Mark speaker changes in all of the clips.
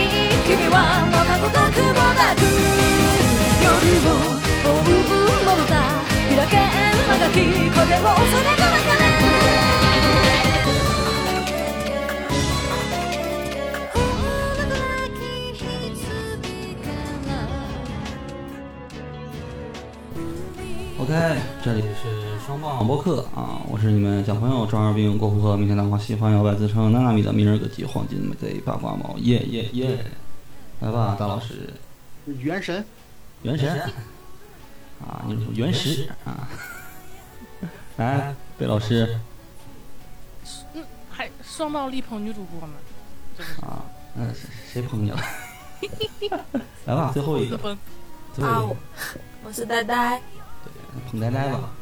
Speaker 1: にはまたごとくもなく夜を追うものだ開けんはがき風を恐れがなかれ大なきひつびから
Speaker 2: OK，这里是双棒播客啊，我是你们小朋友中二病过户和明天大话喜欢摇摆自称娜娜米的明日歌姬黄金玫瑰八卦猫耶耶耶！来吧，大老师，
Speaker 3: 原神
Speaker 2: 原神啊，你说原石啊， 来，贝老师
Speaker 4: 嗯，还双棒力捧女主播们，
Speaker 2: 啊，嗯，谁谁捧你了？ 来吧，最后一个，
Speaker 4: 嗯，
Speaker 2: 最后一个，
Speaker 5: 我是呆呆，
Speaker 2: 捧呆呆吧。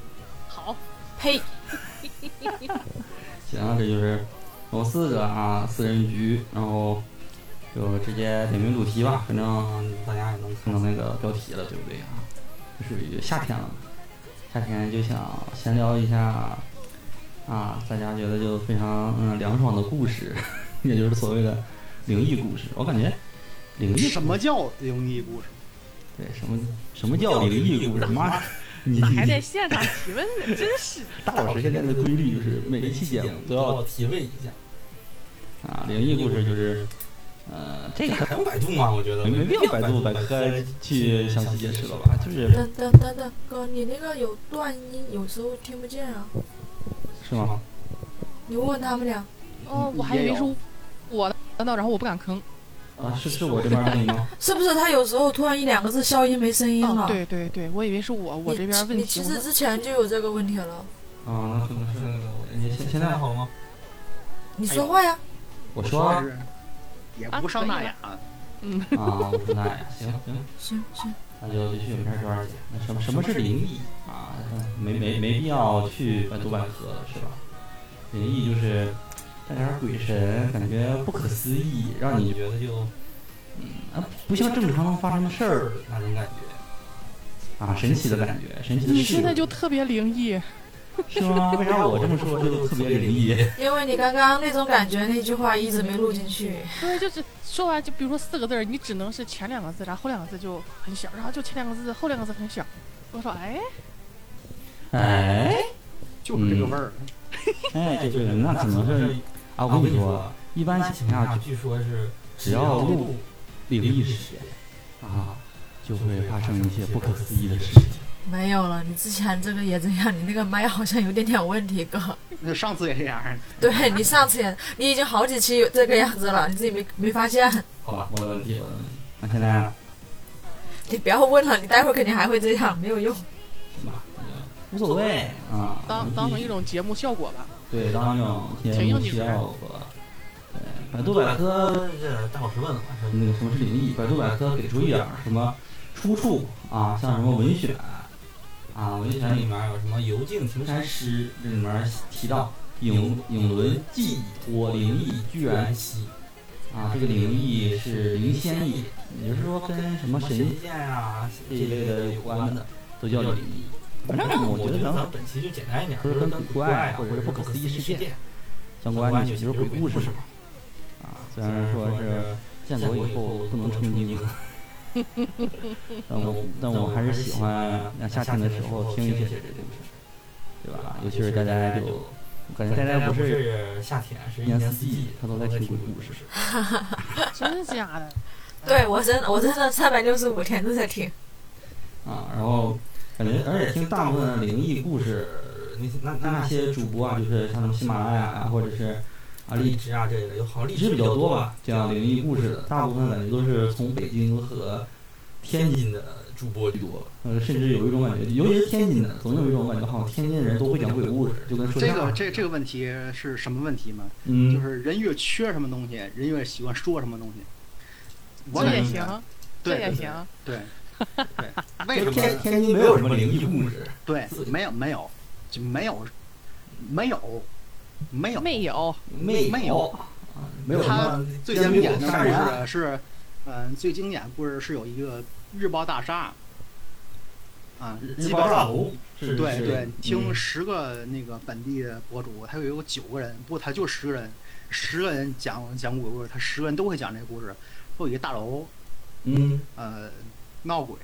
Speaker 4: 好，
Speaker 5: 呸，
Speaker 2: 行，这就是我们四个啊，四人局，然后就直接点名主题吧，反正大家也能看到那个标题了，对不对啊？这属于夏天了，夏天就想闲聊一下啊，大家觉得就非常嗯凉爽的故事， 也就是所谓的灵异故事。我感觉灵异
Speaker 3: 什么叫灵异故事？
Speaker 2: 对什么什么叫灵异故事？妈，你
Speaker 4: 咋还得现场提问呢？ 真是
Speaker 2: 大老师现在的规律就是每一期节目都要
Speaker 6: 提问一下。
Speaker 2: 啊，灵异故事就是，呃，这个
Speaker 6: 还用百度吗？我觉得
Speaker 2: 没没必要百度百科去详细解释了吧？啊就是
Speaker 5: 等等等等，哥，你那个有断音，有时候听不见啊。
Speaker 2: 是吗？
Speaker 5: 你问问他们俩，
Speaker 4: 哦，我还以为是我的呢，然后我不敢吭。
Speaker 2: 啊，是是我这边问你吗？
Speaker 5: 是不是他有时候突然一两个字消音没声音了？
Speaker 4: 哦，对对对，我以为是我，
Speaker 5: 嗯
Speaker 4: 我
Speaker 5: 你
Speaker 4: 这边问
Speaker 5: 你
Speaker 4: 题
Speaker 5: 其
Speaker 4: 我
Speaker 5: 实
Speaker 4: 问。
Speaker 5: 之前就有这个问题了。
Speaker 2: 啊，那可能是那个我，你现现在好了吗？
Speaker 5: 你说话呀，
Speaker 2: 我
Speaker 3: 我
Speaker 2: 说啊，
Speaker 3: 是也不上那雅，
Speaker 4: 嗯，
Speaker 2: 啊我说那也行行，
Speaker 5: 行行，
Speaker 2: 那就继续我们开始哎玩儿去。那什么什么是灵异啊？没没没必要去百度百科了，是吧？灵异就是带点儿鬼神，感觉不可思议，让你觉得就嗯啊，不像正常发生的事儿那种感觉啊，神奇的感觉，神奇的事物。
Speaker 4: 你现在就特别灵异，
Speaker 2: 是吗？为啥我这么说就特别灵异？
Speaker 5: 因为你刚刚那种感觉那句话一直没录进去。
Speaker 4: 对，就是说完就比如说四个字儿，你只能是前两个字，然后后两个字就很小，然后就前两个字，后两个字很小。我说，哎，
Speaker 2: 哎
Speaker 3: 就是这个味儿。
Speaker 2: 哎，这个那可能是啊，我跟你说，，一
Speaker 6: 一
Speaker 2: 般情况下
Speaker 6: 据说是
Speaker 2: 只要录灵异事件啊，就会发生一些不可思议的事情。
Speaker 5: 没有了，你之前这个也这样，你那个麦好像有点点问题，哥。
Speaker 3: 那上次也这样，
Speaker 5: 对你上次也，你已经好几期有这个样子了，你自己没没发现？
Speaker 2: 好吧，我的问题，我的问题。那现在
Speaker 5: 你不要问了，你待会儿肯定还会这样，没有用。
Speaker 2: 无所谓啊，
Speaker 4: 当当成一种节目效果吧。
Speaker 2: 对，当成一种节目需要和百度百科
Speaker 6: 这大老师问了，
Speaker 2: 那个什么是灵异，百度百科给出一点儿什么出处啊，像什么文选啊，文选里
Speaker 6: 里面有什么油镜停
Speaker 2: 山
Speaker 6: 山
Speaker 2: 诗这里面提到影影轮寄托灵异居然
Speaker 6: 息，
Speaker 2: 啊，这个灵异是灵仙异，也就是说跟什么神
Speaker 6: 仙啊
Speaker 2: 这一类的有关
Speaker 6: 的。
Speaker 2: 的都叫灵异。反正我觉得咱们
Speaker 6: 本期就简单一点
Speaker 2: 就是跟古怪啊或者是不可思议事件相关的就是鬼故事嘛。啊，虽然说是建国以后不能成精， 但我但我还是喜欢那夏天的时候听一些这些故事，对吧？尤其是大家就感觉大家不是
Speaker 6: 是夏天，是
Speaker 2: 一年四季他都在听鬼故事。
Speaker 4: 真的假的？
Speaker 5: 对我真我真的三百六十五天都在听。
Speaker 2: 啊，然后感觉而且听大部分的灵异故事，那那那些主播啊，就是像什么喜马拉雅啊，或者是啊
Speaker 6: 啊，荔
Speaker 2: 荔
Speaker 6: 枝啊这类的，有好像荔
Speaker 2: 荔枝
Speaker 6: 枝
Speaker 2: 比较多吧，讲灵异故事的，大部分感觉都是从北京和
Speaker 6: 天津的主播居多。
Speaker 2: 呃，甚至有一种感觉，尤其是天津的，总有一种感觉，好像天津人都会讲鬼故事，就跟说
Speaker 3: 这
Speaker 2: 相
Speaker 3: 个
Speaker 2: 声
Speaker 3: 这这个问题是什么问题吗？就
Speaker 2: 啊嗯，
Speaker 3: 是人越缺什么东西，人越喜欢说什么东西。我
Speaker 4: 这
Speaker 3: 感
Speaker 4: 也
Speaker 3: 觉
Speaker 4: 行，
Speaker 3: 对
Speaker 4: 这也行。
Speaker 3: 对对， 为
Speaker 2: 就是
Speaker 3: 什么
Speaker 2: 天
Speaker 3: 呢？
Speaker 2: 天津没有什么灵异故事，
Speaker 3: 对，没有没有就没有没有没有
Speaker 4: 没有，
Speaker 2: 没
Speaker 3: 没
Speaker 2: 有
Speaker 3: 有
Speaker 2: 啊，没有什
Speaker 3: 他
Speaker 2: 么
Speaker 3: 最经典的
Speaker 2: 杀人案
Speaker 3: 故
Speaker 6: 啊
Speaker 3: 事是，嗯、最经典的故事是有一个日报大厦，啊，
Speaker 2: 日
Speaker 3: 基
Speaker 2: 爆
Speaker 3: 本
Speaker 2: 大
Speaker 3: 上
Speaker 2: 楼，是
Speaker 3: 对
Speaker 2: 是
Speaker 3: 对，听
Speaker 2: 嗯
Speaker 3: 十个那个本地的博主，他有九个人，不，他就十个人，十个人讲讲鬼故事，他十个人都会讲这个故事，会有一个大楼，
Speaker 2: 嗯，
Speaker 3: 呃，闹鬼，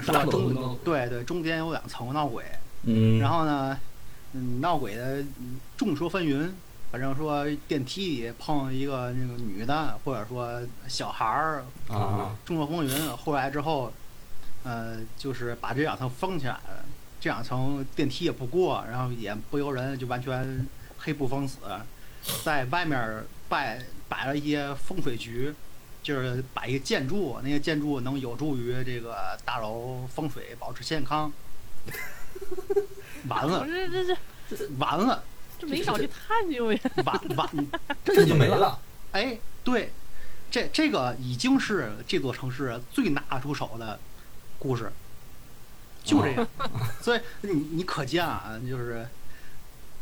Speaker 3: 是
Speaker 2: 大
Speaker 3: 吧？
Speaker 2: 楼
Speaker 3: 中
Speaker 2: 闹鬼
Speaker 3: 对对，中间有两层闹鬼，
Speaker 2: 嗯，
Speaker 3: 然
Speaker 2: 后
Speaker 3: 后呢，嗯，闹鬼的嗯众说纷纭，反正说电梯里碰一个那个女的，或者说小孩儿，
Speaker 2: 啊，
Speaker 3: 众说纷纭。后来之后，呃，就是把这两层封起来了，这两层电梯也不过，然后也不由人，就完全黑不封死，在外面儿摆摆了一些风水局。就是摆一个建筑，那个建筑能有助于这个大楼风水保持健康。 完了
Speaker 4: 我，这这这
Speaker 3: 完了，
Speaker 4: 这没少去探究呀。
Speaker 3: 完完，
Speaker 6: 这就没了。
Speaker 3: 哎，对，这这个已经是这座城市最拿得出手的故事，就这样。 所以你你可见啊，就是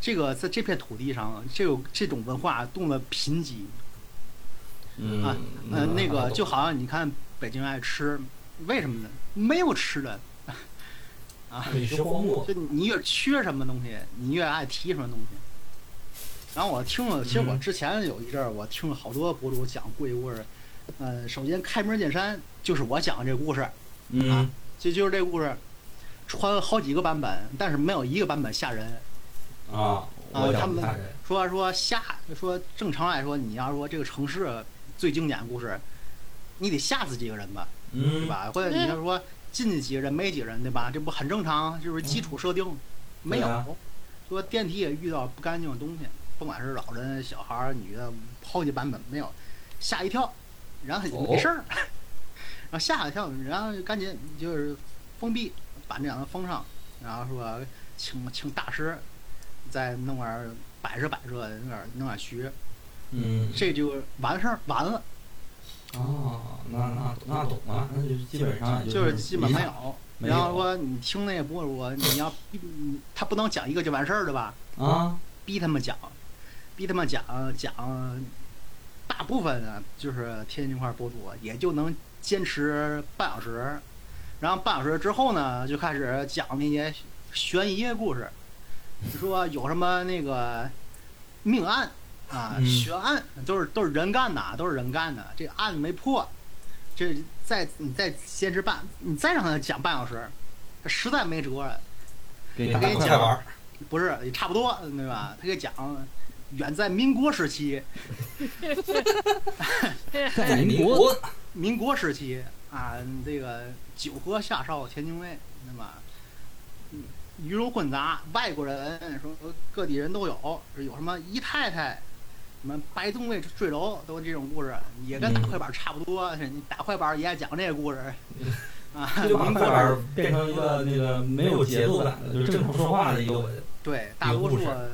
Speaker 3: 这个在这片土地上，这种这种文化动了贫瘠。
Speaker 2: 嗯
Speaker 3: 啊
Speaker 6: 嗯
Speaker 3: 嗯、那个就
Speaker 6: 好。
Speaker 3: 好像你看北京爱吃，为什么呢？没有吃的，
Speaker 6: 美食荒漠，
Speaker 3: 就你越缺什么东西，你越爱提什么东西。然后我听了，其实我
Speaker 6: 嗯
Speaker 3: 之前有一阵儿，我听了好多博主讲贵故事。嗯、首先开门见山就是我讲的这故事，啊
Speaker 2: 嗯
Speaker 3: 这就是这故事，穿了好几个版本，但是没有一个版本吓人。
Speaker 2: 啊，
Speaker 6: 我
Speaker 3: 他
Speaker 6: 想
Speaker 3: 们
Speaker 6: 不看人，
Speaker 3: 说说吓，说正常来说，你要说这个城市最经典的故事，你得吓死几个人吧，对
Speaker 6: 嗯，
Speaker 3: 吧？或者你要说进去几个人没几个人，对吧？这不很正常，就是基础设定。没
Speaker 6: 对啊
Speaker 3: 有，说电梯也遇到不干净的东西，不管是老人、小孩儿、女的，好几版本没有，吓一跳，然后
Speaker 6: 哦
Speaker 3: 没事儿， 然后吓一跳，然后就赶紧就是封闭，把那两个封上，然后说请请大师再弄点儿摆设摆设，弄点儿弄点儿学，
Speaker 6: 嗯，
Speaker 3: 这就完事儿完了，
Speaker 2: 啊，那那那懂了，那就是啊基本上
Speaker 3: 啊就是基本没
Speaker 2: 没
Speaker 3: 有。
Speaker 2: 没有
Speaker 3: 然后说你听那博主，你要逼你他不能讲一个就完事儿对吧？
Speaker 2: 啊，
Speaker 3: 逼他们讲，逼他们讲讲，大部分呢就是天津这块博主也就能坚持半小时，然后半小时之后呢就开始讲那些悬疑的故事，就说有什么那个命案啊、
Speaker 6: 嗯
Speaker 3: 悬案，都是都是人干的啊，都是人干的，这案子没破，这再你再坚持半，你再让他讲半小时，他实在没辙了。
Speaker 2: 给
Speaker 6: 大
Speaker 2: 大
Speaker 3: 家
Speaker 6: 家
Speaker 3: 快
Speaker 6: 快
Speaker 3: 讲
Speaker 6: 玩儿，
Speaker 3: 不是也差不多对吧？他给讲远在民国时期，
Speaker 2: 在
Speaker 6: 民
Speaker 2: 民国，
Speaker 3: 民国时期啊，这个九河下梢天津卫对吧？嗯鱼龙混杂，外国人说各地人都有，有什么姨太太，什么白东卫坠楼，都这种故事，也跟打快板差不多。你打快板也爱讲这个故事啊，
Speaker 6: 这
Speaker 3: 民
Speaker 6: 就把快
Speaker 3: 国
Speaker 6: 板
Speaker 3: 人
Speaker 6: 儿变成一个那个没有节奏感的，就是正常说话的一个文。
Speaker 3: 对，大
Speaker 6: 有
Speaker 3: 多
Speaker 6: 故
Speaker 3: 数
Speaker 6: 事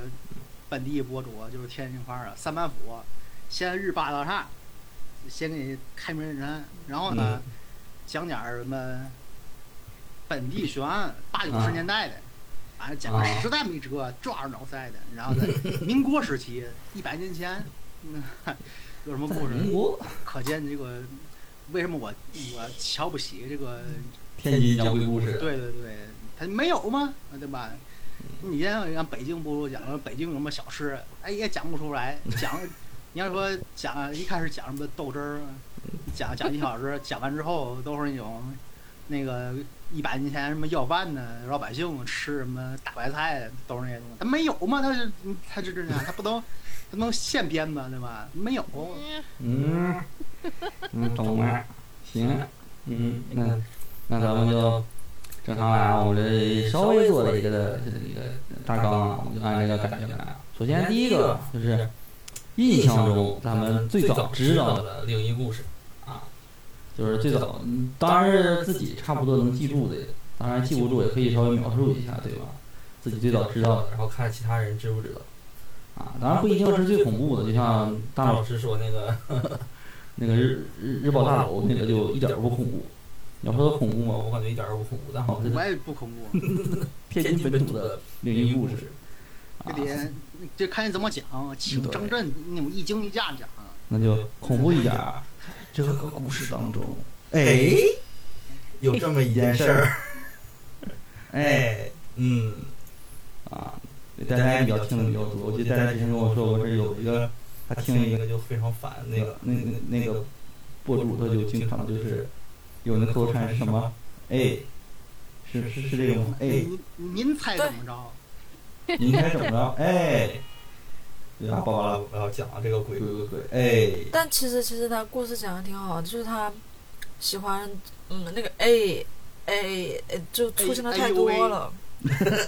Speaker 3: 本地博主就是天津话啊，三板斧，先日霸大厦，先给你开门见山，然后呢，
Speaker 2: 嗯
Speaker 3: 讲点儿什么本地悬案，八九
Speaker 2: 啊
Speaker 3: 十年代的，反正讲的
Speaker 2: 啊
Speaker 3: 实在没辙，抓耳挠腮的，然 后在民国时期，一百年前，嗯， 有什么故
Speaker 2: 民
Speaker 3: 事？
Speaker 2: 国，
Speaker 3: 可见这个为什么我我瞧不起这个
Speaker 2: 天津讲鬼故事，
Speaker 3: 对对对，他没有吗？对吧？你先让北京不如讲说北京有什么小吃，哎也讲不出来。讲，你要说讲一开始讲什么豆汁儿，讲讲一小时，讲完之后都是那种那个一百年前什么要饭的老百姓吃什么大白菜，都是那些东西。他没有嘛？他是他是这样，他不能他能现编吗？对吧？没有，
Speaker 2: 嗯嗯，懂了，行，嗯，那那咱
Speaker 6: 咱
Speaker 2: 们
Speaker 6: 们
Speaker 2: 就
Speaker 6: 就
Speaker 2: 正常来啊，我们这稍微做了一个这个大纲啊，我们就按这个感觉来啊。首先第一个就是印象中咱们最早知道的，
Speaker 6: 的灵异故事啊，
Speaker 2: 就是最早，嗯当然是自己差不多能记住的，当然记不住也可以稍微描述一下，对吧？自己最早知道的
Speaker 6: 的，然后看其他人知不知道。
Speaker 2: 啊，当然不一定是最恐怖的，就像大
Speaker 6: 大
Speaker 2: 老
Speaker 6: 老师说那个
Speaker 2: 那个日日日报大楼那个就一点儿都不恐怖。你要说它恐怖吗？
Speaker 6: 我感觉一点儿都不恐怖，但好像
Speaker 3: 我也不恐怖。
Speaker 2: 天津本土的灵异故事，啊
Speaker 3: 这，得这看你怎么讲，请
Speaker 2: 对
Speaker 3: 张震那种一惊一乍讲。
Speaker 2: 那就恐怖一点儿。这个故事当中，
Speaker 6: 哎，有这么一件事儿，
Speaker 2: 哎
Speaker 6: 哎，嗯，
Speaker 2: 啊，大家比较听的比较多。我记得大家之前跟我说过，这有一个他
Speaker 6: 他
Speaker 2: 听
Speaker 6: 听
Speaker 2: 一
Speaker 6: 一
Speaker 2: 个
Speaker 6: 个就非常烦，那个
Speaker 2: 那
Speaker 6: 那
Speaker 2: 那那
Speaker 6: 个
Speaker 2: 个博主他就经常就是有那口头禅是什么？哎，是是是这个吗？哎，
Speaker 3: 您您猜怎么着？
Speaker 2: 你猜怎么 着？哎，对
Speaker 6: 然
Speaker 2: 吧？
Speaker 6: 后
Speaker 2: 宝
Speaker 6: 爸爸
Speaker 2: 宝，
Speaker 6: 我要讲这个鬼
Speaker 2: 鬼鬼鬼，哎，
Speaker 5: 但其实其实他故事讲的挺好的，就是他喜欢嗯那个 A A 就出现的太多了，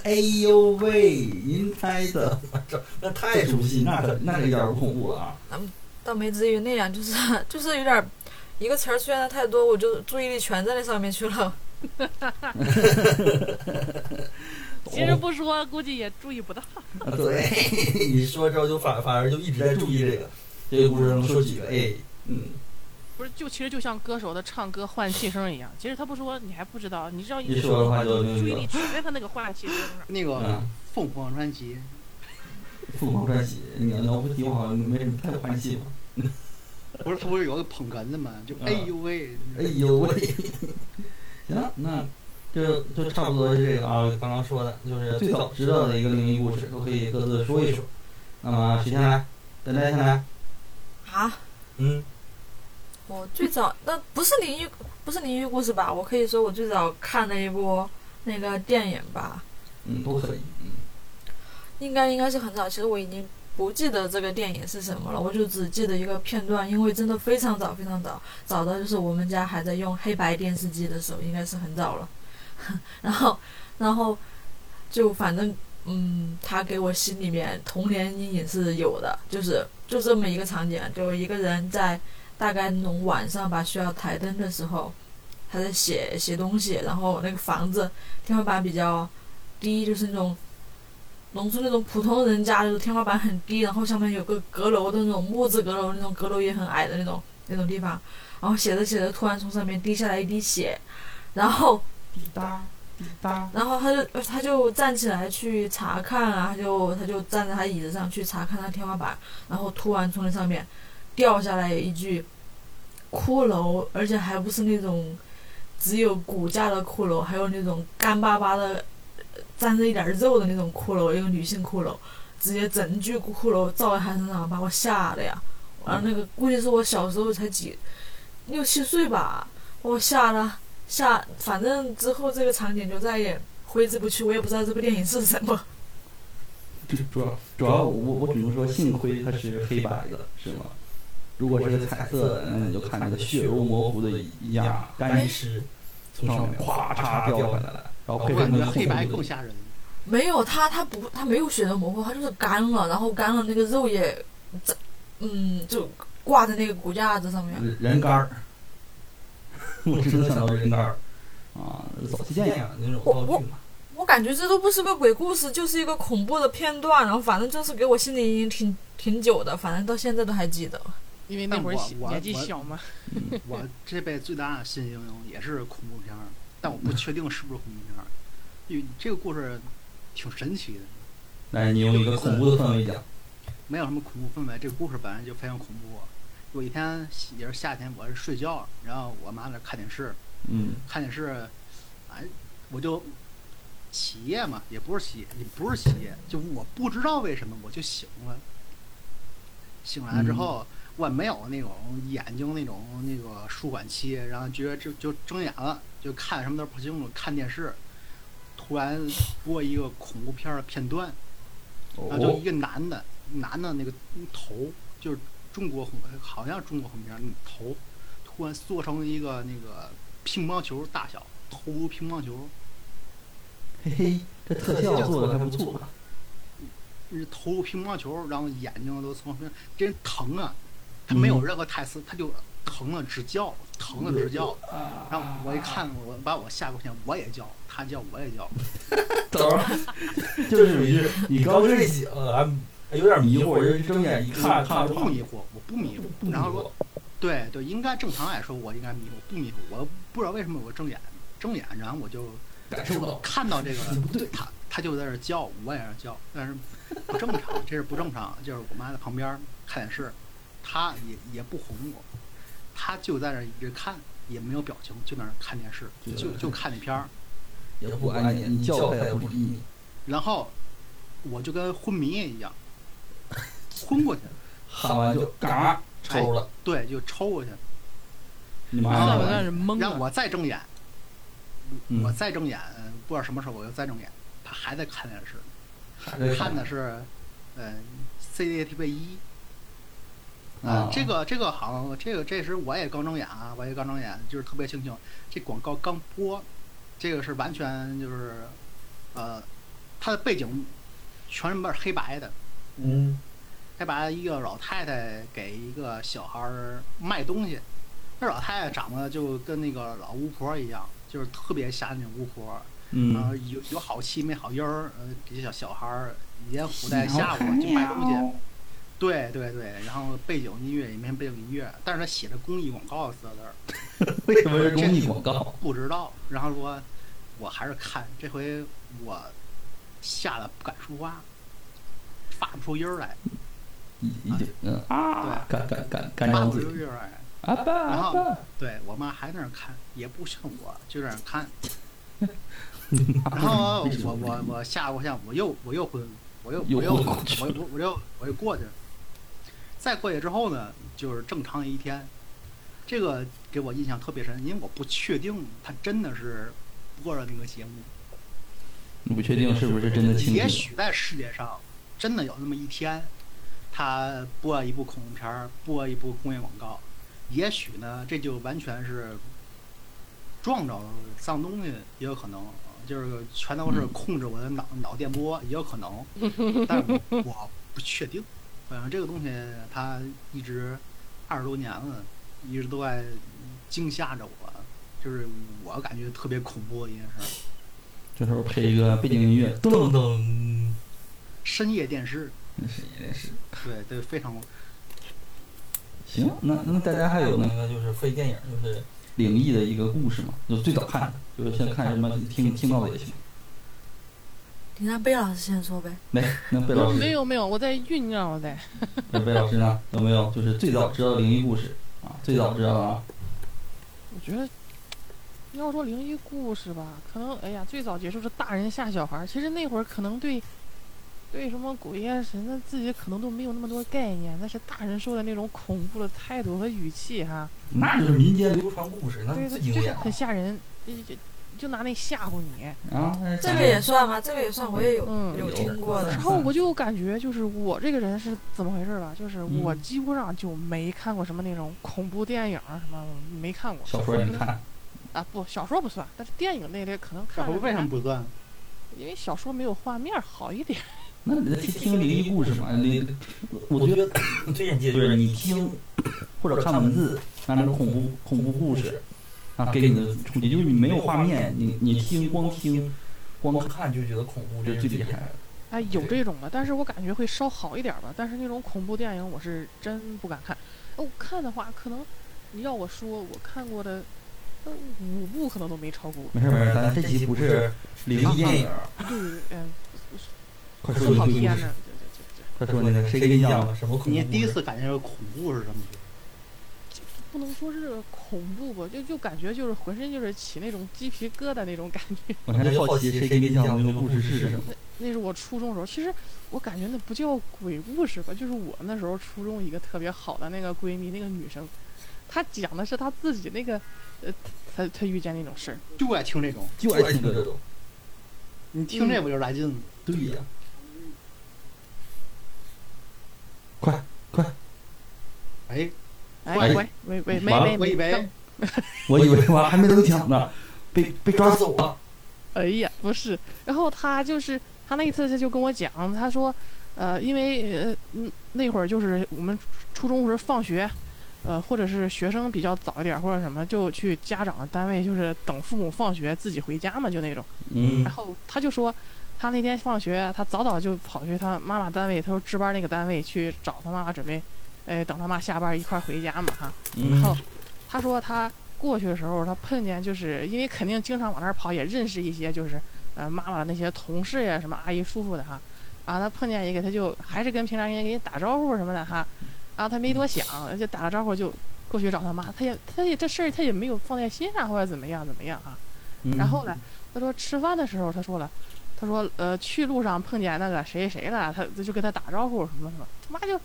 Speaker 2: 哎呦喂，您猜的
Speaker 6: 那太
Speaker 2: 太
Speaker 6: 熟
Speaker 2: 熟悉，
Speaker 6: 悉，
Speaker 2: 那
Speaker 6: 那
Speaker 2: 可
Speaker 6: 可那
Speaker 2: 那可
Speaker 6: 有
Speaker 2: 一点
Speaker 6: 点
Speaker 2: 儿
Speaker 6: 不
Speaker 2: 不
Speaker 6: 恐
Speaker 2: 恐
Speaker 6: 怖。
Speaker 2: 怖了啊！
Speaker 5: 倒没至于那样，就是 就是有点儿一个词儿出现的太多，我就注意力全在那上面去了。
Speaker 4: 其实不说，估计也注意不到。
Speaker 2: 啊，对，，
Speaker 6: 你说之后就反反而就一直在注意这个，
Speaker 2: 这
Speaker 6: 这个
Speaker 2: 个故
Speaker 6: 故
Speaker 2: 事
Speaker 6: 事
Speaker 2: 能
Speaker 6: 能
Speaker 2: 说
Speaker 6: 说
Speaker 2: 几
Speaker 6: 几
Speaker 2: 个
Speaker 6: 个？
Speaker 2: 哎
Speaker 6: 哎，？
Speaker 2: 嗯，
Speaker 4: 不是，就其实就像歌手的唱歌换气声一样，其实他不说你还不知道，你知道
Speaker 2: 一
Speaker 4: 一
Speaker 2: 说的话就那
Speaker 4: 注意
Speaker 2: 个
Speaker 4: 力，全在他那个换气声上。
Speaker 3: 那个
Speaker 2: 嗯，
Speaker 3: 凤凰传奇，
Speaker 2: 凤凰传奇，你要不提我好像没什么太欢喜嘛。
Speaker 3: 不是他不是有个捧哏的嘛？就
Speaker 2: 嗯
Speaker 3: 哎呦喂，
Speaker 2: 哎呦喂， 行，那这嗯就差不多是这个啊。
Speaker 6: 刚刚说的就是
Speaker 2: 最早知道的一个灵异故事，都可以各自说一说。那么谁先来？大家先来。
Speaker 5: 啊，
Speaker 6: 嗯，
Speaker 5: 我最早那不是灵异，不是灵异故事吧？我可以说我最早看的一部那个电影吧，
Speaker 2: 嗯，都可以。嗯，
Speaker 5: 应该应该是很早。其实我已经不记得这个电影是什么了，我就只记得一个片段，因为真的非常早，非常早，早到就是我们家还在用黑白电视机的时候，应该是很早了。 然后，然后就反正嗯，他给我心里面童年阴影是有的，就是就这么一个场景，就一个人在大概那种晚上吧，需要台灯的时候，他在写写东西，然后那个房子天花板比较低，就是那种农村那种普通人家，就是天花板很低，然后上面有个阁楼的那种木质阁楼，那种阁楼也很矮的那种那种地方，然后写着写着，突然从上面滴下来一滴血，然后。
Speaker 2: 滴答滴答。
Speaker 5: 然后他就呃他就站起来去查看啊，他就他就站在他椅子上去查看他天花板，然后突然从那上面掉下来一具骷髅，而且还不是那种只有骨架的骷髅，还有那种干巴巴的呃沾着一点肉的那种骷髅，一个女性骷髅，直接整具骷髅照在他身上，把我吓的呀！然后那个估计是我小时候才几六七岁吧，把我吓的。下，反正之后这个场景就再也挥之不去，我也不知道这部电影是什么。
Speaker 2: 主 主要主要我我只能说，幸亏它是黑白的，是吗？如果是彩色的，那你就看那个血肉模糊的一样，干
Speaker 6: 干
Speaker 2: 尸
Speaker 6: 尸从
Speaker 2: 从
Speaker 6: 上
Speaker 2: 上面
Speaker 6: 面咵
Speaker 2: 咵嚓
Speaker 6: 嚓
Speaker 2: 掉
Speaker 6: 掉
Speaker 2: 下
Speaker 6: 下
Speaker 2: 来
Speaker 6: 来
Speaker 2: 了
Speaker 6: 了，，
Speaker 2: 然后
Speaker 3: 我
Speaker 2: 配
Speaker 3: 感
Speaker 2: 上那
Speaker 3: 觉
Speaker 2: 个
Speaker 3: 黑白
Speaker 2: 恐怖
Speaker 3: 更
Speaker 2: 的
Speaker 3: 吓人。
Speaker 5: 没有，它它不它没有血肉模糊，它就是干了，然后干了那个肉也，这嗯，就挂在那个骨架子上面。
Speaker 2: 人人干儿，我只
Speaker 6: 只能
Speaker 2: 能想
Speaker 6: 想
Speaker 2: 到
Speaker 6: 到
Speaker 2: 人
Speaker 6: 人
Speaker 2: 干
Speaker 6: 干
Speaker 2: 儿
Speaker 6: 儿
Speaker 2: 啊，早期电
Speaker 6: 电
Speaker 2: 影
Speaker 6: 影那种道具嘛。
Speaker 5: 我感觉这都不是个鬼故事，就是一个恐怖的片段，然后反正就是给我心理阴影挺挺久的，反正到现在都还记得。
Speaker 4: 因为那会儿
Speaker 3: 但我
Speaker 4: 小
Speaker 3: 我
Speaker 4: 年纪
Speaker 3: 我
Speaker 4: 小嘛，
Speaker 3: 我这辈子最大的新应用也是恐怖片儿，但我不确定是不是恐怖片儿，因为这个故事挺神奇的，
Speaker 2: 来，你用一个恐怖的氛围讲，
Speaker 3: 没有什么恐怖氛围，这个故事本来就非常恐怖。有一天也是夏天，我是睡觉，然后我妈在看电视，
Speaker 2: 嗯
Speaker 3: 看电视，哎，我就起夜嘛，也不是起夜，也不是起夜，就我不知道为什么我就醒了。醒来之后，我没有那种眼睛那种那个舒缓期，然后觉得就就睁眼了，就看什么都不清楚，看电视，突然播一个恐怖片儿的片段，然后就
Speaker 2: 哦
Speaker 3: 一，个男的，男的那个头就是中国红，好像中国红片儿那头，突然缩成一个那个乒乓球大小，头如乒乓球，
Speaker 2: 嘿嘿，这特效做的还不错，
Speaker 3: 那头如乒乓球，然后眼睛都从真疼啊！他没有
Speaker 2: 嗯
Speaker 3: 任何台词，他就疼了直叫，疼了直叫。然后我一看，我把我吓够呛，我也叫，他叫我也叫，
Speaker 6: 早上
Speaker 2: 就是属于是你刚
Speaker 6: 刚
Speaker 2: 睡
Speaker 6: 睡
Speaker 2: 醒，
Speaker 6: 醒，还有点迷糊，人睁眼一看，
Speaker 3: 我
Speaker 6: 看
Speaker 3: 不迷糊，我不迷糊。
Speaker 6: 不
Speaker 3: 然后说对对，应该正常来说我应该迷糊，不迷糊，我不知道为什么我睁眼，睁眼，然后我就
Speaker 6: 感受到，
Speaker 3: 看到这个
Speaker 6: 不对
Speaker 3: 他他就在这儿叫，我也在这儿叫，但是不正常，这是不正常。就是我妈在旁边看电视，她也也不哄我，她就在那儿一直看，也没有表情，就在那儿看电视，就就看那片儿。
Speaker 2: 也不安静，你叫他也不理你，
Speaker 3: 然后我就跟昏迷一样，昏过去了，
Speaker 2: 喊完就嘎抽了，
Speaker 3: 对，就抽过去了。
Speaker 2: 你妈
Speaker 3: 然
Speaker 4: 那
Speaker 3: 后
Speaker 4: 我
Speaker 2: 呀！
Speaker 4: 让人懵
Speaker 3: 让
Speaker 4: 了。
Speaker 3: 我再睁眼，
Speaker 2: 嗯
Speaker 3: 我再睁眼，呃不知道什么时候我又再睁眼，他还在看电视，
Speaker 2: 还
Speaker 7: 哎
Speaker 2: 在
Speaker 3: 看的是，呃，CCTV 一。
Speaker 2: 啊
Speaker 3: 啊，这个这个好像这个这时我也刚睁眼啊，我也刚睁眼，就是特别庆幸，这广告刚播，这个是完全就是，呃，它的背景全是黑白的，
Speaker 6: 嗯
Speaker 3: 还把一个老太太给一个小孩儿卖东西。那老太太长得就跟那个老巫婆一样，就是特别吓人的巫婆，然后
Speaker 2: 嗯，
Speaker 3: 有有好气没好音儿，呃，给小小孩儿连唬带吓唬就卖
Speaker 2: 哎
Speaker 3: 东西。对对对，然后背景音乐也没背景音乐，但是他写着公益广告四个字儿，
Speaker 2: 为什么是公益广告？
Speaker 3: 不知道。然后说，我还是看这回我吓得不敢说话，发不出音儿来，
Speaker 2: 已已经嗯啊，干干干干
Speaker 3: 发
Speaker 2: 张
Speaker 3: 不
Speaker 2: 嘴
Speaker 3: 出音儿来。
Speaker 2: 啊爸
Speaker 3: 然
Speaker 2: 啊
Speaker 3: 后
Speaker 2: 爸！
Speaker 3: 对我妈还在那儿看，也不劝我，就在那儿 看。然后我我我下我下我又我又回我又
Speaker 2: 又
Speaker 3: 我又
Speaker 2: 昏
Speaker 3: 我
Speaker 2: 过去
Speaker 3: 我我又我又过去了。再过去之后呢，就是正常一天。这个给我印象特别深，因为我不确定他真的是播了那个节目，
Speaker 2: 你不确定是不是真的清
Speaker 3: 也
Speaker 2: 晰？
Speaker 3: 许在世界上真的有那么一天，他播一部恐怖片儿，播一部工业广告，也许呢，这就完全是撞着脏东西，也有可能，就是全都是控制我的脑、脑电波，也有可能，但我我不确定。反正这个东西它一直二十多年了，一直都在惊吓着我，就是我感觉特别恐怖的一件事儿。
Speaker 2: 这时候配一个背景音乐，噔噔，
Speaker 3: 深夜电视，
Speaker 2: 那是也是。
Speaker 3: 对对，非常
Speaker 2: 行，那那大家还有那
Speaker 6: 那个
Speaker 2: 个
Speaker 6: 就是非电影，
Speaker 2: 嗯
Speaker 6: 就是
Speaker 2: 灵异的一个故事吗？就最早看的，就是先看什么听听到的也行。
Speaker 5: 你让贝老师先说呗。
Speaker 2: 来，那贝老师，
Speaker 4: 没有没有，我在酝酿，我在。
Speaker 2: 那贝老师呢？有没有就是最早知道的灵异故事啊？最早知道啊？
Speaker 4: 我觉得，要说灵异故事吧，可能哎呀，最早接触是大人吓小孩儿。其实那会儿可能对，对什么鬼呀、神啊，自己可能都没有那么多概念。但是大人说的那种恐怖的态度和语气哈，
Speaker 2: 那就是民间流传故事，那
Speaker 4: 对，
Speaker 2: 最
Speaker 4: 就
Speaker 2: 经
Speaker 4: 是
Speaker 2: 典
Speaker 4: 很吓人，就就就拿那吓唬你。
Speaker 2: 啊。那是
Speaker 5: 这个也算吗？这个也算，我也有、
Speaker 4: 嗯
Speaker 5: 有听过的
Speaker 4: 然。后我就感觉就是我这个人是怎么回事吧？就是我
Speaker 2: 嗯
Speaker 4: 几乎上就没看过什么那种恐怖电影啊什么没看过。
Speaker 2: 小说，你看，
Speaker 4: 啊，不，小说不算，但是电影那类可能
Speaker 3: 小
Speaker 4: 看
Speaker 3: 猴
Speaker 4: 着
Speaker 3: 为什么不算？
Speaker 4: 因为小说没有画面好一点。
Speaker 2: 那你听听灵异故事嘛？灵，我觉得
Speaker 6: 最简洁就
Speaker 2: 就是是
Speaker 6: 你
Speaker 2: 你
Speaker 6: 听
Speaker 2: 听或者看文字，那那种恐怖恐怖故事啊，给你的冲击就是你没有画面，你你听光听光
Speaker 6: 光
Speaker 2: 看
Speaker 6: 看就觉得恐怖，
Speaker 2: 就
Speaker 6: 这
Speaker 2: 是
Speaker 6: 是
Speaker 2: 最
Speaker 6: 最
Speaker 2: 厉
Speaker 6: 厉
Speaker 2: 害
Speaker 6: 害的。。
Speaker 2: 的
Speaker 4: 哎，有
Speaker 6: 对
Speaker 4: 这种的，但是我感觉会稍好一点吧。但是那种恐怖电影我是真不敢看。哦，看的话，可能你要我说，我看过的呃五部可能都没超过。
Speaker 2: 没事没事，咱这集不是灵异电影，
Speaker 4: 对，嗯，
Speaker 2: 快说
Speaker 4: 说
Speaker 2: 你
Speaker 4: 跑
Speaker 2: 的
Speaker 4: 偏
Speaker 2: 故事
Speaker 4: 了，对对
Speaker 2: 快
Speaker 4: 对对。
Speaker 2: 说那个谁给你讲
Speaker 6: 了
Speaker 2: 的？
Speaker 6: 什么恐怖故事？
Speaker 3: 你第一次感觉到恐怖是什么？
Speaker 4: 不能说是恐怖吧，就就感觉就是浑身就是起那种鸡皮疙瘩那种感觉。
Speaker 2: 我还在好奇谁给你讲的那个故事是什么？
Speaker 4: 那是我初中时候，其实我感觉那不叫鬼故事吧，就是我那时候初中一个特别好的那个闺蜜，那个女生，她讲的是她自己那个，呃，她她遇见那种事儿。
Speaker 3: 就爱听这种，
Speaker 2: 就爱听这种。
Speaker 3: 你听这不就来劲了？
Speaker 2: 对呀、快快！
Speaker 3: 哎，
Speaker 4: 哎
Speaker 2: 哎
Speaker 4: 喂喂喂，没
Speaker 2: 完了
Speaker 4: 没
Speaker 3: 嗯我以
Speaker 4: 没，
Speaker 3: 为
Speaker 4: 刚
Speaker 2: 我以为我还没能讲呢，被被抓走了。
Speaker 4: 哎呀，不是。然后她就是她那一次她就跟我讲，她说，呃，因为呃嗯那会儿就是我们初中时放学。呃，或者是学生比较早一点，或者什么，就去家长的单位，就是等父母放学自己回家嘛，就那种。
Speaker 2: 嗯
Speaker 4: 然后他就说，他那天放学，他早早就跑去他妈妈单位，他说值班那个单位去找他妈妈，准备，哎，等他妈下班一块儿回家嘛哈。然后
Speaker 2: 嗯，
Speaker 4: 他说他过去的时候，他碰见就是因为肯定经常往那儿跑，也认识一些就是呃妈妈的那些同事呀，什么阿姨叔叔的哈。啊，他碰见一个，他就还是跟平常人给你打招呼什么的哈。啊，他没多想，就打了招呼就过去找他妈，他也他也这事儿他也没有放在心上或者怎么样怎么样哈。
Speaker 2: 嗯
Speaker 4: 然后呢，他说吃饭的时候，他说了，他说呃去路上碰见那个谁谁谁了，他就跟他打招呼什么什么，他妈就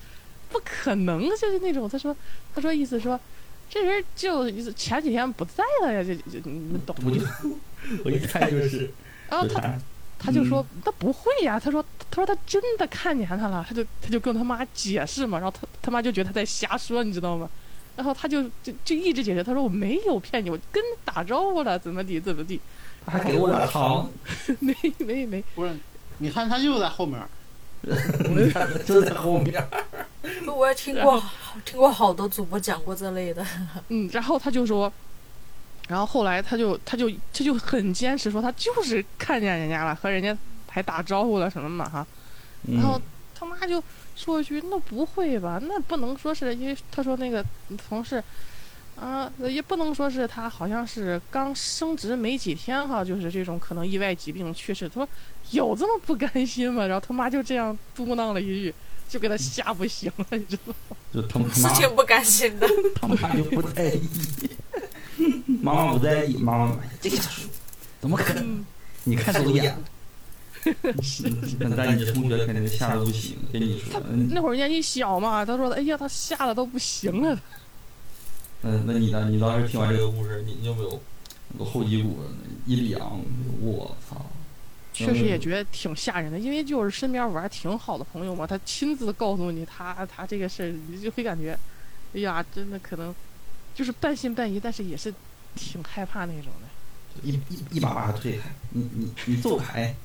Speaker 4: 不可能就是那种，他说他说意思说这人就前几天不在了呀，这这你们懂
Speaker 2: 我
Speaker 4: 吗？
Speaker 2: 就我一猜就是，
Speaker 4: 然后
Speaker 2: 就
Speaker 4: 他
Speaker 2: 他
Speaker 4: 他就说他不会呀，他说他说他真的看见他了，他就他就跟他妈解释嘛，然后他他妈就觉得他在瞎说，你知道吗？然后他就就就一直解释，他说我没有骗你，我跟你打招呼了，怎么地怎么地，
Speaker 2: 他还给我点糖，
Speaker 4: 没没没，
Speaker 3: 不是，你看他就在后面，
Speaker 2: 就在后面。
Speaker 5: 我也听过，听过好多主播讲过这类的。
Speaker 4: 嗯，然后他就说，然后后来他就他就他就很坚持说他就是看见人家了，和人家还打招呼了什么嘛哈，
Speaker 2: 嗯
Speaker 4: 然后他妈就说一句：“那不会吧？那不能说是因为他说那个同事，啊、也不能说是他好像是刚升职没几天哈，就是这种可能意外疾病去世。”他说：“有这么不甘心吗？”然后他妈就这样嘟囔了一句，就给他吓不行了，你知道吗？
Speaker 2: 就他
Speaker 5: 是
Speaker 2: 妈
Speaker 5: 挺不甘心的。
Speaker 2: 他妈就不在意，妈妈不在意，妈妈哎呀这个小叔怎么可能？
Speaker 4: 嗯，
Speaker 2: 你看走眼了。那但你同学肯定吓得不行，跟你说，嗯
Speaker 4: 那会儿年纪小嘛，他说：“哎呀，他吓得都不行了。
Speaker 2: 嗯，那你呢？你当时听完这个故事，你你有没有有后脊骨一凉？我操！”
Speaker 4: 确实也觉得挺吓人的，因为就是身边玩儿挺好的朋友嘛，他亲自告诉你他他这个事儿，你就会感觉，哎呀，真的可能就是半信半疑，但是也是挺害怕那种的。
Speaker 2: 一一一把把推开，你你你走开，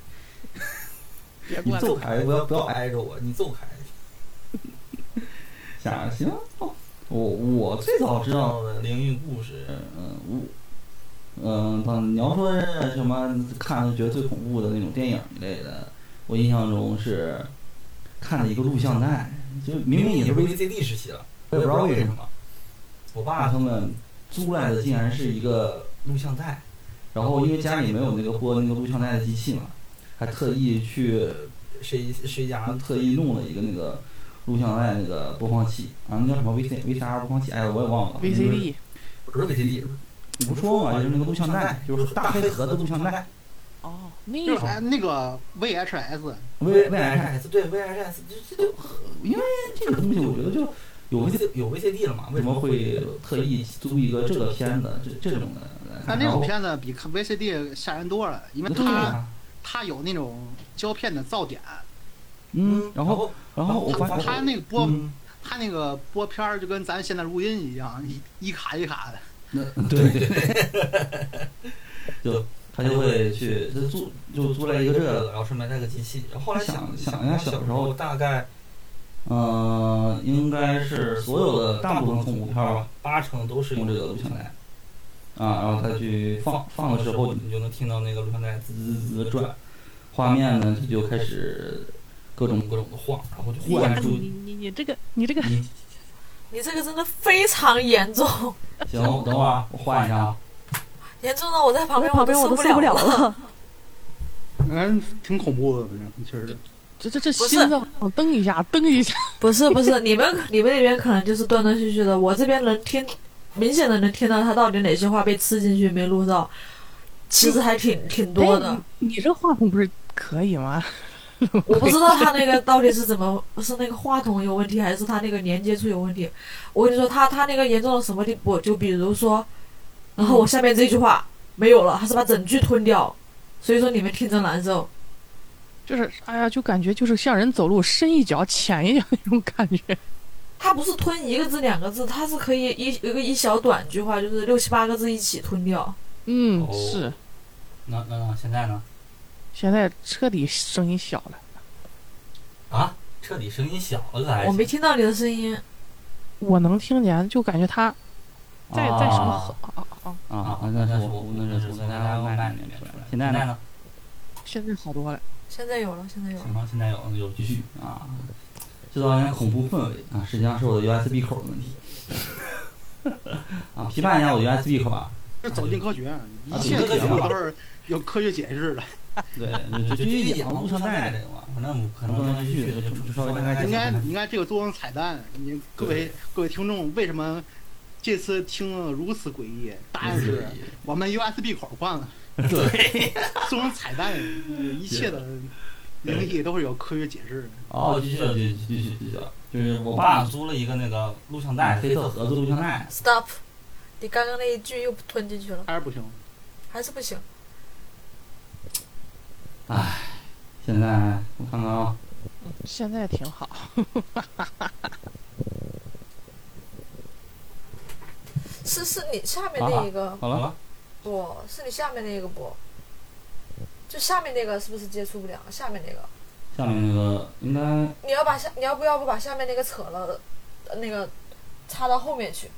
Speaker 4: 别
Speaker 2: 你
Speaker 4: 过来，
Speaker 2: 走开，不要不要挨着我，你走开。想行，哦我我最早知道的
Speaker 6: 灵异故事，
Speaker 2: 嗯，我，嗯，当你要说是什么看的觉得最恐怖的那种电影一类的，我印象中是看了一个录像带，就明明也
Speaker 6: 也是
Speaker 2: 是 VCD，
Speaker 6: VCD 时期了，
Speaker 2: 我也不知道为什么，
Speaker 6: 么，
Speaker 2: 我爸他们租来的竟然是一个录像带，然后因为家里没有那个播那个录像带的机器嘛，还特意去
Speaker 6: 谁谁家
Speaker 2: 然后特意弄了一个那个录像带那个播放器啊，那叫什么 VC VCR 播放器？哎呀，我也忘了
Speaker 4: VCD
Speaker 6: 不是 VCD，
Speaker 2: 你不说嘛，就是那个录像带，就是大黑盒子录像带。
Speaker 4: 哦，那
Speaker 3: 就
Speaker 4: 一
Speaker 3: 是
Speaker 4: 种
Speaker 3: 哎那个 VHS，
Speaker 2: V V S
Speaker 6: VHS 对 VHS，这这就
Speaker 2: 这个东西，我觉得就有
Speaker 6: 有
Speaker 2: 一些
Speaker 6: VC 有 VCD 了嘛？为
Speaker 2: 为什
Speaker 6: 什
Speaker 2: 么
Speaker 6: 么
Speaker 2: 会
Speaker 6: 会
Speaker 2: 特意租一个这个片子这这种的来看？
Speaker 3: 但啊那种
Speaker 2: 然后
Speaker 3: 片子比看 VCD 吓人多了，因为
Speaker 2: 哦对啊
Speaker 3: 它
Speaker 2: 呀，
Speaker 3: 它有那种胶片的噪点，
Speaker 2: 嗯，
Speaker 6: 然
Speaker 2: 然后
Speaker 6: 后
Speaker 2: 然后我发
Speaker 3: 它
Speaker 2: 现，
Speaker 3: 那个播
Speaker 2: 嗯
Speaker 3: 它那个播片儿就跟咱现在录音一样，一一卡一卡的。
Speaker 2: 对对， 就他就会去就租就租来一个这个，
Speaker 6: 然后顺便带个机器。然后后来想一
Speaker 2: 想
Speaker 6: 下，
Speaker 2: 想一下
Speaker 6: 小时候大概
Speaker 2: 嗯，应该是所有的大部分恐怖片儿吧，
Speaker 6: 八成都是
Speaker 2: 用
Speaker 6: 用
Speaker 2: 这
Speaker 6: 这个
Speaker 2: 个录
Speaker 6: 录
Speaker 2: 像
Speaker 6: 像
Speaker 2: 带
Speaker 6: 带。
Speaker 2: 啊，然后他去放放
Speaker 6: 放
Speaker 2: 的
Speaker 6: 的
Speaker 2: 时
Speaker 6: 时
Speaker 2: 候
Speaker 6: 候，你就能听到那个录像带滋滋滋地转，
Speaker 2: 画面呢就开始各种
Speaker 6: 各种的晃，然后就忽
Speaker 2: 忽
Speaker 4: 你
Speaker 2: 然
Speaker 6: 然
Speaker 4: 看
Speaker 2: 注
Speaker 4: 你你你这个你这个
Speaker 5: 你这个真的非常严重，
Speaker 2: 行，等会儿啊我换一下啊。
Speaker 5: 严重到我在旁边
Speaker 1: 旁边我
Speaker 5: 受
Speaker 1: 都受不
Speaker 5: 了
Speaker 1: 了 了。
Speaker 3: 嗯，挺恐怖的，反正确实。
Speaker 4: 这这这
Speaker 5: 不是
Speaker 4: 心脏蹬一下蹬一下，
Speaker 5: 不是不是，你们你们那边可能就是断断续续的，我这边能听，明显的能听到他到底哪些话被吃进去没录到，其实还挺挺多的
Speaker 4: 哎。你你这话筒不是可以吗？
Speaker 5: 我不知道他那个到底是怎么，是那个话筒有问题，还是他那个连接处有问题。我跟你说，他他那个严重到什么地步？就比如说，然后我下面这句话没有了，他是把整句吞掉，所以说你们听着难受。
Speaker 4: 就是哎呀，就感觉就是像人走路深一脚浅一脚那种感觉。
Speaker 5: 他不是吞一个字两个字，他是可以一一个一小短句话，就是六七八个字一起吞掉。
Speaker 4: 嗯，
Speaker 6: 哦
Speaker 4: 是
Speaker 6: 啊那那那现在呢？
Speaker 4: 现在彻底声音小了，
Speaker 6: 啊，彻底声音小了，可还
Speaker 5: 我
Speaker 6: 行
Speaker 5: 没听到你的声音，
Speaker 4: 我能听见，就感觉他在在什么
Speaker 2: 啊
Speaker 4: 吼啊啊啊！
Speaker 2: 啊
Speaker 6: 啊，
Speaker 2: 那
Speaker 6: 那
Speaker 2: 是
Speaker 6: 是
Speaker 2: 我
Speaker 6: 我
Speaker 2: 姑，
Speaker 6: 姑
Speaker 2: 那
Speaker 6: 那
Speaker 2: 是
Speaker 6: 是
Speaker 2: 从
Speaker 6: 从
Speaker 2: 咱
Speaker 6: 咱
Speaker 2: 家
Speaker 6: 家
Speaker 2: 外
Speaker 6: 外
Speaker 2: 面
Speaker 6: 面出
Speaker 2: 出
Speaker 6: 来
Speaker 2: 来的
Speaker 6: 的。
Speaker 2: 现在
Speaker 6: 现在
Speaker 2: 呢？
Speaker 6: 呢？
Speaker 4: 现在好多了。
Speaker 5: 现在有了，现在有了
Speaker 6: 情。况现在有有
Speaker 2: 继
Speaker 6: 继续
Speaker 2: 续啊，制造一点恐怖氛围啊，实际上是我的 USB 口的问题。啊，批判一下我的 USB 口啊，
Speaker 3: 这走进科学，一切
Speaker 2: 走进
Speaker 3: 节
Speaker 2: 科
Speaker 3: 目
Speaker 2: 学啊
Speaker 3: 都是有科学解释的。
Speaker 2: 对，
Speaker 6: 就
Speaker 2: 就
Speaker 6: 就
Speaker 2: 就
Speaker 6: 继
Speaker 2: 一
Speaker 6: 续讲
Speaker 2: 讲录
Speaker 6: 录
Speaker 2: 像
Speaker 6: 像
Speaker 2: 带
Speaker 6: 带
Speaker 2: 这
Speaker 6: 这
Speaker 2: 个
Speaker 6: 个嘛，反正可
Speaker 2: 可
Speaker 6: 能
Speaker 2: 能不
Speaker 6: 不
Speaker 2: 能
Speaker 6: 能
Speaker 2: 继
Speaker 6: 继
Speaker 2: 续
Speaker 6: 续，
Speaker 2: 就
Speaker 6: 就
Speaker 2: 就
Speaker 6: 就
Speaker 2: 稍
Speaker 6: 稍
Speaker 2: 微
Speaker 6: 微
Speaker 2: 大
Speaker 6: 大
Speaker 2: 概
Speaker 6: 概
Speaker 3: 应
Speaker 2: 讲
Speaker 3: 该
Speaker 2: 讲
Speaker 3: 应该这个做成彩蛋，你各位各位听众为什么这次听了如此诡异？答案是我们 USB 口换了，
Speaker 2: 对，
Speaker 3: 做成彩蛋，一切的灵异都是有科学解释的。
Speaker 2: 哦，
Speaker 6: 哦，
Speaker 2: 继
Speaker 6: 继
Speaker 2: 续
Speaker 6: 续继续
Speaker 2: 继续继
Speaker 6: 继续
Speaker 2: 续继
Speaker 6: 继
Speaker 2: 续
Speaker 6: 续，
Speaker 2: 就是我
Speaker 6: 我
Speaker 2: 爸
Speaker 6: 爸租了一个那个录像带，
Speaker 2: 带
Speaker 6: 黑
Speaker 2: 黑
Speaker 6: 色
Speaker 2: 色盒
Speaker 6: 盒
Speaker 2: 子
Speaker 6: 子
Speaker 2: 录
Speaker 6: 录
Speaker 2: 像
Speaker 6: 像带，
Speaker 2: 带，
Speaker 5: Stop，你刚刚那一句又吞进去了，
Speaker 3: 还是不行。
Speaker 5: 还是不行。
Speaker 2: 现在我看看啊，
Speaker 4: 现在挺好。
Speaker 5: 是是你下面那一个
Speaker 2: 好了，
Speaker 5: 不、是你下面那个不？就下面那个是不是接触不了？下面那个，
Speaker 2: 下面那个应该
Speaker 5: 你要把下你要不要不把下面那个扯了，呃那个插到后面去？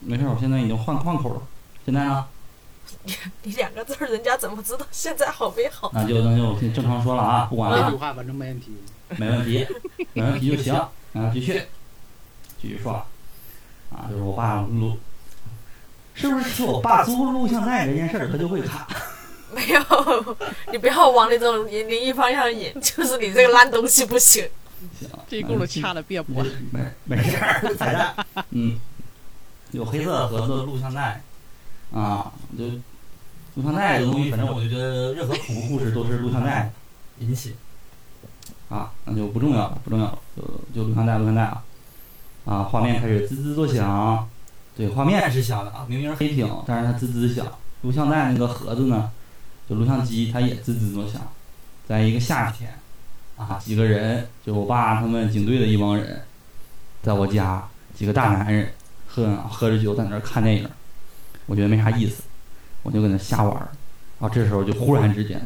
Speaker 2: 没事儿，我现在已经换换口了。现在呢，
Speaker 5: 你两个字儿，人家怎么知道现在好没好？
Speaker 2: 那就那就正常说了啊，不管了
Speaker 3: 这
Speaker 2: 啊
Speaker 3: 句，话反正没问题。
Speaker 2: 没问题，没问题就行。啊，继续，继续说，啊，就是我爸录，是不是我爸租录像带这件事儿他就会卡？
Speaker 5: 没有，你不要往那种灵灵异方向引，就是你这个烂东西不行。
Speaker 2: 行，
Speaker 4: 这一轱辘掐了别
Speaker 7: 嗯
Speaker 4: 播，
Speaker 2: 没嗯没事儿， 彩蛋。嗯，有黑色盒子录像带啊，我就录像带这个东西，反正我就觉得任何恐怖故事都是录像带引起啊，那就不重要了，不重要了，就就录像带录像带啊啊，画面开始滋滋作响，对，画面是响的啊，明明是黑屏，但是它滋滋响。录像带那个盒子呢，就录像机它也滋滋作响，在一个夏天。啊，几个人，就我爸他们警队的一帮人，在我家几个大男人喝喝着酒在那儿看电影，我觉得没啥意思，我就搁那瞎玩儿。然后这时候就忽然之间，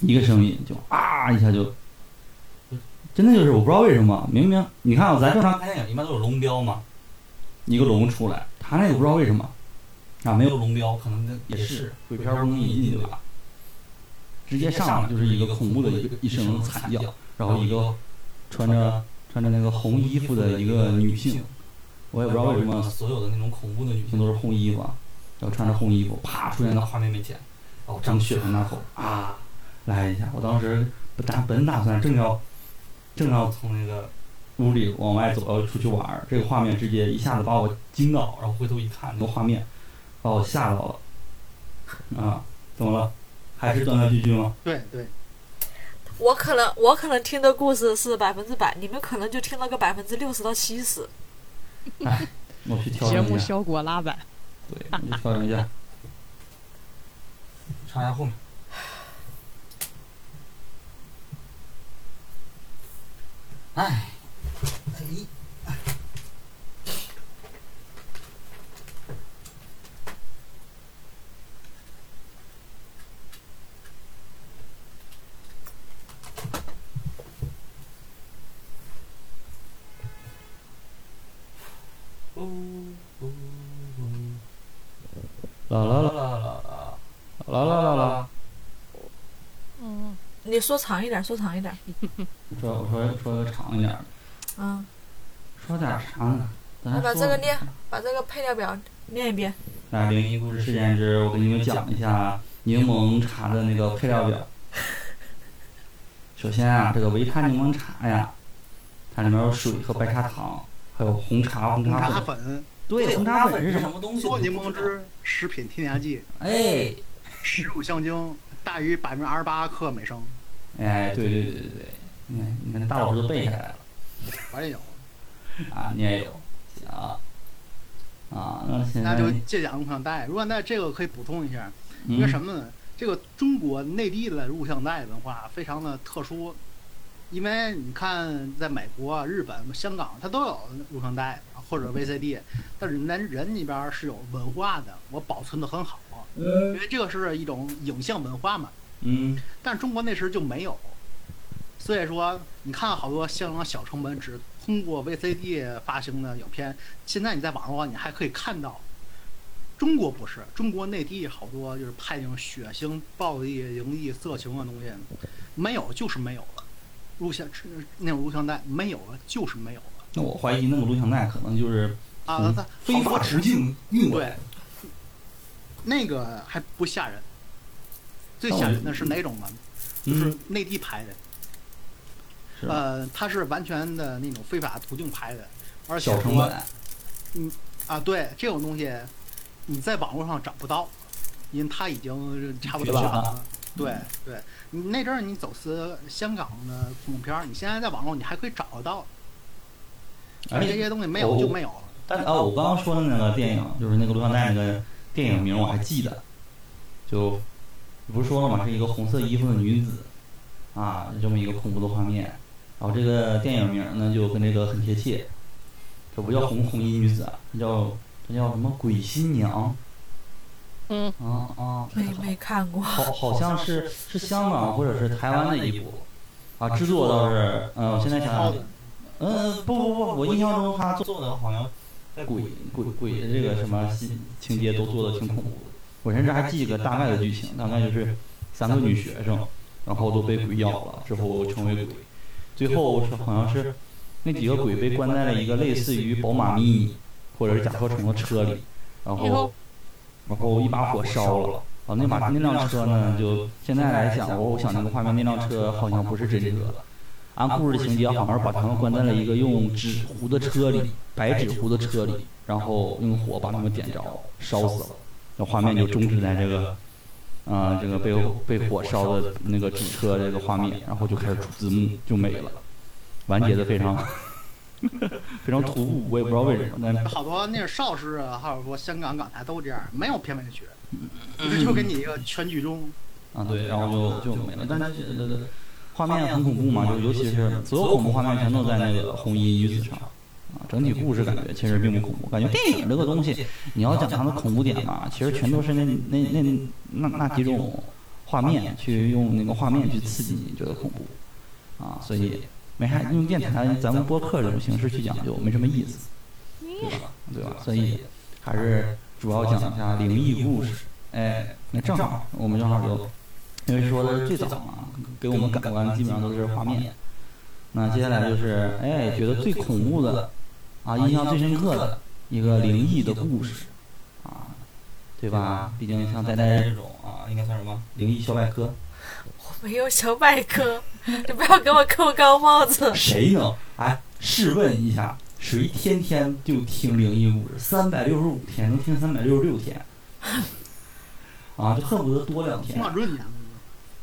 Speaker 2: 一个声音就啊一下就，真的就是我不知道为什么，明明你看啊咱正常看电影一般都有龙标嘛，一个龙出来，他那个不知道为什么啊没有龙标，可能也是鬼片儿不能引进对吧？直接上来就是一个恐怖的一个一声惨叫，然后一个穿着穿着那个红衣服的一个女性，我也不知道为什么所有的那种恐怖的女性都是红衣服，啊，然后穿着红衣服，啪出现到画面面前，然后张血盆大口啊，来一下，我当时本打本打算正要正要从那个屋里往外走要出去玩儿，这个画面直接一下子把我惊到，然后回头一看那个画面，把我吓到了，啊，怎么了？还是断断续续吗？
Speaker 3: 对对，
Speaker 5: 我可能我可能听的故事是百分之百，你们可能就听了个百分之六十到七十。
Speaker 2: 我去调
Speaker 4: 节
Speaker 2: 整
Speaker 4: 目
Speaker 2: 一下，
Speaker 4: 效果拉满。
Speaker 2: 对，我去调整一下，查一下后面。哎，啦啦啦啦啦啦啦啦啦！
Speaker 4: 嗯，
Speaker 5: 你说长一点，说长一点。
Speaker 2: 我说我说说个长一点儿的，
Speaker 5: 嗯，
Speaker 2: 说点儿啥呢？咱
Speaker 5: 我
Speaker 2: 啊说
Speaker 5: 把这个念，把这个配料表念一遍。
Speaker 2: 那灵异故事事件之，我给你们讲一下柠檬茶的那个配料表。首先啊，这个维他柠檬茶呀，它里面有水和白砂糖，还有红茶、红
Speaker 3: 红
Speaker 2: 茶
Speaker 3: 茶
Speaker 2: 粉。
Speaker 3: 粉、
Speaker 2: 对，红茶粉是什么东西？
Speaker 3: 做柠檬汁、食品添加剂、
Speaker 2: 哎，
Speaker 3: 食乳香精大于百分之二十八克每升，
Speaker 2: 哎，对对对对对，你看你看那大老师都背下来了
Speaker 3: 我也有。
Speaker 2: 啊，你也有啊啊，那现
Speaker 3: 大
Speaker 2: 在
Speaker 3: 家就借讲录像带。录像带这个可以补充一下，因为
Speaker 2: 嗯
Speaker 3: 什么呢？这个中国内地的录像带文化非常的特殊，因为你看，在美国、啊日本、香港，它都有录像带或者 VCD，但是咱人那边是有文化的，我保存的很好，因为这个是一种影像文化嘛。
Speaker 2: 嗯
Speaker 3: 但是中国那时就没有，所以说你看好多香港小成本只通过 VCD 发行的影片，现在你在网络你还可以看到。中国不是，中国内地好多就是拍那种血腥、暴力、灵异、色情的东西，没有就是没有了。录像那种录像带没有了，就是没有了
Speaker 2: 那我怀疑那个录像带可能就是
Speaker 3: 啊！它好多
Speaker 2: 直径运过来
Speaker 3: 对，那个还不吓人，最
Speaker 2: 那我
Speaker 3: 吓人的是哪种吗？就
Speaker 2: 嗯
Speaker 3: 是内地拍的，
Speaker 2: 是
Speaker 3: 呃，它是完全的那种非法途径拍的，而且
Speaker 2: 小成
Speaker 3: 说
Speaker 2: 本，
Speaker 3: 啊，对这种东西，你在网络上找不到，因为它已经差不多
Speaker 2: 绝
Speaker 3: 绝
Speaker 2: 版了嗯
Speaker 3: 版了。对对，你那阵儿你走私香港的恐怖片儿，你现在在网络你还可以找得到，而
Speaker 2: 而
Speaker 3: 这
Speaker 2: 且哦
Speaker 3: 些东西没有就没有了。
Speaker 2: 但啊，我刚刚说的那个电影，就是那个录像带那个电影名，我还记得。就不是说了吗？是一个红色衣服的女子，啊，这么一个恐怖的画面。然后这个电影名呢，就跟这个很贴切。这不叫红红衣女子，啊，这叫这叫什么鬼新娘？
Speaker 4: 嗯
Speaker 2: 啊啊，
Speaker 5: 没没看过，
Speaker 2: 好，好像是是香港或者是台湾的一部，啊，制作倒是，嗯，我现在想
Speaker 7: 哦
Speaker 2: 想，嗯，不不不，我印象中他做的好像在鬼鬼鬼的这个什么情情节都做的挺恐怖的，我甚至还记得大概的剧情，大概就是三个女学生，然后都被鬼咬了，之后成为鬼，最后是好像是那几个鬼被关在了一个类似于宝马 mini 或者是甲壳虫的车里，然
Speaker 7: 哦
Speaker 4: 以后
Speaker 2: 后然后一把火烧了。啊，那把那辆车呢，就现在来讲，我想那个画面，那辆车好像不是真车。按故事情节，好像是把他们关在了一个用纸糊的车里，白纸糊的车里，然后用火把他们点着，烧死了。那画面就终止在这个，啊、这个被被火烧的那个纸车这个画面，然后就开始出字幕，就没了，完结的非常非常突兀，我也不知道为什么，但是
Speaker 3: 好多那是邵氏啊，还有说香港、港台都这样，没有片尾曲，就是就给你一个全剧终。
Speaker 7: 嗯
Speaker 2: 啊，对，然后就就没了。但是呃画面很恐怖嘛，就尤其是所有恐怖画面全都在那个红衣女子上啊。整体故事感觉其实并不恐怖，感觉电影这个东西，你要讲它的恐怖点嘛，其实全都是那那那那那几种画面去用那个画面去刺激你觉得恐怖啊，所以没啥用电台咱们播客这种形式去讲就没什么意思，对吧？对吧？所以还是主要讲一下灵异故事。哎，那正好我们正好就因为说的是最早嘛，给我们感官基本上都是画面。那接下来就是，哎，觉得最恐怖的，啊，印象最深刻的一个灵异的故事，啊，对吧？毕竟像呆呆这种啊，应该算什么灵异小百科？
Speaker 5: 我没有小百科， 你不要给我扣高帽子。
Speaker 2: 啊谁能？哎，试问一下，谁天天就听灵异故事？三百六十五天能听三百六十六天，啊，就恨不得多两天
Speaker 3: 听。到闰年了，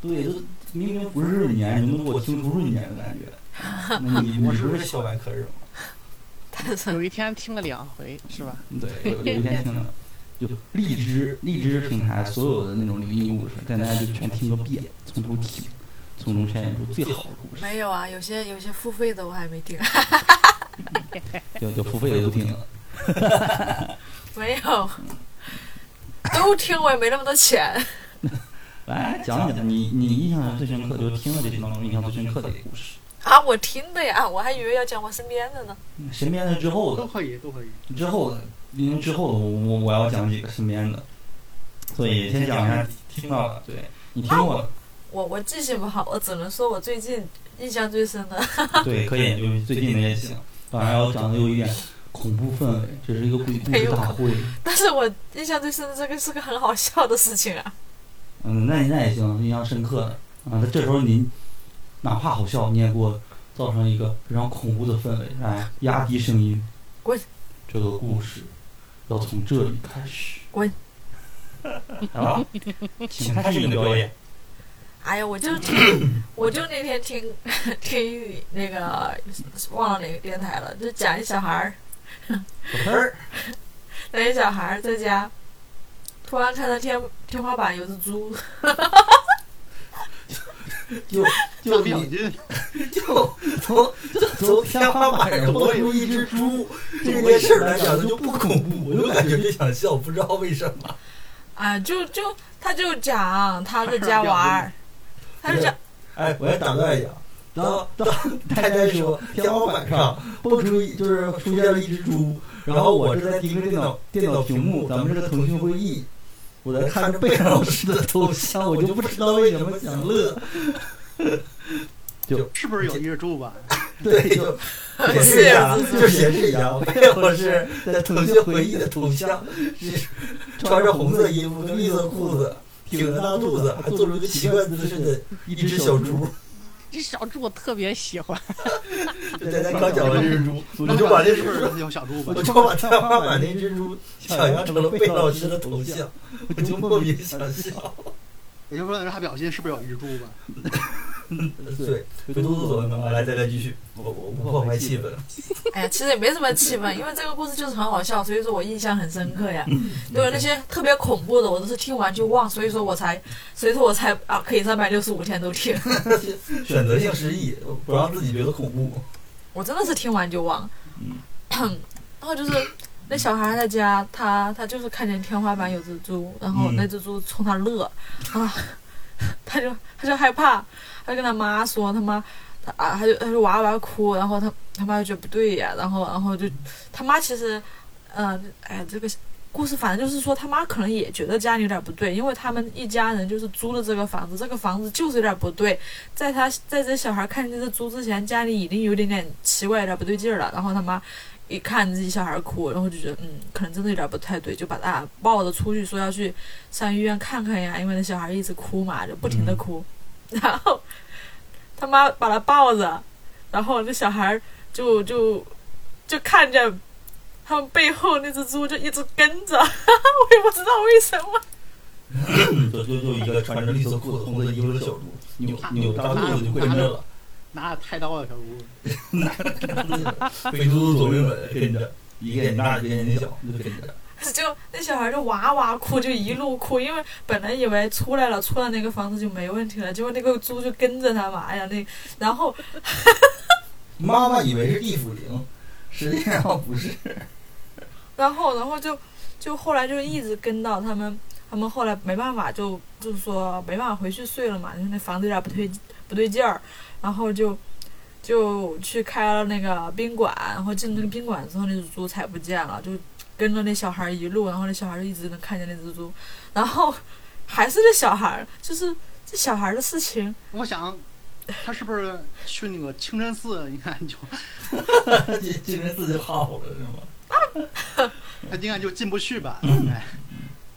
Speaker 2: 对，就明明不是闰年，你能给我听出闰年的感 觉？那你你不是小百科是吗？
Speaker 5: 但是
Speaker 4: 有一天听了两回，是吧？
Speaker 2: 对，有有一天听了，就荔枝荔枝平台所有的那种灵异故事，但大家就全听个遍，从头听，从中筛选出最好的故事，
Speaker 5: 没有啊，有些有些付费的我还没听，
Speaker 2: 就就付费的都听了。
Speaker 5: 没有，都听我也没那么多钱。
Speaker 2: 来哎讲讲你你印象最深刻，就是听了这些当中印象最深刻的一个故事，
Speaker 5: 啊，我听的呀，我还以为要讲我身边的呢。
Speaker 2: 身边的之后
Speaker 3: 都
Speaker 2: 的
Speaker 3: 可以，都可以。
Speaker 2: 之后的，因为之后的我我我要讲几个身边的，所以先讲一下听到的， 对你听过的。
Speaker 5: 我我记性不好，我只能说我最近印象最深的。
Speaker 2: 对，可以，就是最近的也行。当然要讲的有一点恐怖氛围，这是一个鬼故事大会。
Speaker 5: 但是我印象最深的这个是个很好笑的事情啊！
Speaker 2: 嗯，那那也行，印象深刻的啊。那这时候您哪怕好笑，你也给我造成一个非常恐怖的氛围，哎，压低声音，
Speaker 5: 滚！
Speaker 2: 这个故事要从这里开始，
Speaker 5: 滚！
Speaker 2: 啊， 请开始你的表演。
Speaker 5: 哎呀，我就听，我就那天听 听那个忘了哪个电台了，就讲一小孩儿，
Speaker 2: 小喷 儿，
Speaker 5: 那些小孩儿在家，突然看到天天花板有只猪，
Speaker 2: 就
Speaker 3: 大
Speaker 2: 就
Speaker 3: 病
Speaker 2: 你
Speaker 3: 已经
Speaker 7: 就从就从天花板上摸出一只猪，这件事儿来讲就不恐怖，我就感觉就想笑，不知道为 什么。
Speaker 5: 啊，就就他就讲他在家玩儿，他就讲
Speaker 7: 哎，我也打断一下，
Speaker 2: 当
Speaker 7: 当当太太说天花板上蹦出一就是出现了一只猪，然后我正在盯着电脑电脑屏幕，咱们这个腾讯会议。我在看着贝尔老师的头像，我就不知道为什么想乐。
Speaker 3: 是不是有一只猪吧？
Speaker 7: 对，就解释
Speaker 5: 啊
Speaker 7: 一下，就解释一下，贝尔老师在腾讯会议的头像是穿着红色衣服跟绿色裤子，挺着大肚子，还做出一个奇怪姿势的一只小猪，
Speaker 4: 这小猪我特别喜欢，
Speaker 7: 就在咱刚讲的这只猪，我
Speaker 3: 那
Speaker 7: 就把这
Speaker 3: 是
Speaker 7: 只
Speaker 3: 不
Speaker 7: 猪，
Speaker 3: 是有小猪吧
Speaker 7: 我？就把天花板那只猪 想象成了贝老师的头像， 我就莫名想笑。
Speaker 3: 也就是说，他表现是不是有一只猪吧？
Speaker 7: 对，回头子走一门，啊来再来继续，我我不破坏气氛。
Speaker 5: 哎呀，其实也没什么气氛，因为这个故事就是很好笑，所以说我印象很深刻呀。嗯对那些特别恐怖的，我都是听完就忘，所以说我才，所以说我才啊，可以三百六十五天都听。
Speaker 7: 选择性失忆，不让自己觉得恐怖。
Speaker 5: 我真的是听完就忘。 然后就是那小孩在家，他他就是看见天花板有只猪，然后
Speaker 7: 嗯
Speaker 5: 那只猪冲他乐，啊， 他就他就害怕，他就跟他妈说，他妈他啊，他就他就哇哇哭，然后他他妈就觉得不对呀，然后然后就他妈其实，呃，哎，这个故事反正就是说他妈可能也觉得家里有点不对，因为他们一家人就是租了这个房子，这个房子就是有点不对，在他在这小孩看见这猪之前，家里已经有点点奇怪，有点不对劲儿了，然后他妈。一看自己小孩哭，然后就觉得嗯，可能真的有点不太对，就把他抱着出去，说要去上医院看看呀，因为那小孩一直哭嘛，就不停的哭。然后他妈把他抱着，然后那小孩就就就看着他们背后那只猪就一直跟着， 我也不知道为什么。
Speaker 7: 就就就一个穿着绿色裤子、红色衣服的小猪，扭扭大肚子就跟着了，
Speaker 3: 拿着菜刀啊，小猪，
Speaker 7: 肥嘟嘟左右吻跟着，一个眼睛大，一个眼睛小，就跟着。
Speaker 5: 就那小孩就哇哇哭，就一路哭，因为本来以为出来了，出了那个房子就没问题了，结果那个猪就跟着他嘛，哎呀那，然后
Speaker 7: 妈妈以为是地府灵，实际上不是。
Speaker 5: 然后然后就就后来就一直跟到他们，他们后来没办法就就是说没办法回去睡了嘛，因为那房子有点不对不对劲儿，然后就就去开了那个宾馆，然后进那个宾馆之后，那只猪才不见了，就跟着那小孩儿一路，然后那小孩儿就一直能看见那只猪，然后 还是那小孩儿，就是这小孩儿的事情。
Speaker 3: 我想他是不是去那个清真寺？你看就
Speaker 7: 精精神自就好了是吗？
Speaker 3: 他应该就进不去吧？
Speaker 7: 嗯
Speaker 3: 哎，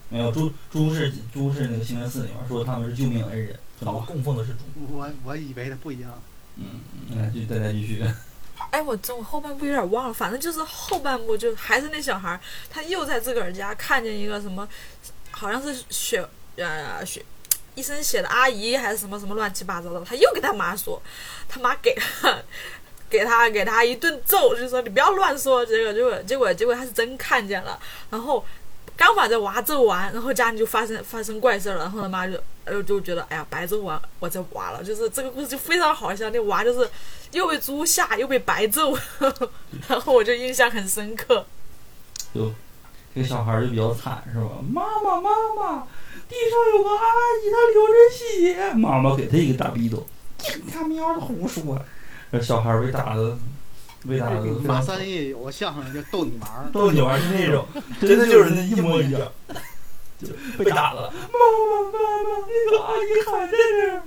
Speaker 7: 没有，猪猪是猪是那个清真寺里面说他们是救命恩人，他们供奉的是猪。
Speaker 3: 我我以为他不一样。
Speaker 2: 嗯，来继再来继 续。
Speaker 5: 哎，我这我后半部有点忘了，反正就是后半部就还是那小孩儿，他又在自个儿家看见一个什么，好像是血呃血一身血的阿姨还是什么什么乱七八糟的，他又跟他妈说，他妈给他给他给他一顿揍，就说你不要乱说，结果结果结果结果他是真看见了，然后。刚把这娃揍完，然后家里就发生发生怪事了，然后他妈就，哎呦就觉得，哎呀，白揍完我这娃了，就是这个故事就非常好笑，那娃就是又被猪吓，又被白揍， 然后我就印象很深刻。
Speaker 2: 这个小孩儿就比较惨，是吧？妈妈，妈妈，地上有个阿姨，她流着血。妈妈给他一个大逼斗，你他喵的胡说！这小孩儿被打的，被打的
Speaker 7: 嗯
Speaker 2: 非
Speaker 3: 马
Speaker 2: 常
Speaker 3: 三立有个相声叫逗你玩儿，
Speaker 7: 逗你玩是那种，真的就是那一模一样，就被打了。
Speaker 2: 妈妈，妈妈，那个阿姨喊在这儿。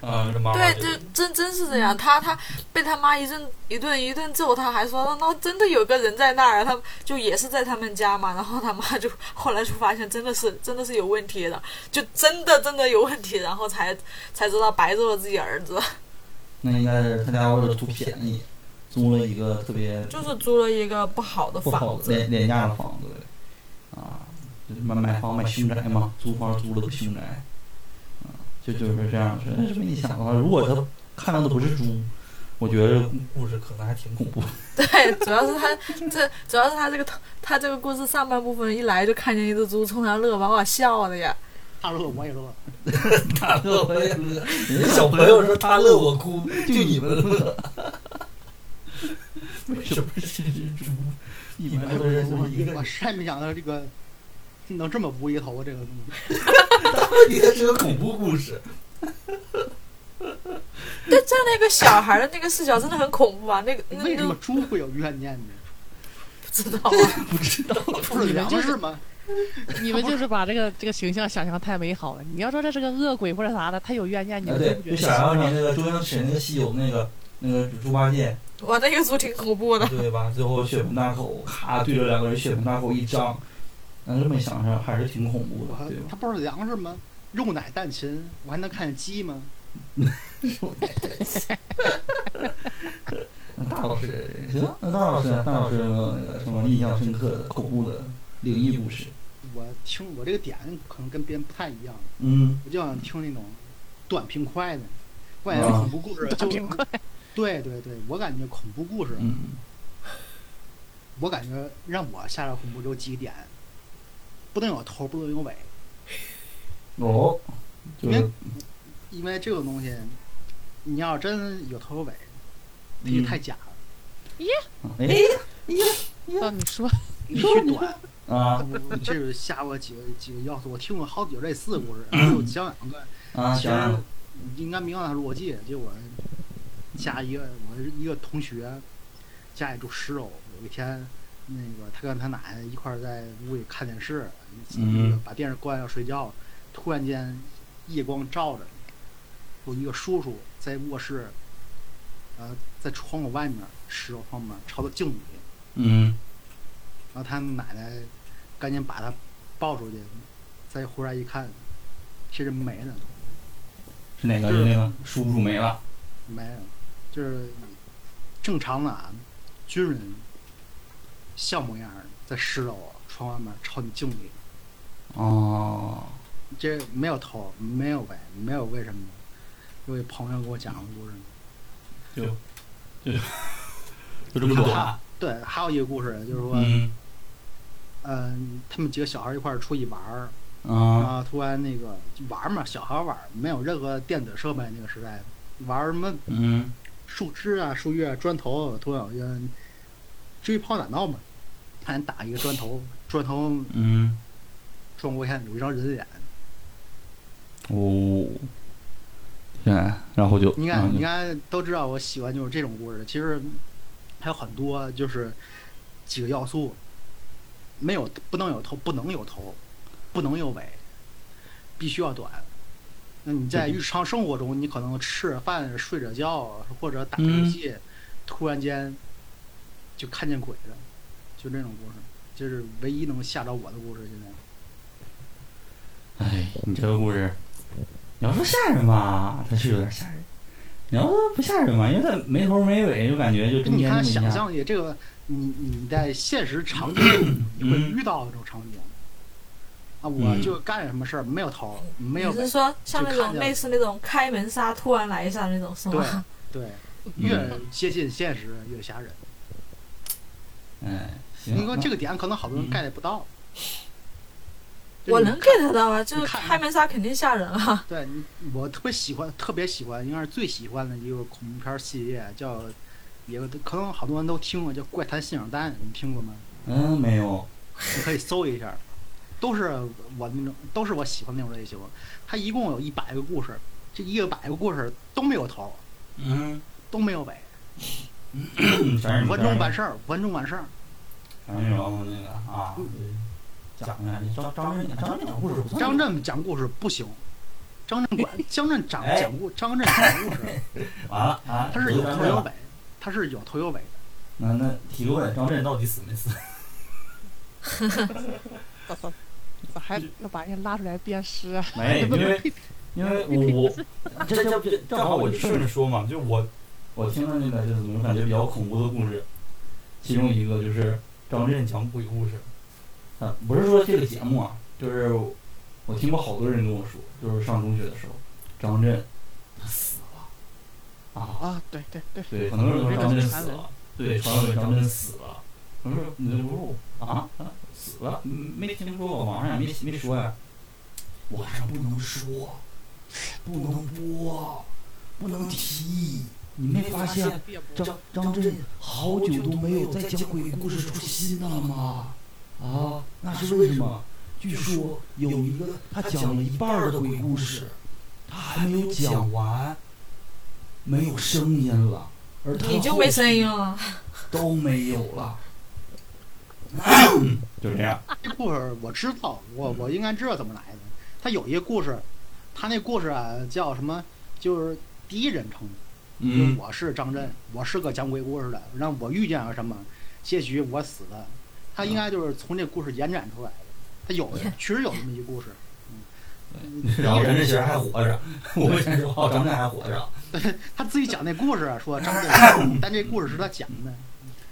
Speaker 2: 啊，这妈妈
Speaker 5: 对，
Speaker 2: 就
Speaker 5: 这真真是这样。他他被他妈一顿一顿一顿揍，他还说那真的有个人在那儿，他就也是在他们家嘛。然后他妈就后来就发现真的是真的是有问题的，就真的真的有问题，然后才才知道白揍了自己儿子，
Speaker 2: 那应该是他家为了图便宜，租了一个特别
Speaker 5: 就是租了一个不好的
Speaker 2: 不好
Speaker 5: 房
Speaker 2: 的
Speaker 5: 子。
Speaker 2: 廉廉价的房子，啊，就是买买房买凶宅嘛，租房租了个凶宅，啊，就就是这样。这这么一想的话，如果他看到的不是猪，我觉得
Speaker 7: 故事可能还挺恐
Speaker 2: 恐
Speaker 7: 怖。
Speaker 2: 怖。
Speaker 5: 对，主要是他 这主要是他这个他这个故事上半部分一来就看见一只猪冲他乐，把我笑的呀。
Speaker 3: 他乐我也乐，
Speaker 7: 他乐我也乐，人小朋友说他乐我哭，就你们乐。为什么是蜘蛛？你们都是这么一个
Speaker 3: 我
Speaker 7: 人，
Speaker 3: 实在没想到这个能这么无厘头啊，这个东西。
Speaker 7: 问题它是个恐怖故事。
Speaker 5: 对，站那个小孩的那个视角真的很恐怖啊！那个那
Speaker 3: 为什
Speaker 5: 那
Speaker 3: 么
Speaker 5: 不
Speaker 3: 猪会有怨念呢？
Speaker 5: 知道 啊，
Speaker 3: 不是粮食吗？
Speaker 4: 你们就是把这个这个形象想象太美好了。你要说这是个恶鬼或者啥的，他有怨念，你
Speaker 7: 啊，
Speaker 4: 们都
Speaker 7: 对
Speaker 4: 不，觉
Speaker 7: 就
Speaker 4: 得
Speaker 7: 想象成那个周星驰那个西游那个那个猪八戒，
Speaker 5: 哇，那个猪挺恐怖的。
Speaker 7: 对吧？最后血盆大口，咔
Speaker 2: 啊
Speaker 7: 对着两个人血盆大口一张，那这么想想还是挺恐怖的，
Speaker 3: 我
Speaker 7: 对吧？
Speaker 3: 它不是粮食吗？肉奶蛋禽，我还能看见鸡吗？
Speaker 7: 那大老师行，那大老师呢，大老师有没有那个什么印象深刻的恐怖的灵异故事？
Speaker 3: 我听我这个点可能跟别人不太一样，
Speaker 7: 嗯，
Speaker 3: 我就想听那种短平快的，我感觉
Speaker 2: 啊
Speaker 3: 恐怖故事
Speaker 4: 大
Speaker 3: 就
Speaker 4: 冰块，
Speaker 3: 对对对，我感觉恐怖故事，
Speaker 2: 嗯，
Speaker 3: 我感觉让我吓到恐怖有几点，不能有头，不能有尾，
Speaker 2: 哦，就是
Speaker 3: 因为这种东西，你要真有头有尾，它就太假了，
Speaker 2: 哎
Speaker 4: 啊，你说
Speaker 3: 必须短。
Speaker 2: 啊
Speaker 3: 我这是吓我几个几个要素，我听过好几个类似的故事，然后我讲两个，
Speaker 2: 啊，
Speaker 3: 其
Speaker 2: 行，
Speaker 3: 实应该明白它逻辑。结果加一个我一个同学家里住十楼，有一天那个他跟他奶奶一块儿在屋里看电视，
Speaker 2: 嗯
Speaker 3: 那个把电视关了要睡觉，突然间夜光照着，有一个叔叔在卧室，呃，在窗户外面十楼窗面朝着镜子里，
Speaker 2: 嗯
Speaker 3: 然后他奶奶赶紧把他抱出去，再回来一看，其实没呢，
Speaker 2: 是哪个？是那个叔叔没了，
Speaker 3: 没了，就是正常的啊，军人像模样儿在十楼窗外面朝你敬礼，
Speaker 2: 哦，
Speaker 3: 这没有头，没有尾，没有为什么。有一朋友给我讲个故事，
Speaker 2: 就这么短，
Speaker 3: 对，还有一个故事就是说，嗯、
Speaker 2: 嗯
Speaker 3: 他们几个小孩儿一块儿出去玩儿，然
Speaker 2: 啊
Speaker 3: 后突然那个就玩儿嘛，小孩儿玩儿，没有任何电子设备那个时代，玩儿什么
Speaker 2: 嗯
Speaker 3: 树枝啊、树叶、啊、砖头，突然有一个人追跑打闹嘛，看人打一个砖头，砖头
Speaker 2: 嗯，
Speaker 3: 撞过去有一张人脸，
Speaker 2: 哦，天，然后就
Speaker 3: 你
Speaker 2: 然后
Speaker 3: 看，
Speaker 2: 就
Speaker 3: 你看，都知道我喜欢就是这种故事。其实还有很多，就是几个要素，没有不能有头，不能有头，不能有尾，必须要短。那你在日常生活中，你可能吃着饭、睡着觉或者打着游戏，突然间就看见鬼了，就这种故事，就是唯一能吓着我的故事。现在
Speaker 2: 哎，你这个故事，你要说吓人吧，它是有点吓人；你要说不吓人吧，因为它没头没尾，就感觉就中
Speaker 3: 你
Speaker 2: 间那么
Speaker 3: 看，
Speaker 2: 一
Speaker 3: 想
Speaker 2: 下。
Speaker 3: 象力这个，你你在现实 场景中你会遇到这种场景啊，我
Speaker 2: 嗯
Speaker 3: 就干什么事儿没有头儿，没有
Speaker 5: 你
Speaker 3: 尾
Speaker 5: 是说像那
Speaker 3: 就看
Speaker 5: 种
Speaker 3: 见
Speaker 5: 类似那种开门杀突然来一下那种是
Speaker 3: 对
Speaker 5: 吗？
Speaker 3: 对，
Speaker 2: 嗯
Speaker 3: 越接近现实越吓人。
Speaker 2: 哎，行，
Speaker 3: 你说这
Speaker 2: 个
Speaker 3: 个点可能好多
Speaker 2: 嗯
Speaker 3: 人 get 不到，
Speaker 5: 我能 get 到啊，就
Speaker 3: 你
Speaker 5: 是
Speaker 3: 看
Speaker 5: 开门杀肯定吓人 啊。
Speaker 3: 对你我特别喜欢，特别喜欢，应该是最喜欢的一个恐怖片儿系列，叫也可能好多人都听过，叫《怪谈信手单》，你听过吗？
Speaker 2: 嗯没有，
Speaker 3: 你可以搜一下，都是我那种，都是我喜欢那种类型。它一共有一百个故事，这一百个故事都没有头，
Speaker 2: 嗯，
Speaker 3: 都没有尾，
Speaker 2: 反正
Speaker 3: 稳中完事儿，稳中完事儿。
Speaker 2: 反正有那个啊，讲一下张张震张震讲故事不错，
Speaker 3: 张震讲故事不行，张震管张震讲
Speaker 2: 哎
Speaker 3: 讲故，张震讲故事，
Speaker 2: 完了啊，
Speaker 3: 他是有头有
Speaker 2: 了。
Speaker 3: 尾，他是有头有尾的。
Speaker 2: 那那提个问，张震到底死没死？
Speaker 4: 咋咋咋还要把人拉出来鞭尸啊？
Speaker 2: 没，哎因为因为我我 这这这正好我就顺着说嘛，就是我我听的那个就是我感觉比较恐怖的故事，其中一个就是张震讲鬼故事，啊，不是说这个节目啊，就是我听过好多人跟我说，就是上中学的时候，张震他死了啊，
Speaker 4: 啊，对对对，
Speaker 2: 对，很多人都说张震
Speaker 4: 传
Speaker 2: 死
Speaker 4: 闻
Speaker 2: 了，对，传闻张震死了。我说你这不是啊啊死了？没听说过，网上也没没说呀。网上不能说，不能播，不能提。你没发现张张震好久都没有再讲鬼故事出新的了吗？啊，那是为什么？据说有一个他讲了一半儿的鬼故事，他还没有讲嗯完，没有声音了，而他
Speaker 5: 你就
Speaker 2: 后
Speaker 5: 没声音了，
Speaker 2: 都没有 了。就这样，
Speaker 3: 这故事我知道，我我应该知道怎么来的。他有一个故事，他那故事啊叫什么？就是第一人称。就是
Speaker 2: 嗯，
Speaker 3: 我是张震，我是个讲鬼故事的，让我遇见了什么，些许我死了。他应该就是从这故事延展出来的，他有确实有这么一故事。嗯，
Speaker 2: 然后张震其实还活 着，我们先说哦，张震还活着，
Speaker 3: 他自己讲那故事啊说张震，但这故事是他讲的。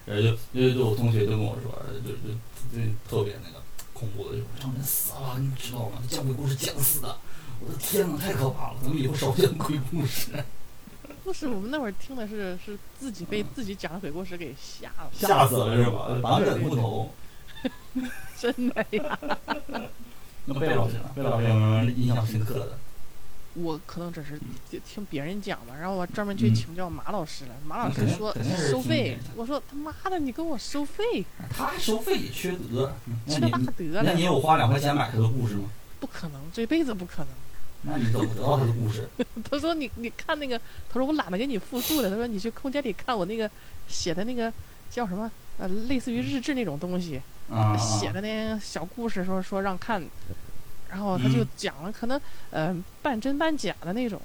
Speaker 2: 然
Speaker 7: 呃
Speaker 2: 后就就就我同学就跟我说，就就就特别那个恐怖的，就是张震死了，你知道吗？讲鬼故事讲死的，我的天哪，太可怕了，咱们以后少讲鬼故事。
Speaker 4: 是我们那会儿听的是是自己被自己讲的鬼故事给吓了，
Speaker 7: 嗯吓死了是吧？满脸木头，
Speaker 4: 真的呀！
Speaker 7: 那贝老师呢？贝老师有没有印象深刻的？
Speaker 4: 我可能只是就听别人讲吧，然后我专门去
Speaker 7: 嗯
Speaker 4: 请教马老师了。马老
Speaker 7: 嗯肯
Speaker 4: 师
Speaker 7: 定
Speaker 4: 说
Speaker 7: 肯定是
Speaker 4: 收
Speaker 7: 听别
Speaker 4: 费
Speaker 7: 人的，
Speaker 4: 我说他妈的你跟我收费，
Speaker 7: 他收费也缺德，那
Speaker 4: 这
Speaker 7: 你
Speaker 4: 大 得
Speaker 7: 那
Speaker 4: 了
Speaker 7: 你，有花两块钱买他的故事吗？
Speaker 4: 不可能，这辈子不可能。
Speaker 7: 那你怎么得到他的故事？
Speaker 4: 他说你你看那个，他说我懒得给你复述了，他说你去空间里看我那个写的那个叫什么呃，类似于日志那种东西，
Speaker 7: 啊，
Speaker 4: 写的那个小故事说说让看，然后他就
Speaker 7: 嗯
Speaker 4: 讲了可能呃半真半假的那种，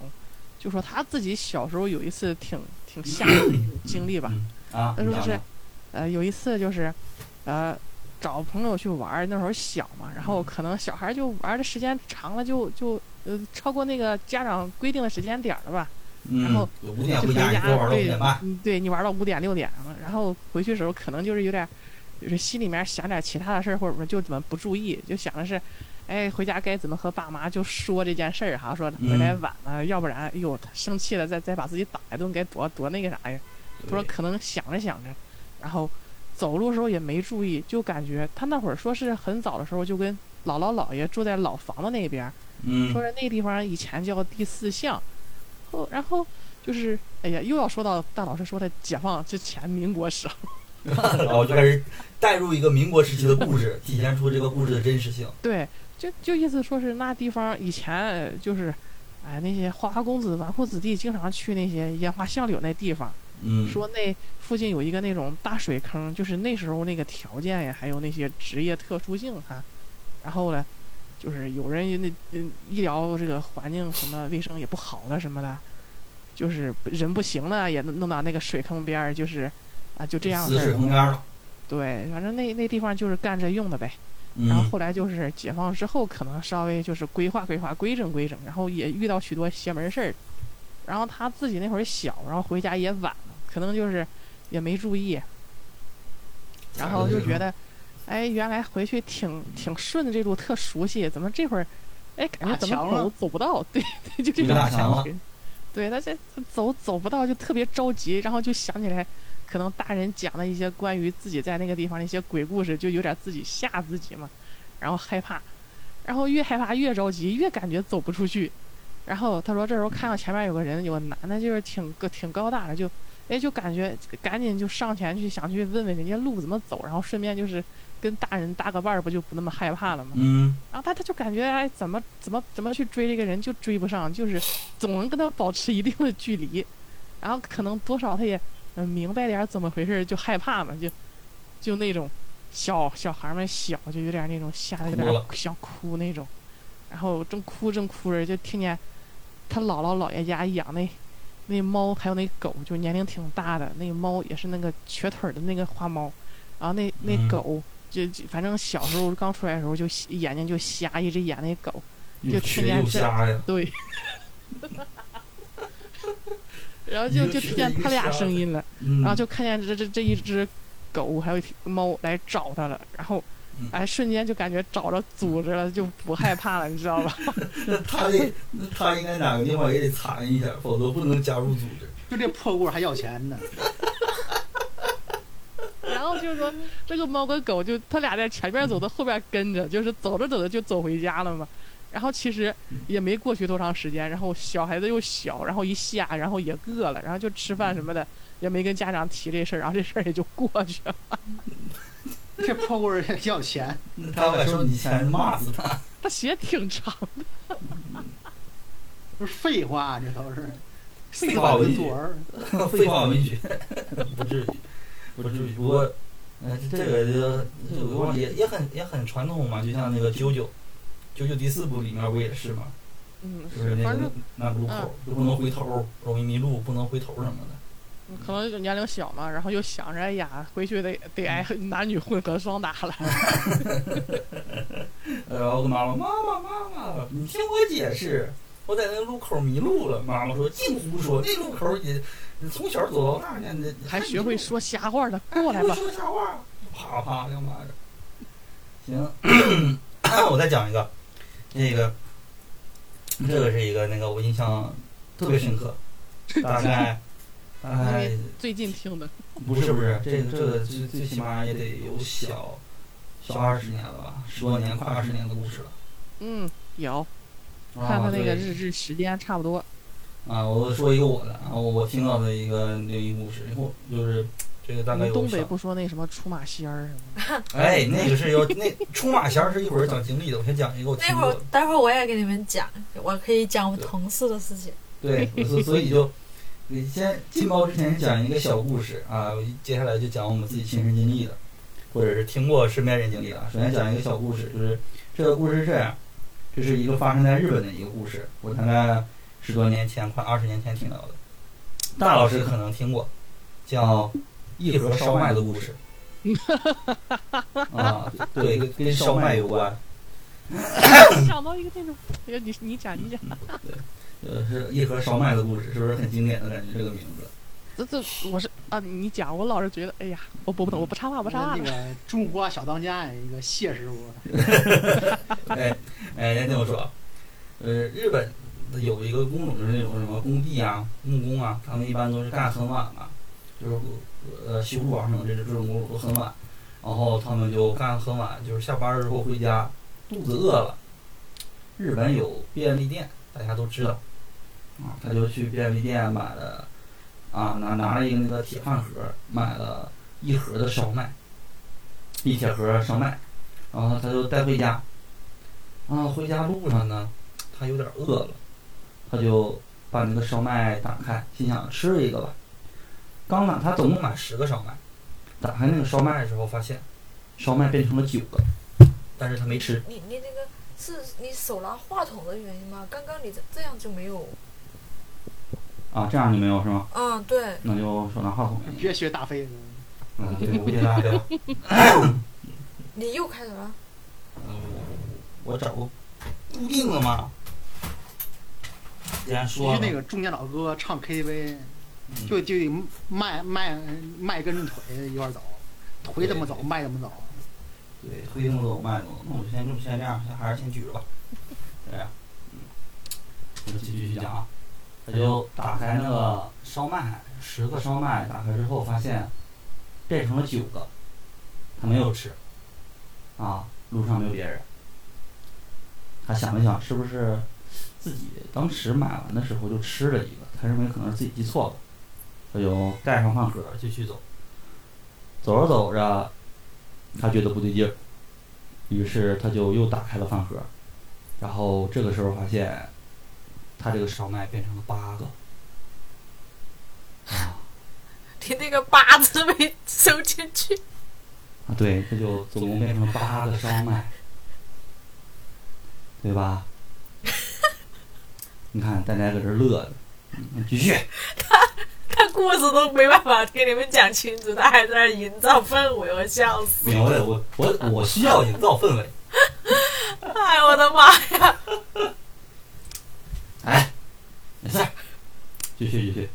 Speaker 4: 就说他自己小时候有一次挺挺吓人的一种经历吧，
Speaker 7: 啊，
Speaker 4: 他说
Speaker 7: 你
Speaker 4: 是
Speaker 7: 讲，
Speaker 4: 呃，有一次就是，呃，找朋友去玩儿，那时候小嘛，然后可能小孩儿就玩儿的时间长了就，就呃超过那个家长规定的时间点儿了吧。
Speaker 7: 嗯
Speaker 4: 然后
Speaker 7: 五点
Speaker 4: 就回
Speaker 7: 回家，你
Speaker 4: 家
Speaker 7: 给我玩到五点半，
Speaker 4: 嗯，对你玩到五点六点了，然后回去的时候可能就是有点儿，就是心里面想点儿其他的事儿，或者说就怎么不注意，就想的是，哎，回家该怎么和爸妈就说这件事儿哈，说回
Speaker 7: 嗯
Speaker 4: 来晚了，要不然哎呦他生气了，再再把自己打一顿，该多多那个啥呀。他说
Speaker 7: 对
Speaker 4: 可能想着想着，然后走路的时候也没注意，就感觉他那会儿说是很早的时候就跟姥姥姥爷住在老房子那边儿，
Speaker 7: 嗯
Speaker 4: 说是那地方以前叫第四巷，后然后就是哎呀，又要说到大老师说的解放之前民国时候，
Speaker 7: 然后就开始带入一个民国时期的故事，体现出这个故事的真实性。
Speaker 4: 对，就就意思说是那地方以前呃就是。哎，那些花花公子、纨绔子弟经常去那些烟花巷柳那地方，
Speaker 7: 嗯，
Speaker 4: 说那附近有一个那种大水坑，就是那时候那个条件呀，还有那些职业特殊性哈、然后呢，就是有人那嗯医疗这个环境什么卫生也不好了什么的，就是人不行了也弄弄到那个水坑边儿，就是啊就这样
Speaker 7: 死
Speaker 4: 式
Speaker 7: 水
Speaker 4: 儿。
Speaker 7: 空间了。
Speaker 4: 对，反正那那地方就是干这用的呗。然后
Speaker 7: 嗯，
Speaker 4: 后来就是解放之后，可能稍微就是规划规划、规整规整，然后也遇到许多邪门事儿。然后他自己那会儿小，然后回家也晚了，可能就是也没注意，然后就觉得，哎，原来回去挺挺顺的这路特熟悉，怎么这会儿，哎，感觉
Speaker 3: 打
Speaker 4: 怎么
Speaker 3: 墙
Speaker 4: 走
Speaker 3: 了
Speaker 4: 走不到？对对， 就这
Speaker 7: 你
Speaker 4: 种
Speaker 7: 打墙
Speaker 4: 感
Speaker 7: 了
Speaker 4: 觉。对他这走走不到就特别着急，然后就想起来，可能大人讲的一些关于自己在那个地方的一些鬼故事，就有点自己吓自己嘛，然后害怕，然后越害怕越着急，越感觉走不出去。然后他说这时候看到前面有个人，有个男的，就是挺个挺高大的，就哎就感觉赶紧就上前去想去问问人家路怎么走，然后顺便就是跟大人搭个伴儿，不就不那么害怕了吗？
Speaker 7: 嗯，
Speaker 4: 然后他他就感觉哎，怎么怎么怎么去追这个人就追不上，就是总能跟他保持一定的距离，然后可能多少他也嗯明白点儿怎么回事儿，就害怕嘛，就就那种小小孩儿们小就有点儿那种吓得有点
Speaker 7: 哭
Speaker 4: 儿
Speaker 7: 了
Speaker 4: 想哭那种，然后正哭正哭着就听见他姥姥姥爷家养那那猫还有那狗，就年龄挺大的，那猫也是那个瘸腿儿的那个花猫，然后那
Speaker 7: 嗯
Speaker 4: 那狗。就就反正小时候刚出来的时候就眼睛就瞎，一直演那狗，
Speaker 7: 又
Speaker 4: 就听
Speaker 7: 瘸
Speaker 4: 见
Speaker 7: 又
Speaker 4: 这
Speaker 7: 瞎呀，
Speaker 4: 对，然后就
Speaker 7: 一个
Speaker 4: 就
Speaker 7: 是
Speaker 4: 听见
Speaker 7: 一个
Speaker 4: 他俩
Speaker 7: 瞎
Speaker 4: 声
Speaker 7: 的
Speaker 4: 音了，
Speaker 7: 嗯，
Speaker 4: 然后就看见这这这一只狗还有一匹猫来找他了，然后
Speaker 7: 嗯
Speaker 4: 哎瞬间就感觉找着组织了，就不害怕了，你知道吧？
Speaker 7: 那他得，那他应该哪个地方也得藏一下，否则不能加入组织。
Speaker 3: 就这破故事还要钱呢，
Speaker 4: 然后就是说这个猫跟狗就他俩在前面走的，后边跟着，就是走着走着就走回家了嘛。然后其实也没过去多长时间，然后小孩子又小，然后一吓，然后也饿了，然后就吃饭什么的也没跟家长提这事儿，然后这事儿也就过去了。
Speaker 3: 这破故事还要钱。
Speaker 7: 那他要收你钱，骂死他。
Speaker 4: 他鞋挺长，
Speaker 3: 不是废话，啊这都是
Speaker 7: 废
Speaker 3: 废
Speaker 7: 话
Speaker 3: 话
Speaker 7: 文
Speaker 3: 文
Speaker 7: 学
Speaker 3: 作文儿。
Speaker 7: 废话文学， 不至于， 不至于。不过，呃，这个就这个忘记也也很也很传统嘛，就像那个九九，九九第四部里面不也是嘛，
Speaker 4: 嗯，
Speaker 7: 就是那
Speaker 4: 反
Speaker 7: 个
Speaker 4: 正
Speaker 7: 那路口就不能回头，容易迷路，不能回头什么的。
Speaker 4: 嗯可能就年龄小嘛，然后又想着，哎呀，回去得得挨男女混合双打了。
Speaker 7: 呃然后我跟妈妈妈妈妈妈，你听我解释，我在那路口迷路了。妈妈说净胡说，那路口也你从小走到大，你这
Speaker 4: 还学会说瞎话了，
Speaker 7: 哎
Speaker 4: 过来
Speaker 7: 你
Speaker 4: 吧。
Speaker 7: 说啥话？啪啪两巴掌。行， 我再讲一个，这个，这个是一个那个我印象特别深刻，大概哎，
Speaker 4: 最近听的，
Speaker 7: 不是不是，这这个最最起码也得有小小二十年了吧，十多年快二十年的故事了。
Speaker 4: 嗯，有，看
Speaker 7: 啊，
Speaker 4: 看那个
Speaker 7: 对。
Speaker 4: 日志时间差不多，
Speaker 7: 啊，我说一个我的啊，我我听到的一个灵异故事，然后就是这个
Speaker 4: 我
Speaker 7: 大概
Speaker 4: 们
Speaker 7: 有
Speaker 4: 东北
Speaker 7: 小
Speaker 4: 不说那什么出马仙儿什么的，
Speaker 7: 哎，那个是有那出马仙儿是一会儿讲经历的，我先讲一个我
Speaker 5: 那
Speaker 7: 听
Speaker 5: 会
Speaker 7: 过
Speaker 5: 儿
Speaker 7: 的。，
Speaker 5: 待会儿我也给你们讲，我可以讲我同事的事情。
Speaker 7: 对，所所以就你先进包之前讲一个小故事啊，我接下来就讲我们自己亲身经历的，或者是听过身边人经历的啊。首先讲一个小故事，就是这个故事是这样，这是一个发生在日本的一个故事，我大概十多年前，快二十年前听到的。大老师可能听过，叫一盒烧麦的故事。啊，对，跟跟烧麦有关。
Speaker 4: 想到一个那种，哎呀你你讲你讲，
Speaker 7: 呃，是一盒烧麦的故事，是不是很经典的感觉？这个名字，
Speaker 4: 这这我是啊，你讲我老是觉得，哎呀，我不不懂，我不插话不插话
Speaker 3: 那
Speaker 4: 了，
Speaker 3: 个中国小当家一个谢师傅，
Speaker 7: 哎哎，先听我说，呃，日本有一个工种就是那种什么工地啊、木工啊，他们一般都是干很晚嘛，就是呃修路啊什么这种这种工种都很晚，然后他们就干很晚，就是下班儿之后回家，肚子饿了，日本有便利店，大家都知道，啊，他就去便利店买了，啊，拿拿了一个那个铁饭盒，买了一盒的烧麦，一铁盒烧麦，然后他就带回家，啊，回家路上呢，他有点饿了，他就把那个烧麦打开，心想吃一个吧。刚打他总共买十个烧麦，打开那个烧麦的时候，发现烧麦变成了九个，但是他没吃。
Speaker 5: 你你那个是你手拿话筒的原因吗？刚刚你这这样就没有。
Speaker 2: 啊，这样就没有是吗？
Speaker 5: 嗯，对，
Speaker 2: 那就手拿话筒。
Speaker 3: 别学大飞。
Speaker 7: 嗯，对，无解大对吧？
Speaker 5: 你又开始了。
Speaker 7: 我找个固定的嘛。既然
Speaker 3: 你
Speaker 7: 说
Speaker 3: 是
Speaker 7: 了
Speaker 3: 那个中年老哥唱 KTV，就就得迈迈迈跟着腿一块儿走，腿怎么走，迈怎么走。
Speaker 7: 对，推动走慢动，那我就先这么先这样，先还是先举着吧。对，嗯，我就继续讲啊。他就打开那个烧麦，十个烧麦打开之后，发现变成了九个，他没有吃。啊，路上没有别人。他想了想，是不是自己当时买完的时候就吃了一个？他认为可能是自己记错了，他就盖上饭盒继续走。走着走着，他觉得不对劲儿，于是他就又打开了饭盒，然后这个时候发现，他这个烧麦变成了八个，
Speaker 5: 你那个八字没收 进去，
Speaker 2: 啊，对，这就总共变成了八个烧麦，对吧？你看大家搁这儿乐着，嗯继续。
Speaker 5: 他故事都没办法给你们讲清楚，他还在那儿营造氛围，我笑死！
Speaker 7: 明白了，哎我我我需要营造氛围。
Speaker 5: 哎，我的妈！
Speaker 7: 哎，没事儿，继续继续。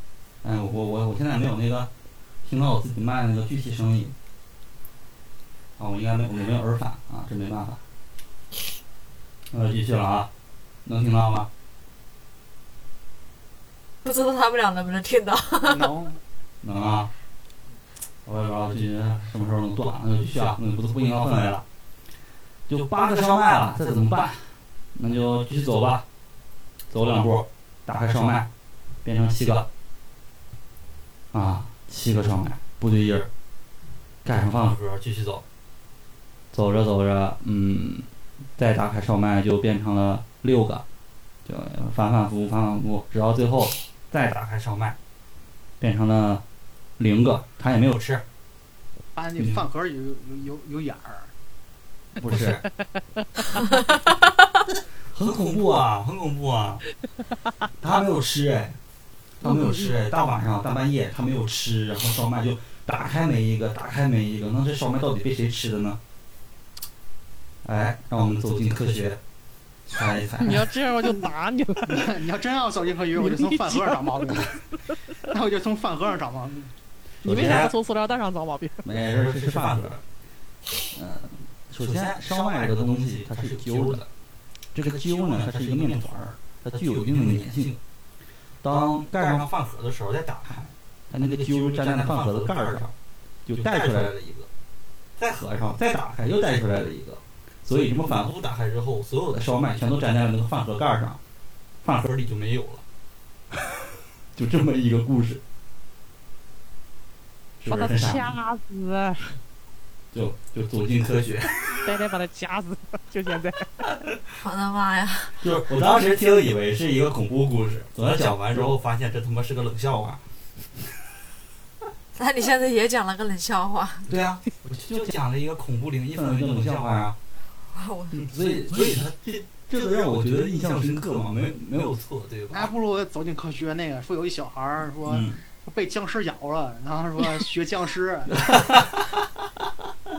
Speaker 7: 哎，我我我现在没有那个听到我自己卖那个具体声音，啊，我应该没有我没有耳返啊，这没办法。那就继续了啊，能听到吗？
Speaker 5: 不知道他们俩能不能听到？
Speaker 3: 能，
Speaker 7: 能啊，我也不知道这什么时候能断，那就继续啊，那就不不营造氛围了。就八个烧麦了，这怎么办？那就继续走吧，走两步，打开烧麦，变成七个。啊，七个烧麦，不对劲儿，盖上饭盒继续走。走着走着，嗯，再打开烧麦就变成了六个，就反反复复，反反复复，直到最后再打开烧麦，变成了零个，他也没有吃，
Speaker 3: 发现啊那饭盒有有有有眼儿，
Speaker 7: 不 是，很恐怖啊，很恐怖啊，他没有吃哎，他没有吃哎，大晚上大半夜他没有吃，然后烧麦就打开没一个，打开没一个，那这烧麦到底被谁吃的呢？哎，让我们走进科学，猜 一猜，
Speaker 4: 你要这样我就打你了，
Speaker 3: 你要真要走进科学，我就从饭盒上找毛病， 那我就从饭盒上找毛病。
Speaker 4: 你为啥要从塑料袋上找毛病？
Speaker 7: 没人吃饭盒。嗯，首先烧麦这个东西它是有揪的，这个揪呢它是一个面团儿，它具有一定的粘性。当盖上饭盒的时候再打开，
Speaker 2: 它那个揪粘在那饭盒子盖儿上，就带出来了一个，再合上，再打开又带出来了一个，所以这么反复打开之后，所有的烧麦全都粘在了那个饭盒盖 儿上，饭盒里就没有了，就这么一个故事，是
Speaker 4: 把
Speaker 2: 不是
Speaker 4: 它
Speaker 2: 很傻逼？
Speaker 4: 掐死，
Speaker 2: 就就走进科 学，
Speaker 4: 呆呆把它掐死，就现在。
Speaker 5: 我的妈呀！
Speaker 2: 就是我当时听以为是一个恐怖故事，等他讲完之后发现这他妈是个冷笑话。
Speaker 5: 那你现在也讲了个冷笑话，
Speaker 2: 对啊，我就讲了一个恐怖灵异氛围的冷笑话啊，
Speaker 5: 我
Speaker 2: 所以所以他这这个让我觉得印象深刻嘛，没没有错，对
Speaker 3: 还
Speaker 2: 吧？
Speaker 3: 哎不如走进科学那个，说有一小孩儿说
Speaker 2: 嗯，
Speaker 3: 被僵尸咬了，然后说学僵 尸，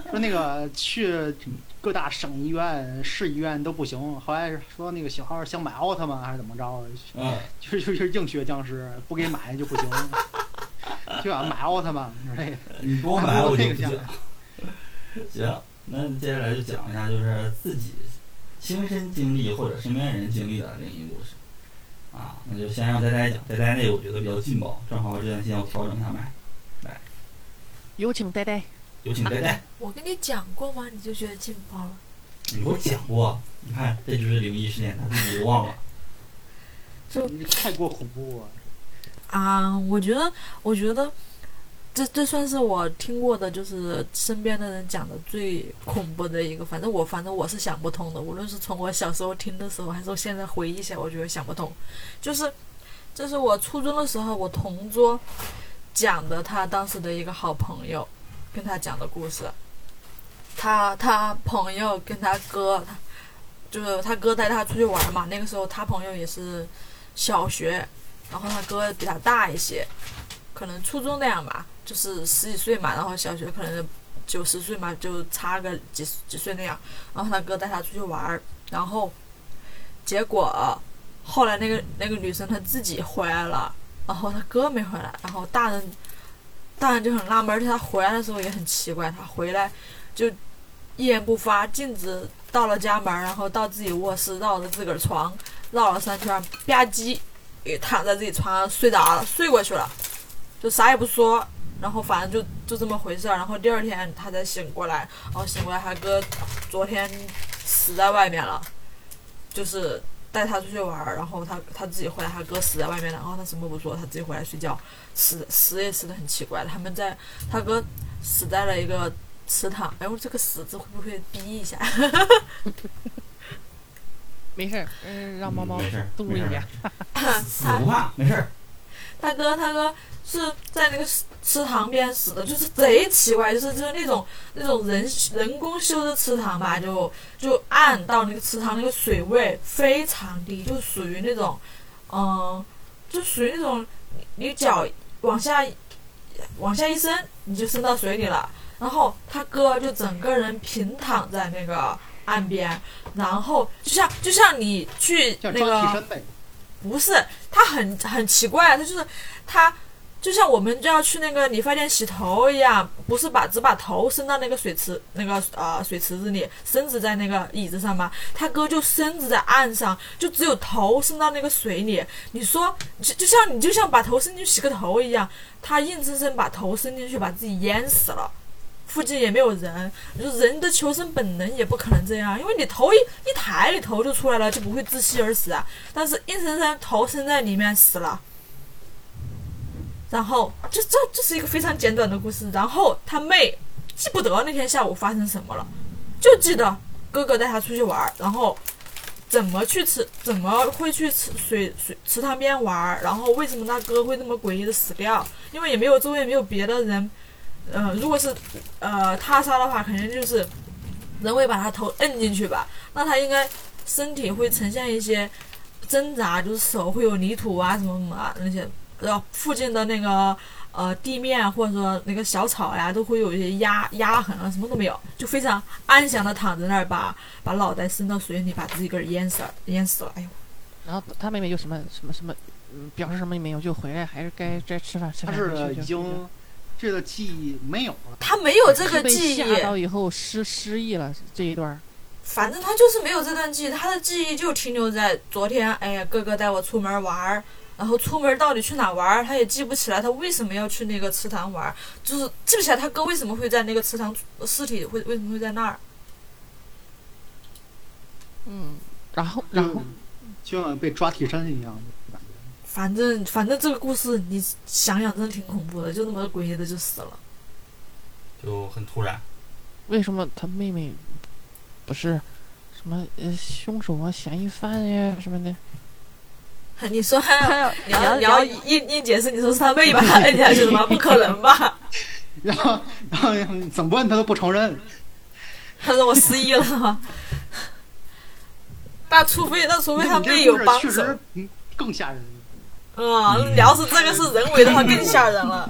Speaker 3: 说那个去各大省医院、市医院都不行。后来说那个小孩儿想买奥特曼还是怎么着，
Speaker 2: 啊，
Speaker 3: 就就就硬学僵尸，不给买就不行，就想买奥特曼之类的。
Speaker 2: 你给我
Speaker 3: 啊
Speaker 2: 买我就不讲。行，那接下来就讲一下就是自己亲身经历或者身边人经历的灵异故事啊，那就先让呆呆讲，呆呆那我觉得比较劲爆，正好这段时间我调整一下麦，
Speaker 4: 有请呆呆，
Speaker 2: 有请呆呆。
Speaker 5: 我跟你讲过吗？你就觉得劲爆了。
Speaker 2: 你给我讲过，你看这就是灵异事件，他自己就忘了。
Speaker 3: 你 太过恐怖了，
Speaker 5: 啊，我觉得，我觉得这这算是我听过的，就是身边的人讲的最恐怖的一个。反正我，反正我是想不通的。无论是从我小时候听的时候，还是我现在回忆起来，我觉得想不通。就是，这是我初中的时候，我同桌讲的，他当时的一个好朋友跟他讲的故事。他他朋友跟他哥，他就是他哥带他出去玩嘛。那个时候他朋友也是小学，然后他哥比他大一些，可能初中那样吧，就是十几岁嘛，然后小学可能九十岁嘛，就差个几几岁那样。然后他哥带他出去玩儿，然后结果后来那个那个女生她自己回来了，然后他哥没回来，然后大人大人就很纳闷，而且他哎回来的时候也很奇怪，他回来就一言不发，径直到了家门，然后到自己卧室，绕着自个儿床绕了三圈，吧唧。也躺在自己床上睡着了，睡过去了，就啥也不说，然后反正就就这么回事儿。然后第二天他才醒过来，然后醒过来他哥昨天死在外面了，就是带他出去玩儿，然后他他自己回来，他哥死在外面了，然后他什么不做，他自己回来睡觉，死死也死的很奇怪。他们在他哥死在了一个池塘，哎呦，这个死字会不会逼一下？
Speaker 4: 没事儿，嗯，让猫猫
Speaker 2: 没事儿，
Speaker 4: 嘟
Speaker 2: 没
Speaker 4: 一
Speaker 2: 事儿
Speaker 4: 下。
Speaker 2: 死不怕，没事儿。
Speaker 5: 他哥，他哥是在那个池池塘边死的，就是贼奇怪，就是就是那种那种人人工修的池塘吧，就就暗到那个池塘那个水位非常低，就属于那种，嗯，就属于那种你你脚往下往下一伸，你就伸到水里了。然后他哥就整个人平躺在那个岸边，然后就像就像你去那
Speaker 3: 像
Speaker 5: 个
Speaker 3: 抓替身呗。
Speaker 5: 不是，他很很奇怪，啊他就是他就像我们就要去那个理发店洗头一样，不是把只把头伸到那个水池那个呃水池子里，身子在那个椅子上吗？他哥就身子在岸上，就只有头伸到那个水里。你说就就像你就像把头伸进去洗个头一样，他硬生生把头伸进去，把自己淹死了。附近也没有人，你说人的求生本能也不可能这样，因为你头一一抬，你头就出来了，就不会窒息而死啊。但是硬生生头伸在里面死了。然后这这这是一个非常简短的故事。然后他妹记不得那天下午发生什么了，就记得哥哥带他出去玩，然后怎么去池，怎么会去池水水池塘边玩，然后为什么他哥会那么诡异的死掉？因为也没有周围没有别的人，呃，如果是呃他杀的话，肯定就是人会把他头摁进去吧，那他应该身体会呈现一些。挣扎，就是手会有泥土啊什么什么啊那些，然后附近的那个呃地面或者说那个小草呀，都会有一些压压痕啊，什么都没有，就非常安详的躺在那儿把，把脑袋伸到水里，把自己给淹死了，淹死了。哎呦，
Speaker 4: 然后他妹妹就什么什么什么，嗯，表示什么也没有，就回来还是该该吃饭吃
Speaker 3: 他
Speaker 4: 饭。
Speaker 3: 是
Speaker 4: 去
Speaker 3: 已
Speaker 4: 去
Speaker 3: 经这个记忆没有了，
Speaker 5: 他没有这
Speaker 4: 是
Speaker 5: 个
Speaker 4: 被
Speaker 5: 记忆，
Speaker 4: 吓到以后失失忆了这一段儿。
Speaker 5: 反正他就是没有这段记忆，他的记忆就停留在昨天，哎呀，哥哥带我出门玩儿，然然后出门到底去哪玩儿，他也记不起来，他为什么要去那个池塘玩儿，就是记不起来他哥为什么会在那个池塘，尸体会为什么会在那儿。
Speaker 4: 嗯，然后然后
Speaker 3: 就像被抓替身一样，
Speaker 5: 反正反正这个故事你想想真的挺恐怖的，就那么诡异的就死了。
Speaker 2: 就很突然。
Speaker 4: 为什么他妹妹不是什么呃凶手啊、嫌疑犯呀、什么的？
Speaker 5: 你说
Speaker 1: 还有
Speaker 5: 你要你要一一解释，你说是他妹吧？ 人家就什么不可能吧？
Speaker 3: 然后然后怎么问他都不承认，
Speaker 5: 他说我失忆了。 那除非那除非他
Speaker 3: 你这
Speaker 5: 妹有
Speaker 3: 故事
Speaker 5: 帮
Speaker 3: 确
Speaker 5: 手
Speaker 3: 实嗯更吓人，
Speaker 5: 啊！你要是这个是人为的话，更吓人了。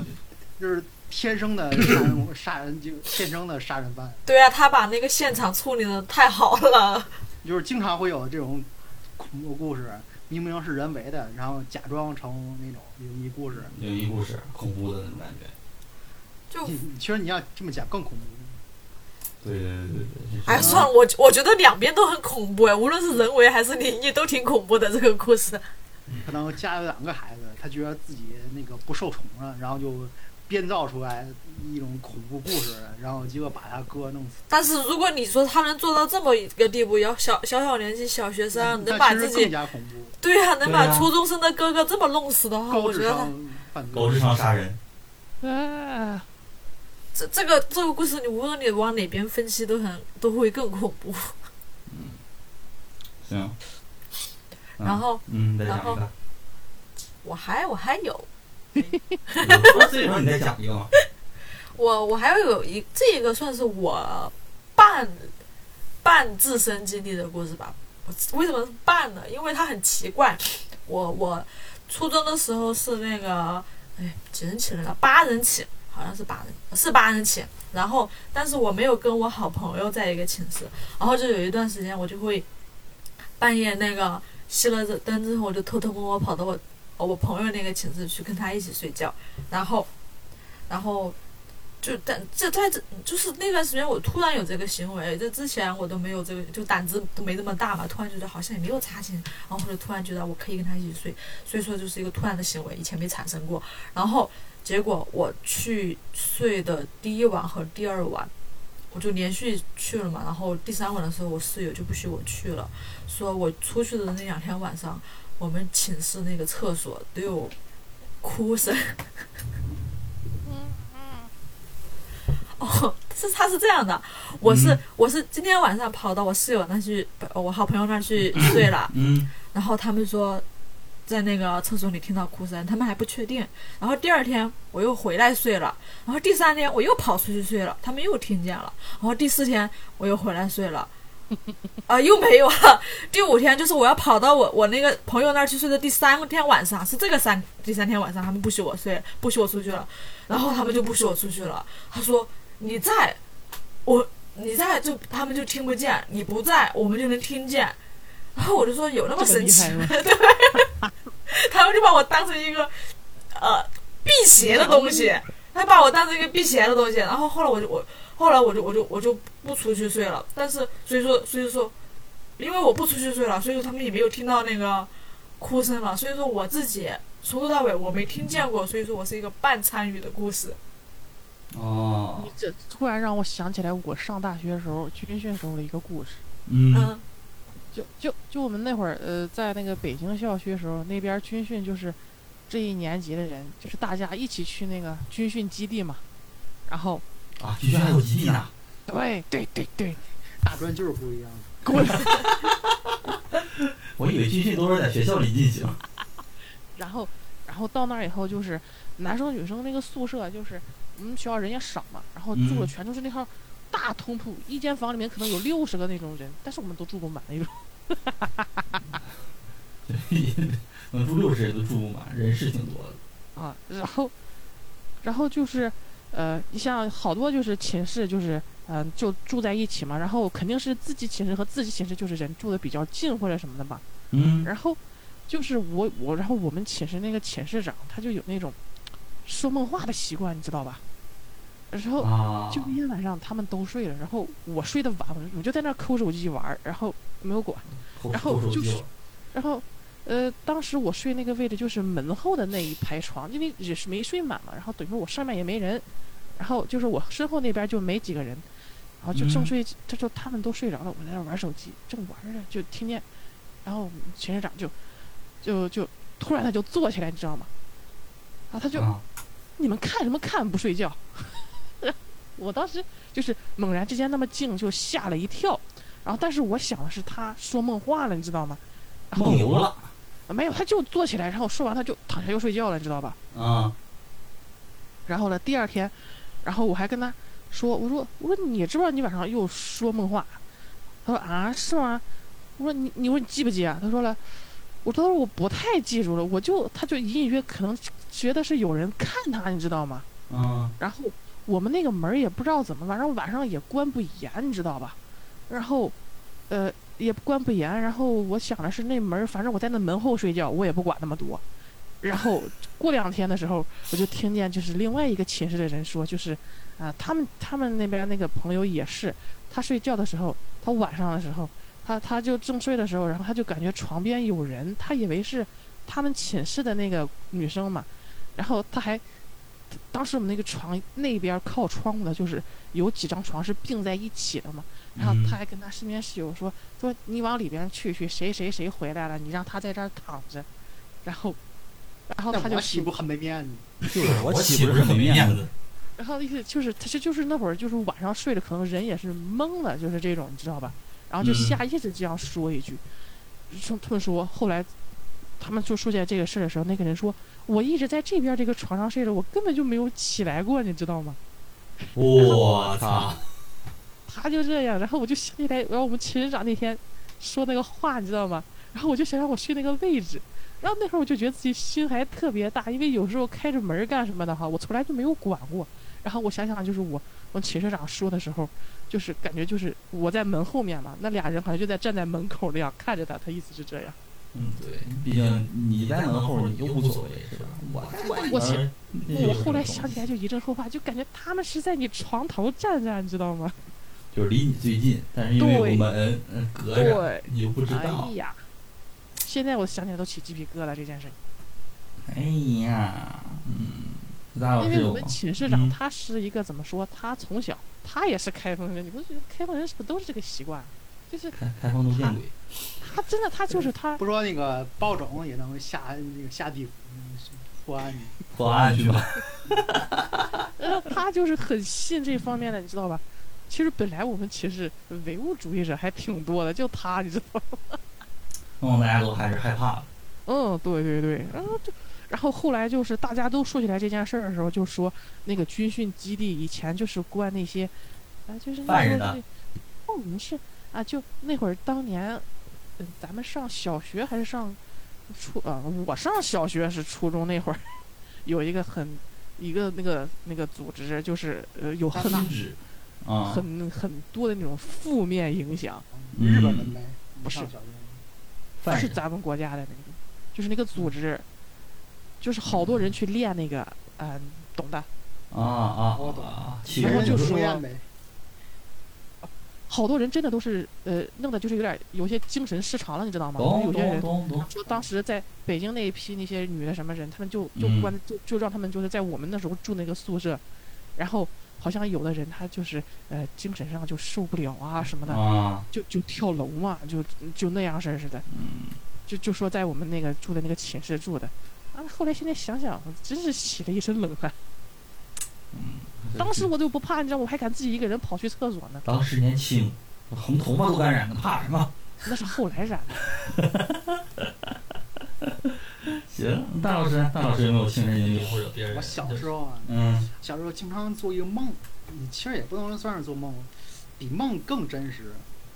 Speaker 3: 就是天生的杀人杀人就天生的杀人犯，
Speaker 5: 对啊，他把那个现场处理的太好 了。
Speaker 3: 就是经常会有这种恐怖故事，明明是人为的，然后假装成那种灵异故事。
Speaker 6: 灵异故事，恐怖的那种感觉。
Speaker 5: 就
Speaker 3: 其实你要这么讲更恐怖，
Speaker 6: 对对对对
Speaker 5: 哎，算了，我我觉得两边都很恐怖哎，无论是人为还是灵异，都挺恐怖的这个故事。
Speaker 3: 可能家有两个孩子，他觉得自己那个不受宠了，然后就编造出来一种恐怖故事，然后结果把他哥弄死。
Speaker 5: 但是如果你说他能做到这么一个地步，要小小小年纪小学生啊能
Speaker 3: 那
Speaker 5: 把
Speaker 3: 嗯其实
Speaker 5: 自
Speaker 3: 更
Speaker 5: 己
Speaker 3: 加恐怖，
Speaker 5: 对呀、能把
Speaker 6: 对啊
Speaker 5: 初中生的哥哥这么弄死的话，
Speaker 3: 高
Speaker 5: 哦我觉
Speaker 3: 智
Speaker 5: 得他
Speaker 3: 商犯罪。
Speaker 6: 高智商杀人，
Speaker 4: 啊，
Speaker 5: 这这个这个故事，你无论你往哪边分析，都很都会更恐怖。
Speaker 2: 行，嗯
Speaker 5: 然后
Speaker 2: 嗯，再讲
Speaker 5: 然后
Speaker 2: 一个。
Speaker 5: 我还我还有
Speaker 6: 嗯所以说你再讲一个嘛。
Speaker 5: 我我还有一这个算是我半半自身经历的故事吧。我为什么是半呢？因为它很奇怪。我我初中的时候是那个哎几人起来了？八人寝，好像是八人，是八人寝。然后，但是我没有跟我好朋友在一个寝室，然后就有一段时间我就会半夜那个熄了灯之后，我就偷偷摸摸跑到我我朋友那个寝室去跟他一起睡觉，然后然后就但这在这就是那段时间，我突然有这个行为，这之前我都没有这个，就胆子都没那么大嘛。突然觉得好像也没有差劲，然后或者突然觉得我可以跟他一起睡，所以说就是一个突然的行为，以前没产生过。然后结果我去睡的第一晚和第二晚，我就连续去了嘛。然后第三晚的时候，我室友就不许我去了，说我出去的那两天晚上，我们寝室那个厕所都有哭声。哦，是他是这样的，我
Speaker 6: 嗯
Speaker 5: 是、我是今天晚上跑到我室友那去，不我好朋友那去睡了，
Speaker 6: 嗯，
Speaker 5: 然后他们说在那个厕所里听到哭声，他们还不确定。然后第二天我又回来睡了，然后第三天我又跑出去睡了，他们又听见了。然后第四天我又回来睡了，啊、又没有了。第五天就是我要跑到我我那个朋友那儿去睡的第三天晚上，是这个三第三天晚上，他们不许我睡，不许我出去了，然后他们就不许我出去了。他说你在，我你在就他们就听不见，你不在我们就能听见。然后我就说有那么
Speaker 4: 这么
Speaker 5: 神
Speaker 4: 厉
Speaker 5: 奇
Speaker 4: 害
Speaker 5: 吗
Speaker 4: 吗？
Speaker 5: 他们就把我当成一个呃辟邪的东西，他把我当成一个辟邪的东西。然后后来我就我后来我就我就我就不出去睡了。但是所以说所以说，因为我不出去睡了，所以说他们也没有听到那个哭声了。所以说我自己从头到尾我没听见过，所以说我是一个半参与的故事。
Speaker 6: 哦
Speaker 2: 哦
Speaker 4: 你，这突然让我想起来我上大学时候军训时候的一个故事。
Speaker 6: 嗯，
Speaker 5: 嗯
Speaker 4: 就就就我们那会儿，呃，在那个北京校区的时候，那边军训就是这一年级的人，就是大家一起去那个军训基地嘛。然后，
Speaker 6: 啊，居然还有基地呢，
Speaker 4: 对对对对，
Speaker 3: 大专就是不一样，
Speaker 6: 我以为军训都是在学校里进行。
Speaker 4: 然后然后到那儿以后，就是男生女生那个宿舍，就是我们学校人也少嘛，然后住的
Speaker 6: 嗯
Speaker 4: 全都是那套大通铺，一间房里面可能有六十个那种人，但是我们都住不满那种。
Speaker 6: 能住六十人都住不满，人是挺多的。
Speaker 4: 啊，然后，然后就是，呃，你像好多就是寝室就是，嗯、就住在一起嘛，然后肯定是自己寝室和自己寝室就是人住的比较近或者什么的嘛，
Speaker 6: 嗯，
Speaker 4: 然后就是我我然后我们寝室那个寝室长他就有那种说梦话的习惯，你知道吧？然后
Speaker 6: 啊，
Speaker 4: 就那天晚上他们都睡了，然后我睡得晚，我就在那儿抠手机玩儿，然后没有管，
Speaker 6: 后
Speaker 4: 然后
Speaker 6: 后手
Speaker 4: 就是
Speaker 6: 机了
Speaker 4: 然后呃，当时我睡那个位置就是门后的那一排床，因为也是没睡满嘛，然后等于说我上面也没人，然后就是我身后那边就没几个人，然后就正
Speaker 7: 嗯
Speaker 4: 睡，这时候他们都睡着了，我在那玩手机，正玩着呢，就听见，然后寝室长就就就突然他就坐起来，你知道吗？然后他就、
Speaker 2: 啊
Speaker 4: 你们看什么看不睡觉？ 我当时就是猛然之间那么静，就吓了一跳。然后，但是我想的是他说梦话了，你知道吗？然后啊
Speaker 2: 梦游啊了
Speaker 4: 没有，他就坐起来，然后说完他就躺下又睡觉了，你知道吧？
Speaker 2: 啊，
Speaker 4: 然后呢，第二天，然后我还跟他说，我说我说你知不知道你晚上又说梦话？他说啊是吗？我说你你我说你记不记啊？他说了，我说我不太记住了，我就他就隐隐约可能觉得是有人看他，你知道吗？
Speaker 2: 嗯
Speaker 4: 然后我们那个门儿也不知道怎么，反正晚上也关不严，你知道吧？然后，呃，也关不严。然后我想的是那门儿，反正我在那门后睡觉，我也不管那么多。然后过两天的时候，我就听见就是另外一个寝室的人说，就是啊、他们他们那边那个朋友也是，他睡觉的时候，他晚上的时候，他他就正睡的时候，然后他就感觉床边有人，他以为是他们寝室的那个女生嘛，然后他还当时我们那个床那边靠窗户的，就是有几张床是并在一起的嘛。
Speaker 2: 嗯
Speaker 4: 然后他还跟他身边室友说：“说你往里边去去，谁谁谁回来了，你让他在这儿躺着。”然后，然后他
Speaker 3: 那
Speaker 4: 就
Speaker 3: 我岂
Speaker 4: 去
Speaker 3: 不很没面子？
Speaker 7: 就是我
Speaker 6: 岂
Speaker 7: 岂
Speaker 6: 不
Speaker 7: 不
Speaker 6: 是
Speaker 7: 是
Speaker 6: 很
Speaker 7: 很
Speaker 6: 没
Speaker 7: 没
Speaker 6: 面
Speaker 7: 面
Speaker 6: 子
Speaker 7: 子？
Speaker 4: 然后意思就是，他这就是那会儿就是晚上睡着，可能人也是懵了，就是这种，你知道吧？然后就
Speaker 6: 嗯
Speaker 4: 下意识这样说一句，说他们说，后来他们就说起来这个事儿的时候，那个人说，我一直在这边这个床上睡着，我根本就没有起来过，你知道吗？
Speaker 6: 我操！
Speaker 4: 他就这样，然后我就想起来，然后我们寝室长那天说那个话，你知道吗？然后我就想让我睡那个位置，然后那会儿我就觉得自己心还特别大，因为有时候开着门儿干什么的哈，我从来就没有管过。然后我想想，就是我我寝室长说的时候，就是感觉就是我在门后面嘛，那俩人好像就在站在门口那样看着他，他意思是这样。
Speaker 6: 嗯，对，
Speaker 2: 毕竟你在门后你就无所谓是吧？我在外
Speaker 4: 我
Speaker 2: 面
Speaker 4: 其
Speaker 2: 儿，那
Speaker 4: 我
Speaker 2: 就是
Speaker 4: 后来
Speaker 2: 哎这种
Speaker 4: 想起来就一阵后怕，就感觉他们是在你床头站着，你知道吗？
Speaker 2: 就是离你最近，但是因为我们嗯隔着，
Speaker 4: 对，
Speaker 2: 你就不知
Speaker 4: 哎
Speaker 2: 道。
Speaker 4: 呀，现在我想起来都起鸡皮疙瘩这件事。
Speaker 2: 哎呀，嗯，大老
Speaker 4: 因
Speaker 2: 师
Speaker 4: 为我
Speaker 2: 有
Speaker 4: 们寝室长
Speaker 2: 嗯
Speaker 4: 他是一个怎么说？他从小他也是开封人，你不觉得开封人是不是都是这个习惯？就是
Speaker 2: 开开放度见鬼，
Speaker 4: 他真的他就是他，
Speaker 3: 不说那个包拯也能下那个下地府，破案
Speaker 2: 破案去吧。
Speaker 4: 呃，他就是很信这方面的，你知道吧？其实本来我们寝室唯物主义者还挺多的，就他，你知道吗？
Speaker 2: 嗯，大家都还是害怕的。
Speaker 4: 嗯，对对对，然后就，然后后来就是大家都说起来这件事儿的时候，就说那个军训基地以前就是关那些，啊、就是那
Speaker 2: 犯
Speaker 4: 会
Speaker 2: 人
Speaker 4: 儿
Speaker 2: 的
Speaker 4: 那，哦，不是啊，就那会儿当年，嗯，咱们上小学还是上初啊、我上小学是初中那会儿，有一个很一个那个那个组织，就是呃有很
Speaker 2: 禁止啊，
Speaker 4: 很很多的那种负面影响，
Speaker 3: 日本人呗，
Speaker 4: 嗯不是
Speaker 3: 上小学
Speaker 4: 不
Speaker 2: 犯
Speaker 4: 是
Speaker 2: 人
Speaker 4: 咱们国家的那个，就是那个组织，就是好多人去练那个，嗯、懂的，
Speaker 2: 啊啊
Speaker 3: 我懂
Speaker 2: 啊！其
Speaker 3: 其
Speaker 4: 然
Speaker 2: 实
Speaker 4: 后
Speaker 3: 实就
Speaker 4: 就
Speaker 3: 是抽
Speaker 4: 说
Speaker 3: 烟呗，
Speaker 4: 好多人真的都是呃弄的就是有点有些精神失常了，你知道吗？
Speaker 2: 懂
Speaker 4: 有些
Speaker 2: 懂
Speaker 4: 人
Speaker 2: 懂懂，
Speaker 4: 说当时在北京那一批那些女的什么人，他们就就
Speaker 2: 嗯
Speaker 4: 关、就就让他们就是在我们那时候住那个宿舍，然后好像有的人他就是呃精神上就受不了啊什么 的，
Speaker 2: 啊，
Speaker 4: 就就跳楼嘛，就就那样式儿似的，
Speaker 2: 嗯，
Speaker 4: 就就说在我们那个住的那个寝室住的。啊，后来现在想想，真是起了一身冷汗。
Speaker 2: 嗯
Speaker 4: 当时我就不怕，你知道，我还敢自己一个人跑去厕所呢。
Speaker 2: 当时年轻，红头发都敢染的，怕什么？
Speaker 4: 那是后来染的。
Speaker 2: 行，大老师，大老师有没有亲身经历或者别人？
Speaker 3: 我小时候啊，
Speaker 2: 嗯
Speaker 3: 小时候经常做一个梦，你其实也不能算是做梦，比梦更真实。，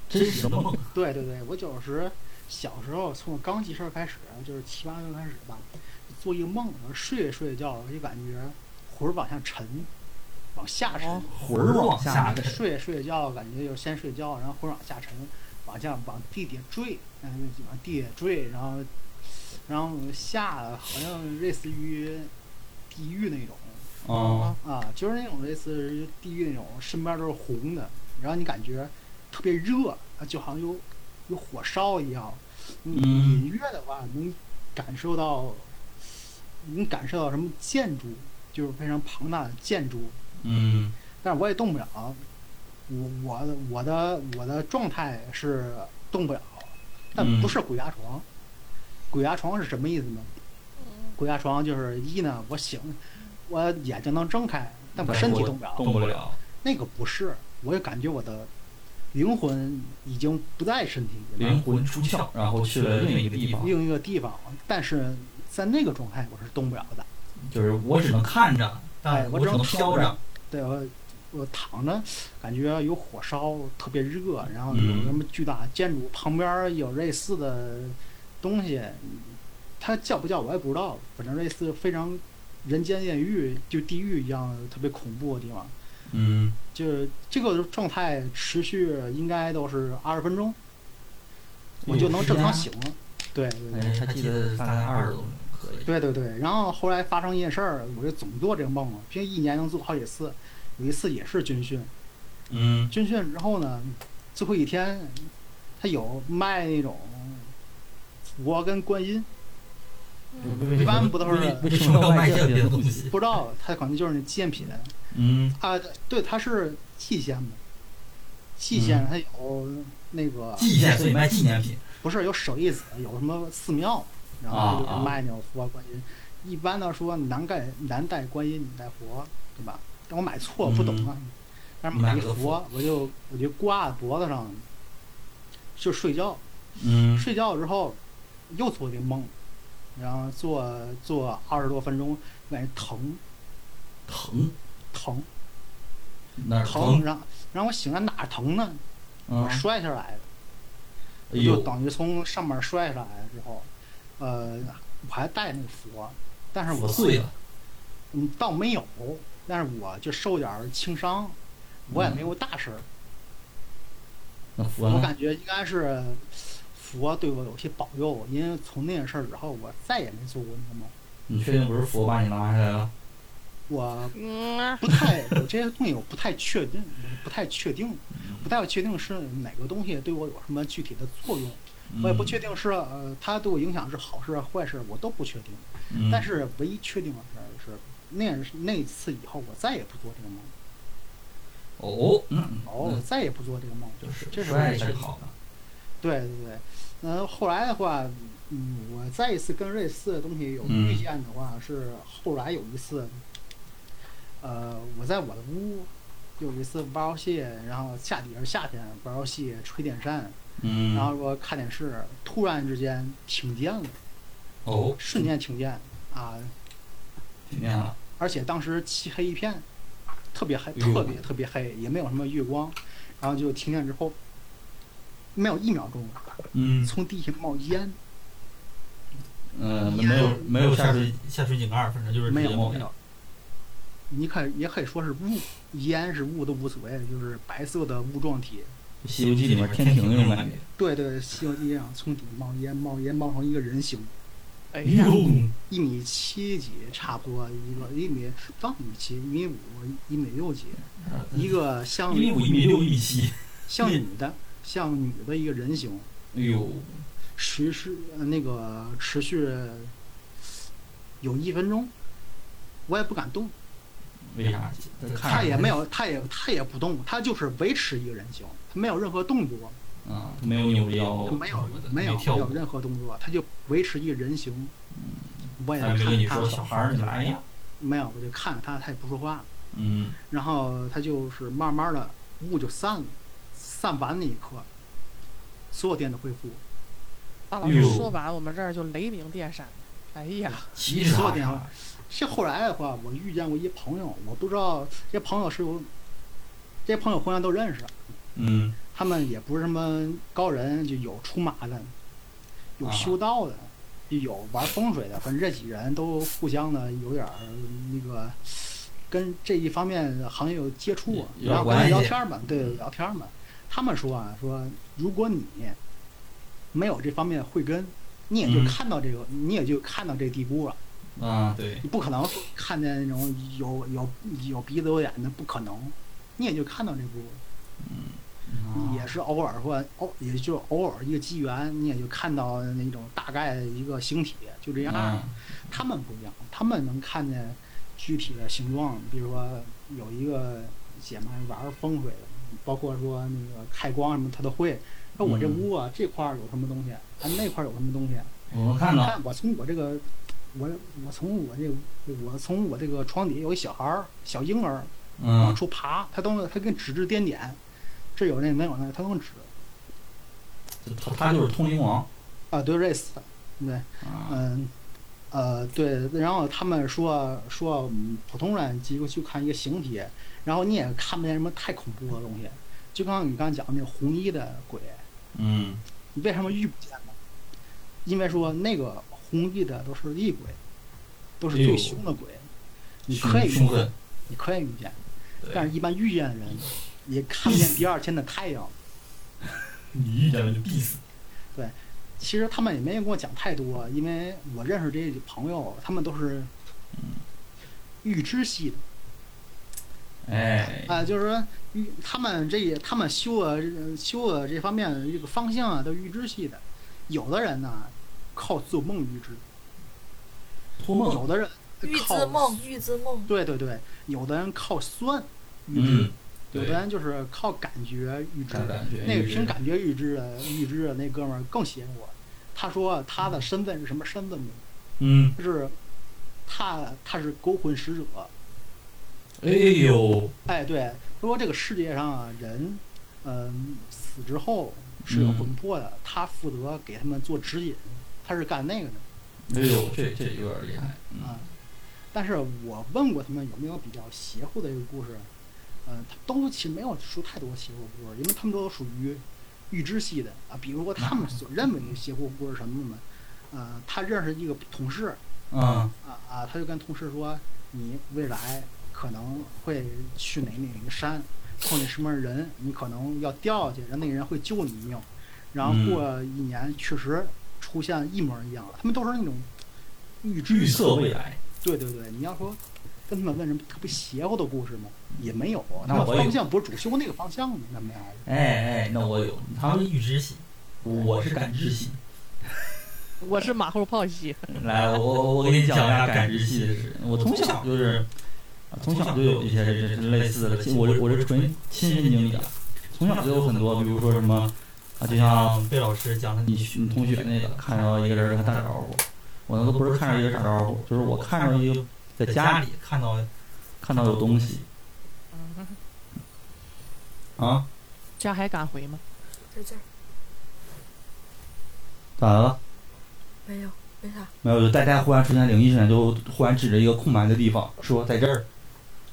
Speaker 2: 真实的梦
Speaker 3: 对对对，我有时小时候从我刚记事儿开始，就是七八岁开始吧，做一个梦，然后睡着睡着觉，我就感觉魂儿往下沉，往下沉。
Speaker 4: 哦
Speaker 2: 魂儿往下沉，
Speaker 3: 睡着睡着觉，感觉就是先睡觉，然后忽然往下沉，往下往地底下坠，嗯，往地底下坠，然后然后下了好像类似于地狱那种
Speaker 2: 啊，
Speaker 3: 啊，就是那种类似于地狱那种，身边都是红的，然后你感觉特别热，啊就好像有有火烧一样，你
Speaker 2: 嗯
Speaker 3: 隐约的话能感受到，能感受到什么建筑，就是非常庞大的建筑，
Speaker 2: 嗯
Speaker 3: 但是我也动不了。我我的我的我的状态是动不了，但
Speaker 2: 嗯
Speaker 3: 不是鬼压床。鬼压床是什么意思呢？鬼压床就是一呢，我醒，我眼睛能睁开，但我
Speaker 2: 但
Speaker 3: 身体
Speaker 2: 我
Speaker 3: 动不了。
Speaker 2: 动不了。
Speaker 3: 那个不是，我就感觉我的灵魂已经不在身体里了，
Speaker 2: 灵魂出窍，然后去了另一个地方，
Speaker 3: 另一个地方。但是在那个状态，我是动不了的。
Speaker 2: 就是我只能看着，
Speaker 3: 哎
Speaker 2: 但
Speaker 3: 我
Speaker 2: 只
Speaker 3: 只能
Speaker 2: 能
Speaker 3: 飘
Speaker 2: 飘着。
Speaker 3: 对，我我躺着，感觉有火烧，特别热，然后有什么巨大的建筑，旁边有类似的东西，它叫不叫我也不知道，反正类似非常人间炼狱，就地狱一样特别恐怖的地方。
Speaker 2: 嗯
Speaker 3: 就是这个状态持续应该都是二十分钟，我就能正常醒了。对对对
Speaker 2: 哎，还记得大概二十多分钟，可以。
Speaker 3: 对对对，然后后来发生一件事儿，我就总做这个梦嘛，并一年能做好几次。有一次也是军训，
Speaker 2: 嗯
Speaker 3: 军训之后呢，最后一天，他有卖那种佛跟观音，一般不都是
Speaker 2: 为什么要卖这些东西？
Speaker 3: 不知道他可能就是那纪念品
Speaker 2: 嗯
Speaker 3: 啊，对，他是蓟县的，蓟县它有那个、
Speaker 2: 纪念，所以卖纪念品。
Speaker 3: 不是有手艺子，有什么寺庙，然
Speaker 2: 啊
Speaker 3: 后就是卖那种佛观音。一般的说男盖男戴观音，女戴佛，对吧？但我买错，不懂啊。但是买
Speaker 2: 嗯
Speaker 3: 一
Speaker 2: 你买了个
Speaker 3: 佛，我就我就挂脖子上，就睡觉。
Speaker 2: 嗯
Speaker 3: 睡觉之后又做这梦，然后做做二十多分钟，感觉疼
Speaker 2: 疼，
Speaker 3: 疼
Speaker 2: 哪儿
Speaker 3: 疼，
Speaker 2: 疼？
Speaker 3: 然后然后我醒来哪儿疼呢？
Speaker 2: 嗯
Speaker 3: 我，摔下来的。
Speaker 2: 哎
Speaker 3: 我就
Speaker 2: 呦，
Speaker 3: 等于从上面摔下来之后，呃，我还带那个佛，但是
Speaker 2: 我
Speaker 3: 我
Speaker 2: 碎了。
Speaker 3: 嗯，倒没有，但是我就受点儿轻伤，我
Speaker 2: 嗯
Speaker 3: 也没有大事儿。
Speaker 2: 那佛
Speaker 3: 我
Speaker 2: 呢？
Speaker 3: 感觉应该是佛对我有些保佑，因为从那件事儿之后，我再也没做过那个梦。
Speaker 2: 你确定不是佛把你拉下来了？
Speaker 3: 我
Speaker 4: 嗯啊，
Speaker 3: 不太，我这些东西我不太确定，不太确定，
Speaker 2: 嗯
Speaker 3: 不太确定是哪个东西对我有什么具体的作用，
Speaker 2: 嗯
Speaker 3: 我也不确定是呃它对我影响是好事坏事，我都不确定。
Speaker 2: 嗯。
Speaker 3: 但是唯一确定的事儿是，那是那次以后我再也不做这个梦，
Speaker 2: 哦，嗯，
Speaker 3: 哦，我再也不做这个梦。
Speaker 2: 就是
Speaker 3: 这是
Speaker 2: 摔
Speaker 3: 我
Speaker 2: 是
Speaker 3: 的
Speaker 2: 好的。
Speaker 3: 对对对，嗯、后来的话，嗯，我再一次跟类似的东西有
Speaker 2: 嗯
Speaker 3: 遇见的话，是后来有一次，呃，我在我的屋有一次玩游戏，然后下底下是夏天玩游戏吹电扇，
Speaker 2: 嗯，
Speaker 3: 然后说看电视，突然之间听见了，
Speaker 2: 哦，
Speaker 3: 瞬间听见啊，
Speaker 2: 听见了，
Speaker 3: 而且当时漆黑一片，特别黑，
Speaker 2: 哎呦
Speaker 3: 特别特别黑，也没有什么月光。然后就停下之后，没有一秒钟，
Speaker 2: 嗯，
Speaker 3: 从地下冒烟，
Speaker 2: 呃，没有没有下水下水井盖儿，反正就是
Speaker 3: 没
Speaker 2: 直接
Speaker 3: 有
Speaker 2: 冒
Speaker 3: 没
Speaker 2: 烟
Speaker 3: 有。你可以也可以说是雾，烟是雾都无所谓，就是白色的雾状体。
Speaker 2: 《西游记》里面天庭那种感觉。
Speaker 3: 对对，《西游记》上从底冒烟，冒烟冒成一个人形，
Speaker 4: 哎呀，
Speaker 2: 哟，
Speaker 3: 一米七几，差不多一个一米到一米七，一米五，一米六几，一个像
Speaker 2: 嗯一米五、一米六、一米七，
Speaker 3: 像女的像女的一个人形，
Speaker 2: 哎呦，
Speaker 3: 持续呃那个持续有一分钟，我也不敢动，
Speaker 2: 为啥？
Speaker 3: 他也没
Speaker 2: 有
Speaker 3: 有，他也他也不动，他就是维持一个人形，他没有任何动作，
Speaker 2: 啊，没有扭腰，
Speaker 3: 没有没有
Speaker 2: 有
Speaker 3: 没
Speaker 2: 跳
Speaker 3: 有
Speaker 2: 舞。
Speaker 3: 任何动作，他就维持一个人形。我也
Speaker 2: 还没跟
Speaker 3: 看
Speaker 2: 你
Speaker 3: 着
Speaker 2: 说小
Speaker 3: 他，
Speaker 2: 孩儿，你来呀，
Speaker 3: 没有，我就看着他，他也不说话，
Speaker 2: 嗯，
Speaker 3: 然后他就是慢慢的雾就散了，散完那一刻，所有电都恢复，
Speaker 4: 大老
Speaker 2: 哎
Speaker 4: 师
Speaker 2: 呦
Speaker 4: 说完，我们这儿就雷鸣电闪。哎呀，
Speaker 2: 其实
Speaker 3: 说点儿像后来的话，我遇见过一朋友，我不知道这朋友是有，这朋友互相都认识，
Speaker 2: 嗯，
Speaker 3: 他们也不是什么高人，就有出马的，有
Speaker 2: 啊
Speaker 3: 修道的，就有玩风水的，反正这几人都互相的有点儿那个，跟这一方面的行业有接触，
Speaker 2: 有
Speaker 3: 然后跟
Speaker 2: 关
Speaker 3: 他
Speaker 2: 系嗯
Speaker 3: 聊天嘛，对，聊天嘛。他们说啊，说如果你没有这方面慧根，你也就
Speaker 2: 嗯
Speaker 3: 看到这个，你也就看到这地步了。
Speaker 2: 啊，对，
Speaker 3: 你不可能说看见那种有有有鼻子有眼的，不可能，你也就看到这部分。
Speaker 2: 嗯
Speaker 3: 也是偶尔或偶，也就偶尔一个机缘，你也就看到那种大概的一个形体，就这样。
Speaker 2: 嗯
Speaker 3: 他们不一样，他们能看见具体的形状，比如说有一个姐们玩儿风水的，包括说那个开光什么，她都会。那我这
Speaker 2: 嗯
Speaker 3: 屋啊，这块儿有什么东西，啊那块儿有什么东西，
Speaker 2: 我
Speaker 3: 你
Speaker 2: 看到
Speaker 3: 看我从我这个，我我从我这个，我从我这个床底下有一小孩儿，小婴儿往
Speaker 2: 嗯
Speaker 3: 出爬，他都能，他跟指指点点，这有那没有那，他都能指。
Speaker 2: 就他他就是通灵王
Speaker 3: 啊，对，race，对，
Speaker 2: 啊，
Speaker 3: 嗯，呃，对，然后他们说说嗯呃我们普通人机构去看一个形体，然后你也看不见什么太恐怖的东西，就刚刚你刚讲那个红衣的鬼，
Speaker 2: 嗯
Speaker 3: 你为什么遇不见呢？因为说那个红衣的都是厉鬼，都是
Speaker 2: 哎呦
Speaker 3: 最凶的鬼，你
Speaker 2: 凶
Speaker 3: 可以
Speaker 2: 凶
Speaker 3: 遇
Speaker 2: 狠
Speaker 3: 见，你可以遇见，
Speaker 2: 对
Speaker 3: 但是一般遇见的人也看不见第二天的太阳。
Speaker 2: 你遇见了就必死。
Speaker 3: 其实他们也没人跟我讲太多，因为我认识这些朋友，他们都是
Speaker 2: 嗯
Speaker 3: 预知系的
Speaker 2: 哎，
Speaker 3: 啊、就是说预他们这他们修啊修啊这方面的这个方向啊，都是预知系的。有的人呢靠做梦预知，
Speaker 2: 托梦，
Speaker 3: 有的人
Speaker 5: 预
Speaker 3: 靠
Speaker 5: 知梦，预知梦，
Speaker 3: 对对对，有的人靠酸预知，
Speaker 2: 嗯，
Speaker 3: 有的
Speaker 2: 对，
Speaker 3: 人就是靠感觉预知
Speaker 2: 感
Speaker 3: 的。
Speaker 2: 感觉
Speaker 3: 那个
Speaker 2: 就是
Speaker 3: 凭感觉预知的预知的那哥们儿更邪乎，啊他说他的身份是什么身份呢？
Speaker 2: 嗯，
Speaker 3: 就是他他是勾魂使者。
Speaker 2: 哎呦，
Speaker 3: 哎，对，说这个世界上啊，人，嗯，死之后是有魂魄的，他负责给他们做指引，他是干那个的。
Speaker 2: 哎呦，这这有点厉害，嗯
Speaker 3: 啊，但是我问过他们有没有比较邪乎的一个故事，嗯，他都其实没有说太多邪乎故事，因为他们都属于预知系的啊。比如说他们所认为的邪乎故事是什么呢？呃，他认识一个同事，
Speaker 2: 啊，
Speaker 3: 啊啊，他就跟同事说，你未来可能会去哪哪个山，碰见什么人，你可能要掉下去，然后那个人会救你一命。然后
Speaker 2: 嗯
Speaker 3: 过一年，确实出现一模一样了。他们都是那种预知
Speaker 2: 预测未来，
Speaker 3: 对对对，你要说跟他们问什么特别邪乎的故事吗？也没有，
Speaker 2: 那
Speaker 3: 他
Speaker 2: 我
Speaker 3: 们
Speaker 2: 有
Speaker 3: 方向不是主修那个方向的，那没啥。
Speaker 2: 哎哎，那我有，他们预知系，我是感知系。
Speaker 4: 我是马后炮系，
Speaker 2: 来，我我我给你讲一下感知系的事。我从小就是，啊从小就有一些这这类似的，我是我是纯亲身经历啊。从小就有很多，比如说什么啊，就像贝老师讲的，你学你同学那个看着一个人跟他打招呼，我那都不是看着一个人打招呼，就是我看着一个在家里看到看到有东西
Speaker 4: 嗯
Speaker 2: 啊，
Speaker 4: 这样还敢回吗？
Speaker 5: 在这儿
Speaker 2: 咋的了？
Speaker 5: 没有，没啥。
Speaker 2: 没有，就大家忽然出现灵异事件，就忽然指着一个空白的地方说在这儿，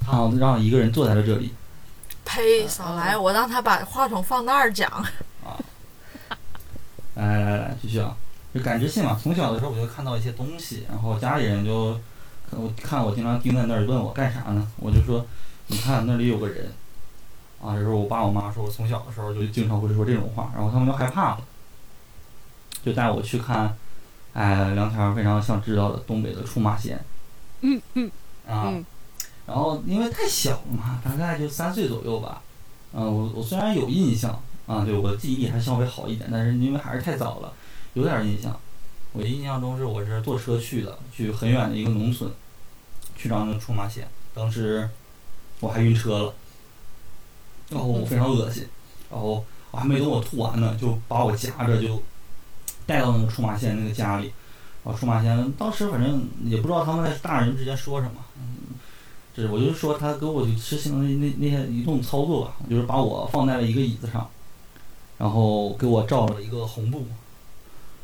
Speaker 2: 然后让一个人坐在了这里。
Speaker 5: 呸，少来！我让他把话筒放那儿讲。
Speaker 2: 来来来，继续啊，就感知性嘛。从小的时候我就看到一些东西，然后家里人就看我看我经常盯在那儿，问我干啥呢？我就说，你看那里有个人啊。这时候我爸我妈说，我从小的时候就经常会说这种话，然后他们就害怕了，就带我去看，哎，梁天儿非常想知道的东北的出马仙。
Speaker 4: 嗯嗯
Speaker 2: 啊，
Speaker 4: 嗯
Speaker 2: 然后因为太小了嘛，大概就三岁左右吧。嗯、我我虽然有印象啊，对我的记忆力还稍微好一点，但是因为还是太早了，有点印象。我印象中是我是坐车去的，去很远的一个农村，去找那个出马仙。当时我还晕车了，然后哦嗯
Speaker 4: 嗯
Speaker 2: 我非常恶心，然后我还没等我吐完呢，就把我夹着就带到那个出马仙那个家里。然后出马仙当时反正也不知道他们在大人之间说什么，嗯，这我就是说他给我就实行了那那那些一顿操作吧，就是把我放在了一个椅子上，然后给我罩了一个红布，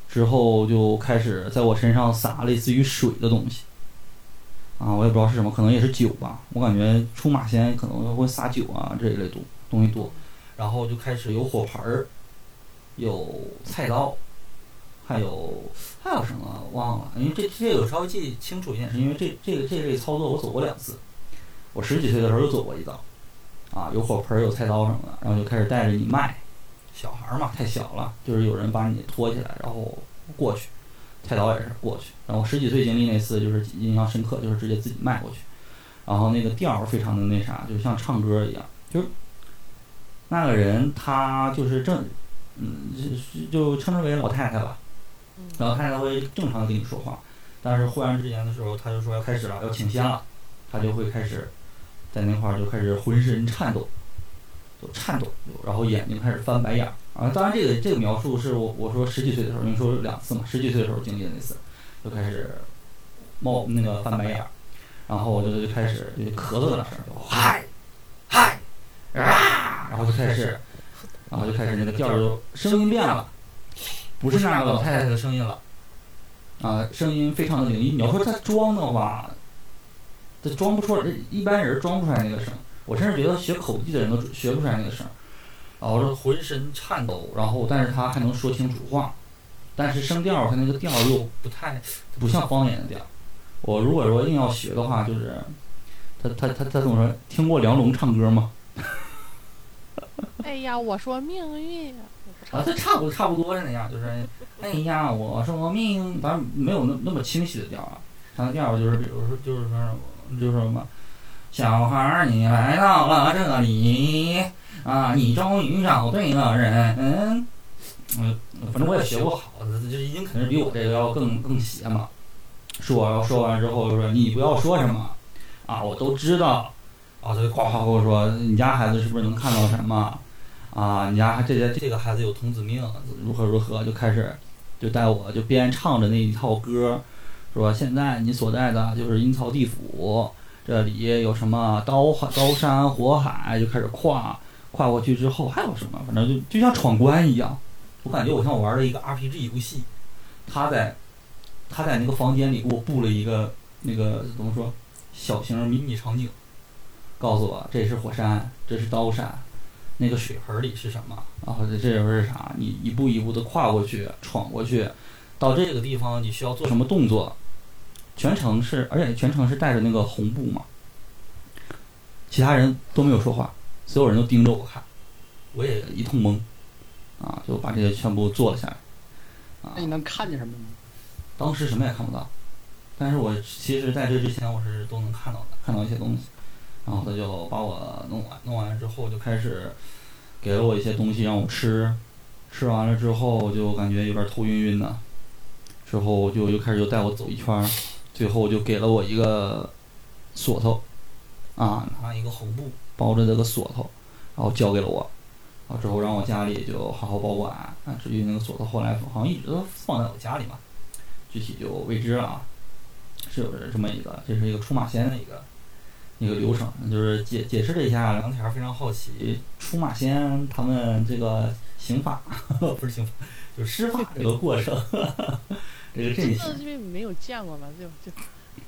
Speaker 2: 之后就开始在我身上撒类似于水的东西，啊，我也不知道是什么，可能也是酒吧，我感觉出马仙可能会撒酒啊这一类东东西多，然后就开始有火盆儿，有菜刀，还有还有什么忘了，因为这这个稍微记清楚一点，是因为这这个这类操作我走过两次，我十几岁的时候又走过一遭，啊，有火盆儿有菜刀什么的，然后就开始带着你卖，小孩儿嘛太小了，就是有人把你拖起来，然后过去，菜刀也是过去，然后十几岁经历那次就是印象深刻，就是直接自己迈过去，然后那个调儿非常的那啥，就像唱歌一样，就是那个人她就是正，嗯，就就称之为老太太吧。老太太会正常的跟你说话，但是忽然之间的时候，她就说要开始了，要请仙了，她就会开始在那块儿就开始浑身颤抖，就颤抖，然后眼睛开始翻白眼儿啊。当然，这个这个描述是我我说十几岁的时候，因为说有两次嘛，十几岁的时候经历的那次，就开始冒那个翻白眼儿，然后我就就开始就咳嗽了声儿，就嗨嗨啊，然后就开始，然后就开始那个调儿就声音变了。不是那个老太太的声音了，啊，声音非常的灵异。你要说她装的话，她装不出来，一般人装不出来那个声。我甚至觉得学口技的人都学不出来那个声。啊，我这浑身颤抖，然后但是她还能说清楚话，但是声调她那个调又不太不像方言的调。我如果说硬要学的话，就是她她她她怎么说？听过梁龙唱歌吗？
Speaker 4: 哎呀，我说命运呀，
Speaker 2: 啊，这差不多差不多是那样，就是哎呀，我说命，反正没有那那么清晰的调啊。它的调就是，比如说就是说就是什么，小孩儿你来到了这里啊，你终于找对了人。嗯，反正我也学不好，这这音肯定比我这个要更更邪嘛。说说完之后就说你不要说什么啊，我都知道。啊，他就夸夸跟我说，你家孩子是不是能看到什么？啊，你家这些这个孩子有童子命，如何如何，就开始就带我就边唱着那一套歌，说现在你所在的就是阴曹地府，这里有什么刀海刀山火海，就开始跨跨过去之后还有什么，反正就就像闯关一样，我感觉我像玩了一个 RPG 游戏，他在他在那个房间里给我布了一个那个怎么说小型迷你场景，告诉我这是火山，这是刀山。那个水盆里是什么啊？这这又是啥？你一步一步的跨过去，闯过去，到这个地方你需要做什么动作？全程是，而且全程是带着那个红布嘛。其他人都没有说话，所有人都盯着我看，我也一通懵，啊，就把这些全部做了下来。啊
Speaker 3: 那，你能看见什么吗？
Speaker 2: 当时什么也看不到，但是我其实在这之前我是都能看到的，看到一些东西。然后他就把我弄完，弄完之后就开始给了我一些东西让我吃，吃完了之后就感觉有点头晕晕的，之后就又开始就带我走一圈儿，最后就给了我一个锁头，啊，拿一个红布包着这个锁头，然后交给了我，然后之后让我家里就好好保管。啊，至于那个锁头后来好像一直都放在我家里嘛，具体就未知了啊，是有这么一个，这是一个出马仙的一个。一个流程，就是解解释了一下梁条非常好奇出马仙嗯他们这个刑法 不是刑法，就是施法这个过程，这个阵
Speaker 4: 这
Speaker 2: 型。
Speaker 4: 因为没有见过嘛，就就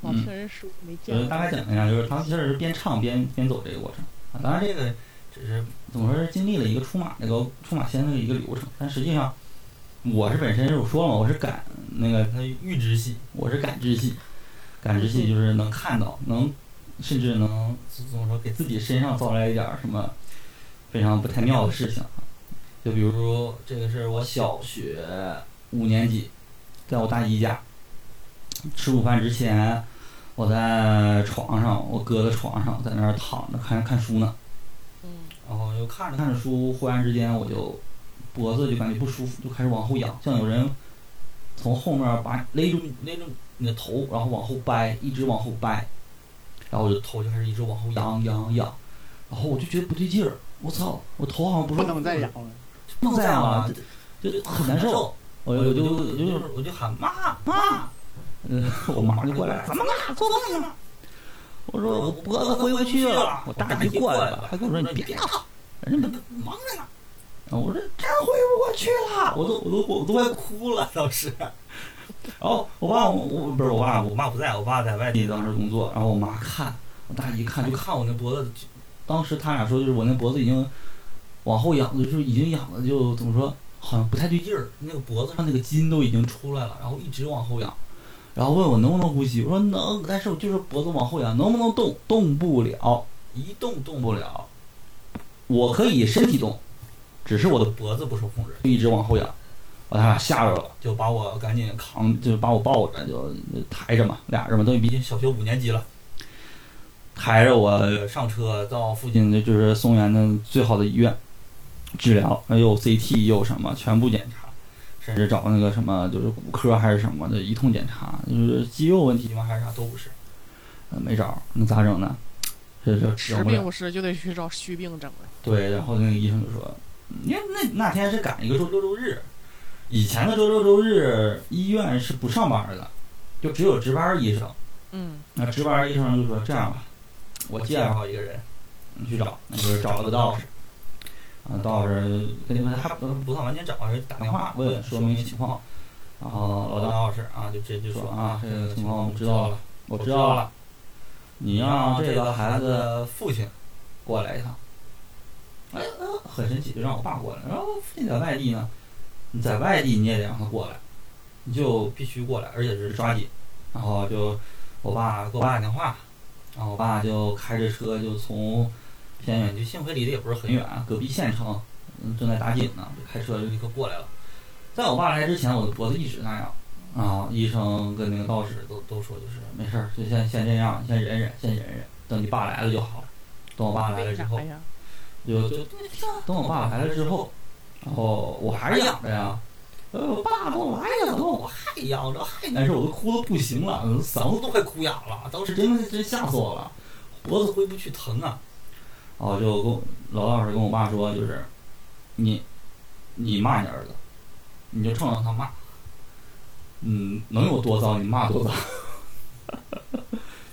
Speaker 4: 老听人说没见
Speaker 2: 就是呃
Speaker 4: 过。
Speaker 2: 大概讲一下，就是他们其实是边唱边边走这个过程啊。当然，这个只是怎么说是经历了一个出马那个出马仙的一个流程，但实际上我是本身是我说了嘛，我是感那个他预知系，我是感知系，感知系就是能看到，能甚至能怎么说给自己身上招来一点儿什么非常不太妙的事情啊。就比如说，这个是我小学五年级，在我大姨家吃午饭之前。我在床上，我哥的床上，在那儿躺着看看书呢。
Speaker 4: 嗯，
Speaker 2: 然后就看着看着书，忽然之间我就脖子就感觉不舒服，就开始往后仰，像有人从后面把勒住你勒住你的头，然后往后掰，一直往后掰，然后我就头就开始一直往后仰仰仰，然后我就觉得不对劲儿，我操，我头好像不是
Speaker 3: 不能再养了，
Speaker 2: 不能再仰了，就就很难受。我我就我就我就喊妈妈，嗯，我妈就过来了，怎么了？做梦了？我说我脖子回不去了，我大姨过来了，还跟我说你别闹，嗯人家忙着呢。我说真回不过去了，我都我都我都快哭了，当时。然后哦我爸我我不是我爸，我妈不在，我爸在外地当时工作，然后我妈看我大姨看就看我那脖子，就当时他俩说就是我那脖子已经往后仰的，就是已经仰的就怎么说，好像不太对劲儿，那个脖子上那个筋都已经出来了，然后一直往后仰，然后问我能不能呼吸，我说能，但是我就是脖子往后仰，能不能动？动不了，一动动不了。我可以身体动，只是我的脖子不受控制，就一直往后仰，把他俩吓着了，就把我赶紧扛，就把我抱着，就就抬着嘛，俩人嘛，都已经小学五年级了。抬着我上车到附近的就是松原的最好的医院，治疗，又有 CT 又有什么全部检查，甚至找那个什么就是骨科还是什么的，一通检查，就是肌肉问题吗还是啥都不是，呃没找，那咋整呢？这就治
Speaker 4: 是
Speaker 2: 不
Speaker 4: 病
Speaker 2: 了。
Speaker 4: 不是就得去找虚病整了。
Speaker 2: 对，然后那个医生就说，嗯因为那那天是赶一个周六周日，以前的周六周日医院是不上班的，就只有值班医生。
Speaker 4: 嗯，
Speaker 2: 那值班医生就说：“这样吧，我啊介绍一个人，你去找，那就是找了个道士。啊，道士跟你们还不不算完全找，是打电话问说明情况。然后老道士啊，就直接就说啊，这个情况我们知道了，我知道了。你让这个孩子的父亲过来一趟。哎，很神奇，就让我爸过来。然后父亲在外地呢，你在外地你也得让他过来，你就必须过来，而且是抓紧。然后就我爸给我爸打电话，然后我爸就开着车就从偏远，就幸亏离得也不是很远，啊隔壁县城，嗯，正在打井呢，就开车就立刻过来了。在我爸来之前，我的脖子一直那样。啊，医生跟那个道士都都说就是没事儿，就先先这样，先忍忍，先忍忍，等你爸来了就好了。等我爸来了
Speaker 4: 为
Speaker 2: 之
Speaker 4: 啥
Speaker 2: 后，
Speaker 4: 哎呀？
Speaker 2: 就就等我爸来了之后，然后我还是养着呀。呃，我爸给我来了，等我还养着，还难受，我都哭的不行了，嗓子都快哭哑了，当时真的是真吓死我了，脖子回不去疼啊。然后就跟我老道士跟我爸说，就是你你骂你儿子，你就冲着他骂，嗯，能有多糟你骂多糟，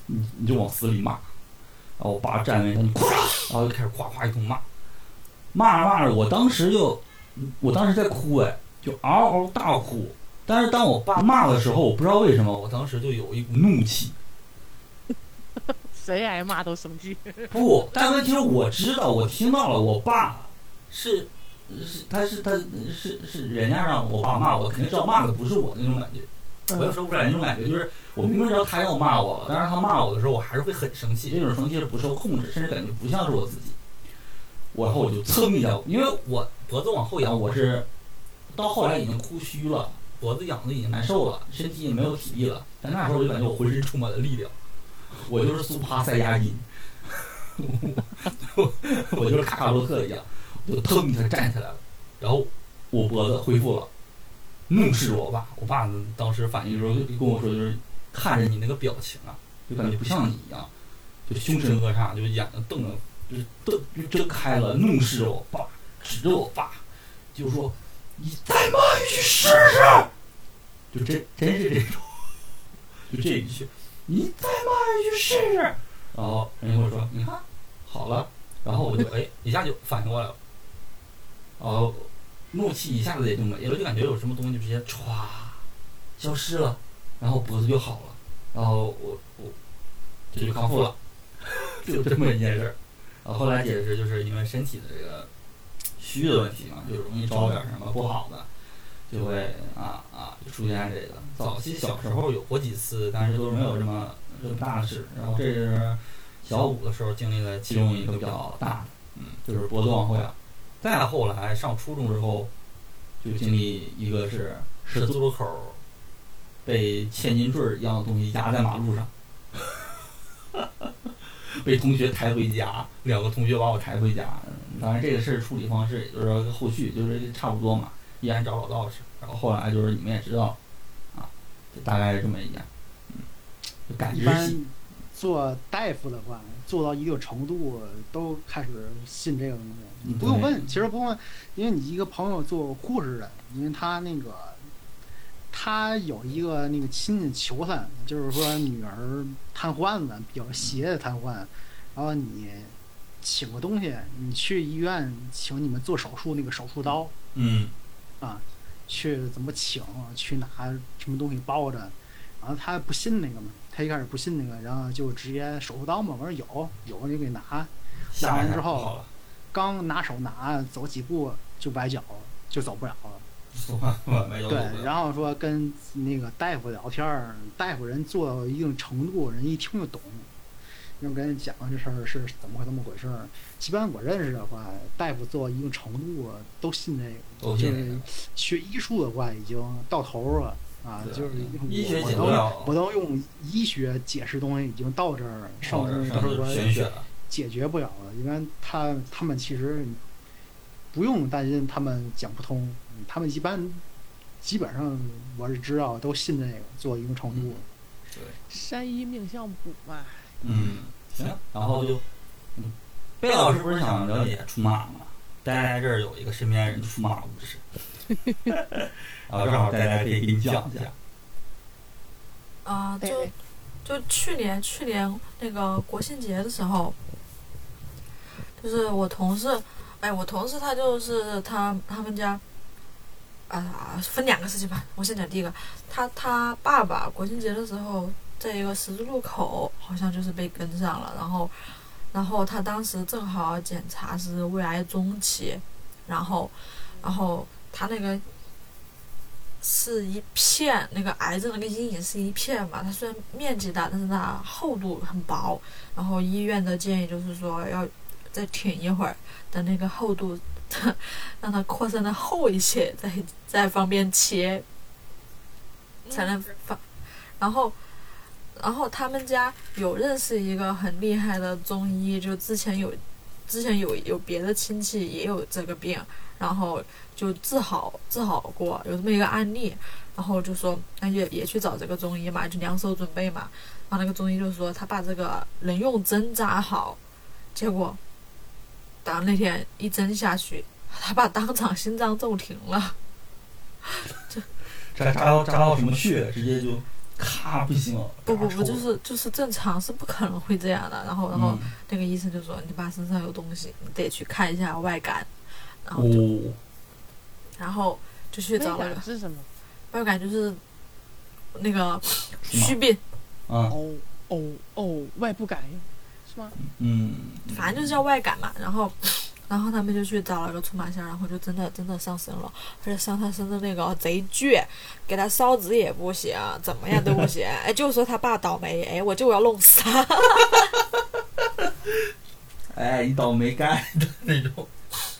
Speaker 2: 你你就往死里骂。然后我爸站那，你咵，然后就开始夸夸一通骂。骂着骂着，我当时就，我当时在哭哎，就嗷嗷大哭。但是当我爸骂的时候，我不知道为什么，我当时就有一股怒气。
Speaker 4: 谁挨骂都生气。
Speaker 2: 不，但问题是我知道，我听到了，我爸是是他是他是是人家让我爸骂我，肯定知道骂的不是我那种感觉。我也说不出来那种感觉，就是我明明知道他要骂我，但是他骂我的时候，我还是会很生气，这种生气是不受控制，甚至感觉不像是我自己。我然后我就蹭一下，因为我脖子往后仰，我是到后来已经哭虚了，脖子仰的已经难受了，身体也没有体力了。但那时候我就感觉我浑身充满了力量，我就是苏帕塞亚人，我我就是卡卡洛特一样，我就腾一下站起来了，然后我脖子恢复了。怒视我爸，我爸当时反应的时候就跟我说，就是看着你那个表情啊，就感觉不像你一样，就凶神恶煞，就眼睛瞪着，就是瞪就睁开了，怒视我爸，指着我爸，就说：“你再骂一句试试！”就真真是这种，就这一句，你再骂一句试试。然后人家跟我说：“你看，好了。”然后我就哎一下就反应过来了，然后怒气一下子也就没了，就感觉有什么东西直接歘消失了，然后脖子就好了，然后我我这就康复 了，就这么一件事儿。然后后来解释就是因为身体的这个虚的问题嘛，就容易招点什么不好的，就会啊啊就出现这个。早期小时候有过几次，但是都没有这么这么大的事。然后这是小五的时候经历了其中一个比较大的，嗯，就是脖子往后仰。再后来上初中之后，就经历一个是十字路口被千斤坠儿一样的东西压在马路上，被同学抬回家，两个同学把我抬回家。嗯当然这个事儿处理方式也就是后续就是差不多嘛，依然找老道士。然后后来就是你们也知道，啊，就大概是这么一件，嗯，就感
Speaker 3: 一
Speaker 2: 知
Speaker 3: 般
Speaker 2: 系
Speaker 3: 做大夫的话，做到一定程度都开始信这个东西。你不
Speaker 2: 嗯
Speaker 3: 用
Speaker 2: 对
Speaker 3: 问，其实不用问，因为你一个朋友做护士的，因为他那个他有一个那个亲戚求他，就是说女儿瘫痪了，比较邪的瘫痪，然后你请个东西，你去医院请你们做手术那个手术刀，
Speaker 2: 嗯
Speaker 3: 去怎么请，去拿什么东西包着，然后他不信那个嘛，他一开始不信那个，然后就直接手术刀嘛，我说有，有我就给拿，
Speaker 2: 下
Speaker 3: 完
Speaker 2: 来
Speaker 3: 之后
Speaker 2: 好了，
Speaker 3: 刚拿手拿走几步就崴脚了，就走不了了。
Speaker 2: 说话完没有
Speaker 3: 对
Speaker 2: 走，了
Speaker 3: 然后说跟那个大夫聊天儿，大夫人做到一定程度，人一听就懂。然后跟人讲这事儿是怎么回怎么回事儿。一般我认识的话，大夫做到一定程度都信这个，
Speaker 2: 都
Speaker 3: 就
Speaker 2: 信这
Speaker 3: 是
Speaker 2: 个
Speaker 3: 学医术的话已经到头儿了啊，
Speaker 2: 对
Speaker 3: 就是用
Speaker 2: 医学
Speaker 3: 我
Speaker 2: 解
Speaker 3: 我
Speaker 2: 不
Speaker 3: 都
Speaker 2: 了，
Speaker 3: 我都用医学解释东西已经到这儿了，剩
Speaker 2: 上
Speaker 3: 下
Speaker 2: 面
Speaker 3: 的都是
Speaker 2: 玄学
Speaker 3: 说
Speaker 2: 了，
Speaker 3: 解决不了了。一般他他们其实不用担心他们讲不通，嗯他们一般基本上我是知道都信这个做一定程度。
Speaker 4: 山医命相卜嘛，
Speaker 2: 嗯，行，然后就，嗯贝老师不是想了解出马吗？呆呆这儿有一个身边人出马故事，然后正好呆啊呆可以给你讲一
Speaker 7: 嗯
Speaker 2: 下。
Speaker 5: 啊、
Speaker 4: 对
Speaker 5: 就
Speaker 4: 对
Speaker 5: 就去年去年那个国庆节的时候，就是我同事，哎，我同事他就是他他们家，啊、分两个事情吧，我先讲第一个，他他爸爸国庆节的时候，在一个十字路口好像就是被跟上了，然后然后他当时正好检查是胃癌中期，然后然后他那个是一片，那个癌症那个阴影是一片嘛。它虽然面积大，但是它厚度很薄。然后医院的建议就是说要再挺一会儿，等那个厚度 让它扩散的厚一些，再 再方便切，才能放。然后，然后他们家有认识一个很厉害的中医，就之前有之前有有别的亲戚也有这个病，然后就治好治好过，有这么一个案例，然后就说那也也去找这个中医嘛，就两手准备嘛。然后那个中医就说他把这个能用针扎好，结果当那天一针下去，他把当场心脏骤停了。
Speaker 2: 扎扎到扎到什么穴，直接就咔不行了。
Speaker 5: 不不
Speaker 2: 扎
Speaker 5: 不，
Speaker 2: 抽
Speaker 5: 就
Speaker 2: 了
Speaker 5: 是就是正常是不可能会这样的。然后然后
Speaker 2: 嗯
Speaker 5: 那个医生就说你爸身上有东西，你得去看一下外感。然后就
Speaker 2: 哦，
Speaker 5: 然后就去
Speaker 4: 那
Speaker 5: 找那个
Speaker 4: 俩是什么？
Speaker 5: 外感就是那个
Speaker 2: 是吗
Speaker 5: 虚病。
Speaker 2: 啊，
Speaker 4: 哦哦哦，外部感应是吗？
Speaker 2: 嗯，
Speaker 5: 反正就是叫外感嘛。然后，然后他们就去找了个出马仙儿，然后就真的真的上身了，而且上他身的那个贼倔，给他烧纸也不行，怎么样都不行。哎，就说他爸倒霉，哎，我就要弄死他。
Speaker 2: 哎，你倒霉该的那种。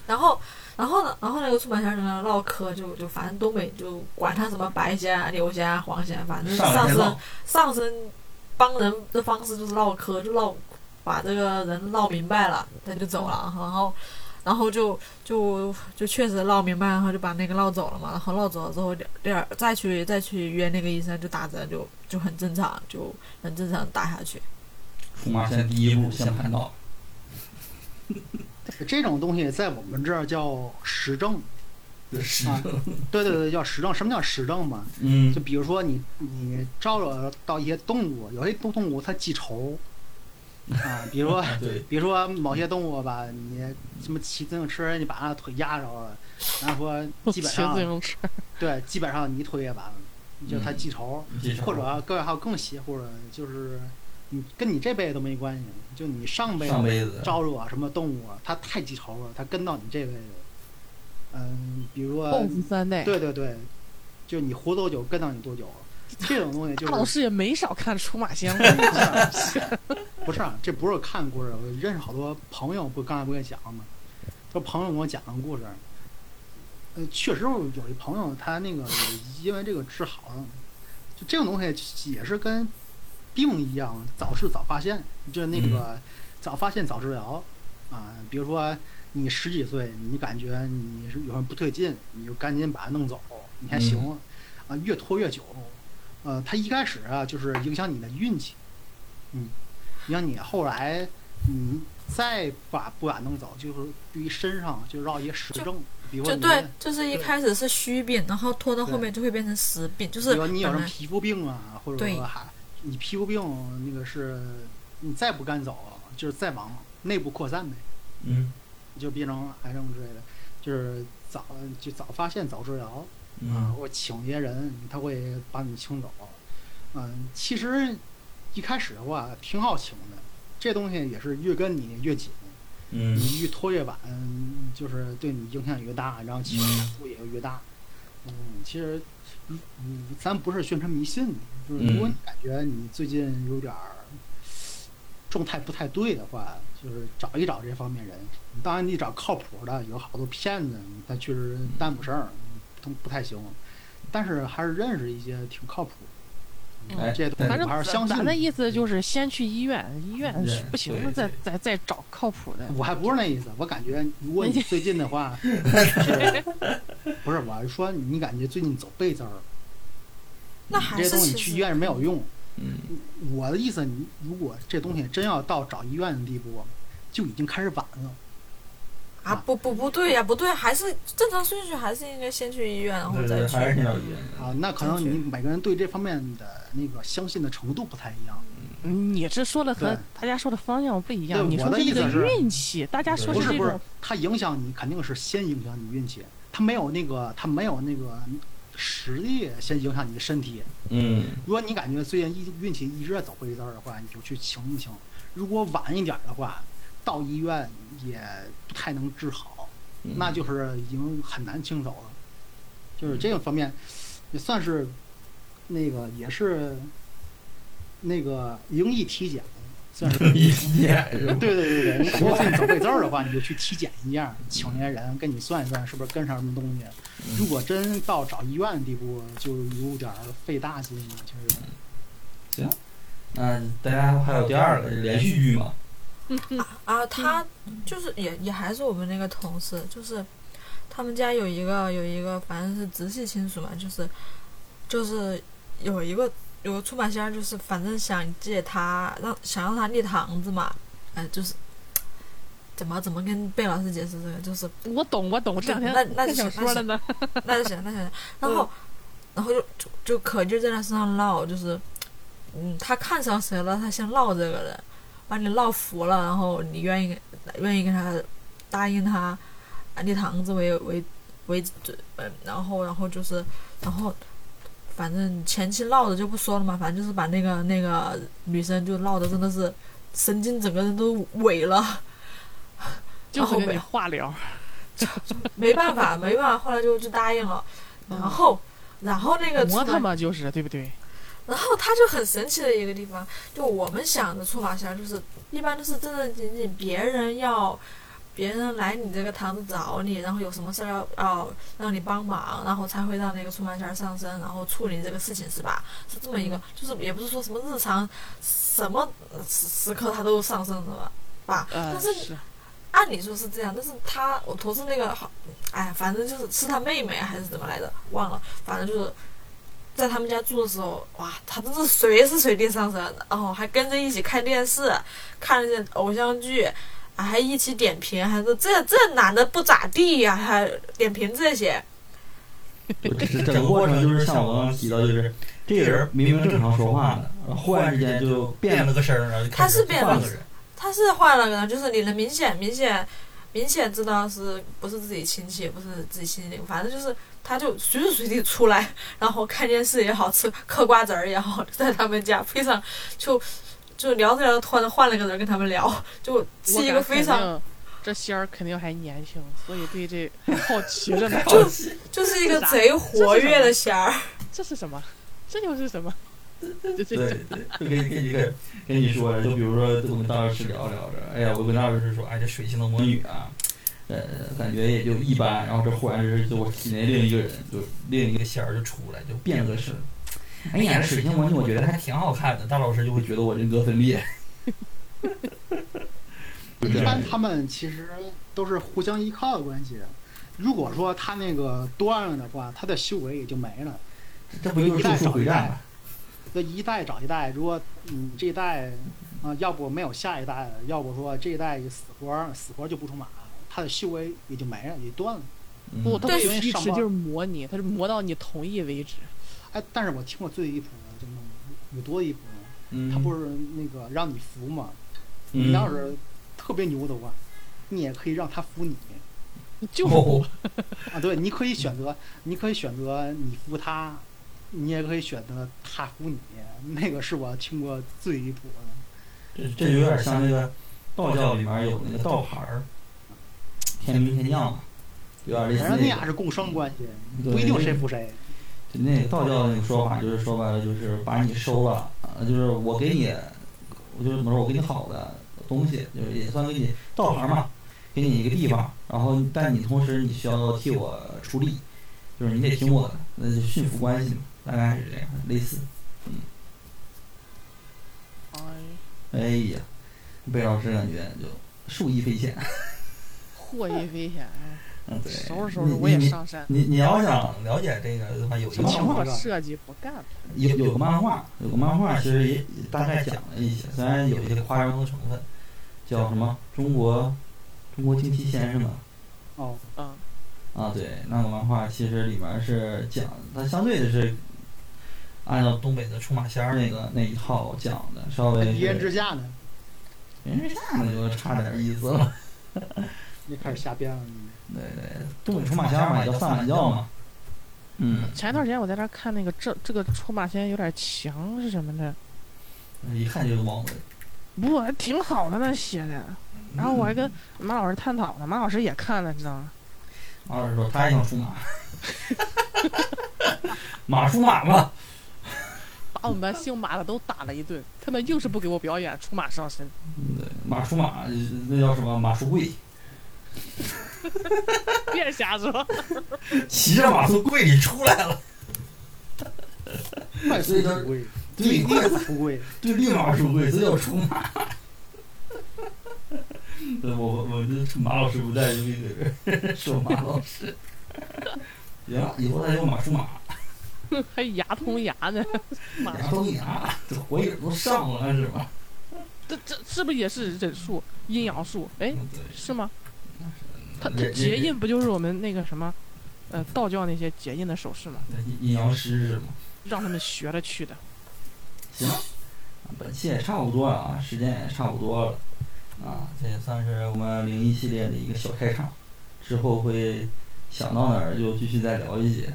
Speaker 5: 然后，然后呢，然后那个出马仙儿就跟他唠嗑，就就反正东北就管他什么白仙啊、刘仙啊、黄仙啊，反正
Speaker 2: 上来
Speaker 5: 上
Speaker 2: 先
Speaker 5: 身
Speaker 2: 唠
Speaker 5: 上身帮人的方式就是唠嗑，就唠把这个人唠明白了，他就走了，
Speaker 3: 嗯
Speaker 5: 然后。然后就就就确实唠明白，然后就把那个唠走了嘛。然后唠走了之后，第第二再去再去约那个医生，就打针就就很正常，就很正常打下去。
Speaker 2: 出马先第一步先盘道，
Speaker 3: 这种东西在我们这儿叫实证，
Speaker 2: 是
Speaker 3: 啊对对对，叫实证。什么叫实证嘛？
Speaker 2: 嗯
Speaker 3: 就比如说你你招惹到一些动物，有些动物它记仇啊，比如说
Speaker 2: 对，
Speaker 3: 比如说某些动物吧，你什么骑自行车，你把它腿压着了，然后说基本
Speaker 4: 骑自
Speaker 3: 上
Speaker 4: 行车，
Speaker 3: 对，基本上你腿也完了，就它记仇，
Speaker 2: 介绍
Speaker 3: 或者更还有更邪乎的，就是你跟你这辈子都没关系，就你上辈
Speaker 2: 上
Speaker 3: 子
Speaker 2: 辈子
Speaker 3: 招惹什么动物，它太记仇了，它跟到你这辈子，嗯，比如说
Speaker 4: 共夫呃三代。
Speaker 3: 对对对，就你活多久跟到你多久，这种东西
Speaker 4: 大老
Speaker 3: 就是
Speaker 4: 师也没少看出马仙了，
Speaker 3: 不是啊，这不是看故事，我认识好多朋友，不刚才不跟你讲了吗？说朋友给我讲个故事，呃，确实有一朋友他那个因为这个治好了，就这种东西也是跟病一样，早治早发现，就那个早发现早治疗啊。比如说你十几岁，你感觉你是有什么不对劲，你就赶紧把它弄走，你还行了啊，越拖越久，呃，它一开始啊就是影响你的运气，嗯，影响你后来你再把不把弄走，就是对于身上就绕一些实证，比如说
Speaker 5: 就
Speaker 3: 你
Speaker 5: 对，就是一
Speaker 3: 对
Speaker 5: 开始是虚病，然后拖到后面就会变成实病，就是
Speaker 3: 比如你有什
Speaker 5: 本
Speaker 3: 么
Speaker 5: 来
Speaker 3: 皮肤病啊，或者
Speaker 5: 对
Speaker 3: 说还你皮肤病那个是，你再不干走，就是再往内部扩散呗，
Speaker 2: 嗯
Speaker 3: 就变成癌症之类的，就是早就早发现早治疗啊，
Speaker 2: 嗯
Speaker 3: 或者请一些人，他会把你请走。嗯，其实一开始的话挺好请的，这东西也是越跟你越紧，
Speaker 2: 嗯
Speaker 3: 你越拖越晚，就是对你影响越大，然后起
Speaker 2: 嗯
Speaker 3: 付也越大。嗯，其实，嗯，嗯咱不是宣传迷信，就是如果
Speaker 2: 嗯
Speaker 3: 你感觉你最近有点儿状态不太对的话，就是找一找这方面人。嗯当然，你找靠谱的，有好多骗子，他确实嗯耽误事儿，都不太行。但是还是认识一些挺靠谱嗯
Speaker 2: 哎，
Speaker 3: 这东
Speaker 4: 反
Speaker 3: 西
Speaker 4: 正
Speaker 3: 我还是相信
Speaker 4: 咱的
Speaker 3: 的。
Speaker 4: 意思就是先去医院，医院
Speaker 2: 对
Speaker 4: 不行
Speaker 2: 对
Speaker 4: 了再
Speaker 2: 对
Speaker 4: 再再找靠谱的。
Speaker 3: 我还不是那意思，我感觉如果你最近的话， 是不是？我还说你感觉最近走背字儿，
Speaker 5: 那还
Speaker 3: 这些
Speaker 5: 是
Speaker 3: 东西
Speaker 5: 其
Speaker 3: 去
Speaker 5: 实
Speaker 3: 医院是没有用。
Speaker 7: 嗯，
Speaker 3: 我的意思，你如果这东西真要到找医院的地步，就已经开始晚了。
Speaker 5: 啊，不不不对呀、不对，还是正常顺序，还是应该先去医院，啊然后
Speaker 7: 对
Speaker 5: 再
Speaker 7: 对，
Speaker 5: 去。
Speaker 7: 还是要医院。
Speaker 3: 啊，那可能
Speaker 5: 正确
Speaker 3: 你每个人对这方面的那个相信的程度不太一样。
Speaker 4: 你这说的和
Speaker 3: 对
Speaker 4: 大家说的方向不一样，
Speaker 3: 对
Speaker 4: 你
Speaker 3: 我
Speaker 4: 说
Speaker 3: 的
Speaker 4: 是
Speaker 3: 意
Speaker 4: 这个
Speaker 3: 思是
Speaker 4: 运气，大家说
Speaker 3: 不是
Speaker 4: 这
Speaker 3: 不是
Speaker 4: 种，
Speaker 3: 它影响你肯定是先影响你运气，它没有那个它没有那个实力先影响你的身体。
Speaker 7: 嗯，
Speaker 3: 如果你感觉最近一运气一直在走灰字儿的话，你就去请一请。如果晚一点儿的话，到医院也不太能治好，那就是已经很难清走了。就是这个方面，也算是那个也是那个容易体检，算是
Speaker 7: 一天是吧
Speaker 3: 对对对对，你感觉自己走背字儿的话，你就去体检一下，请那些人跟你算一算，是不是跟上什么东西。如果真到找医院的地步，就有点儿费大劲了，就是。
Speaker 2: 嗯，大家还有第二个连续剧嘛？
Speaker 5: 啊，他
Speaker 4: 嗯
Speaker 5: 就是也也还是我们那个同事，就是他们家有一个有一个，反正是直系亲属嘛，就是就是有一个有个出马仙儿，就是反正想借他让想让他立堂子嘛，哎，就是怎么怎么跟贝老师解释这个，就是
Speaker 4: 我懂我懂，我这两天
Speaker 5: 那那
Speaker 4: 正想说了呢。
Speaker 5: 那就行，那就行。然后，然后就就就可劲儿在他身上唠，就是，嗯，他看上谁了，他先唠这个人，把你唠服了，然后你愿意跟愿意跟他答应他，啊，立堂子为为为准，嗯，然后然后就是，然后。反正前期唠的就不说了嘛，反正就是把那个那个女生就唠的真的是神经，整个人都萎了。
Speaker 4: 就
Speaker 5: 后
Speaker 4: 是跟
Speaker 5: 悔
Speaker 4: 你化疗，
Speaker 5: 没办法，没办法，后来就就答应了。然后，然后那个
Speaker 4: 磨
Speaker 5: 出
Speaker 4: 他
Speaker 5: 来
Speaker 4: 嘛就是对不对？
Speaker 5: 然后他就很神奇的一个地方，就我们想的出马仙儿就是一般都是正正经经，别人要别人来你这个堂子找你，然后有什么事儿要要让你帮忙，然后才会让那个出马仙儿上身，然后处理这个事情是吧？是这么一个，就是也不是说什么日常什么时时刻他都上身的吧。吧，
Speaker 4: 呃，
Speaker 5: 但是
Speaker 4: 是
Speaker 5: 按理说是这样，但是他我同事那个好，哎，反正就是是他妹妹还是怎么来着，忘了，反正就是在他们家住的时候，哇，他真是随时随地上身，然后还跟着一起看电视，看那些偶像剧。啊还一起点评，还说这这男的不咋地呀、还点评这些，
Speaker 2: 这这整个过程就是像我刚刚提到，就是这个人明明正常说话的，然后忽然之间就变
Speaker 7: 变
Speaker 2: 了
Speaker 7: 了个声儿，然后就开始
Speaker 5: 他是变了
Speaker 7: 换个人，
Speaker 5: 他是换了个人，就是你能明显明显明显知道是不是自己亲戚，也不是自己亲戚那个，反正就是他就随时随地出来，然后看电视也好，吃嗑瓜子儿也好，在他们家非常就就聊着聊着，突然换了个人跟他们聊， 就是
Speaker 4: 我
Speaker 5: 一
Speaker 4: 感
Speaker 5: 个
Speaker 4: 觉
Speaker 5: 非常
Speaker 4: 肯定这仙儿肯定还年轻，所以对这还好奇着呢。
Speaker 5: 就就是一个贼活跃的仙儿，
Speaker 4: 这是什么？这又是什么？这
Speaker 2: 对
Speaker 4: 这这
Speaker 2: 对， 就跟跟跟跟你说的，就比如说我跟大老师聊着聊着，哎呀，我跟大老师说，哎，这水性的魔女啊，呃，感觉也就一般。然后这忽然之间就我体内另一个人，就另一个仙儿就出来，就变了个身。哎呀，这水性魔女我觉得还挺好看的，大老师就会觉得我人格分裂。就
Speaker 3: 一
Speaker 2: 这样
Speaker 3: 般他们其实都是互相依靠的关系。如果说他那个断了的话，他的修为也就没了。
Speaker 2: 这不就是咒术回战吗？
Speaker 3: 这一代找一代，如果你嗯这一代啊、要不没有下一代了，要不说这一代死活死活就不出马，他的修为也就没了，也断了。
Speaker 7: 嗯
Speaker 4: 不，他
Speaker 5: 对
Speaker 4: 不允许
Speaker 3: 上
Speaker 4: 使
Speaker 3: 班
Speaker 4: 劲磨你，他是磨到你同意为止。
Speaker 3: 哎，但是我听过最离谱的，真的有多离谱呢？
Speaker 2: 嗯
Speaker 3: 他不是那个让你服吗？
Speaker 2: 嗯
Speaker 3: 你要是特别牛的话，你也可以让他服你
Speaker 4: 就
Speaker 7: 哦
Speaker 3: 啊。对，你可以选择，你可以选择你服他，你也可以选择他服你。那个是我听过最离谱的。
Speaker 2: 这这有点像那个道教里面有那个道牌儿，天兵天将嘛，有点类似
Speaker 3: 反正那
Speaker 2: 那
Speaker 3: 俩
Speaker 2: 个。
Speaker 3: 是共生关系，
Speaker 2: 对
Speaker 3: 不一定谁服谁。
Speaker 2: 就那个道教那个说法，就是说白了就是把你收了，呃，就是我给你，我就是怎么说，我给你好的东西，就是也算给你道牌嘛，给你一个地方，然后但你同时你需要替我出力，就是你得听我的，那就驯服关系嘛，大概是这样，类似。哎呀，被老师感觉就受益匪浅。
Speaker 4: 获益匪浅。
Speaker 2: 嗯，对，
Speaker 4: 收拾收
Speaker 2: 你
Speaker 4: 拾，我也
Speaker 2: 你
Speaker 4: 上山。
Speaker 2: 你你要想了解这个的话，有一
Speaker 4: 什
Speaker 2: 个
Speaker 4: 么
Speaker 2: 漫画
Speaker 4: 我设计不干了，
Speaker 2: 有有个漫画，有个漫画其实也大概讲了一些，虽然有一些夸张的成分，叫什么中国中国惊奇先生吧。
Speaker 3: 哦，
Speaker 4: 嗯，
Speaker 2: 啊，对，那个漫画其实里面是讲，它相对的是按照东北的出马仙儿那个那一套讲的，稍微
Speaker 3: 一人
Speaker 2: 是
Speaker 3: 之下呢，
Speaker 2: 人之下那就差点意思了。
Speaker 3: 你开始瞎编了。
Speaker 2: 对对， 东北出马仙儿嘛，也叫萨满教嘛。嗯，
Speaker 4: 前一段时间我在这儿看那个这这个出马仙有点强是什么呢？
Speaker 2: 一看就是网文。
Speaker 4: 不，还挺好的那写的。然后我还跟马老师探讨呢，马老师也看了，你知道吗？
Speaker 2: 二是说他也想出 马，马出马嘛。
Speaker 4: 把我们班姓马的都打了一顿，他们硬是不给我表演出马上身。
Speaker 2: 嗯对，马出马那叫什么？马出柜，
Speaker 4: 别瞎说，
Speaker 2: 骑着马从柜里出来了，
Speaker 3: 快速出柜，立刻出柜，
Speaker 2: 对，立马出柜，这叫出马。 对，我我这马老师不在，就闭嘴儿说马老师。 行了，以后他叫马出马，
Speaker 4: 还牙通牙呢。马
Speaker 2: 牙都牙，这火影都上了是吧？
Speaker 4: 这这是不是也是忍术、阴阳术？哎，
Speaker 2: 嗯 对，
Speaker 4: 是吗？它它
Speaker 2: 人
Speaker 4: 结印不就是我们那个什么，呃，道教那些结印的手势吗？
Speaker 2: 阴阴阳师是吗？
Speaker 4: 让他们学着去的。
Speaker 2: 行，本期也差不多了啊，时间也差不多了，啊，这也算是我们零一系列的一个小开场，之后会想到哪儿就继续再聊一些。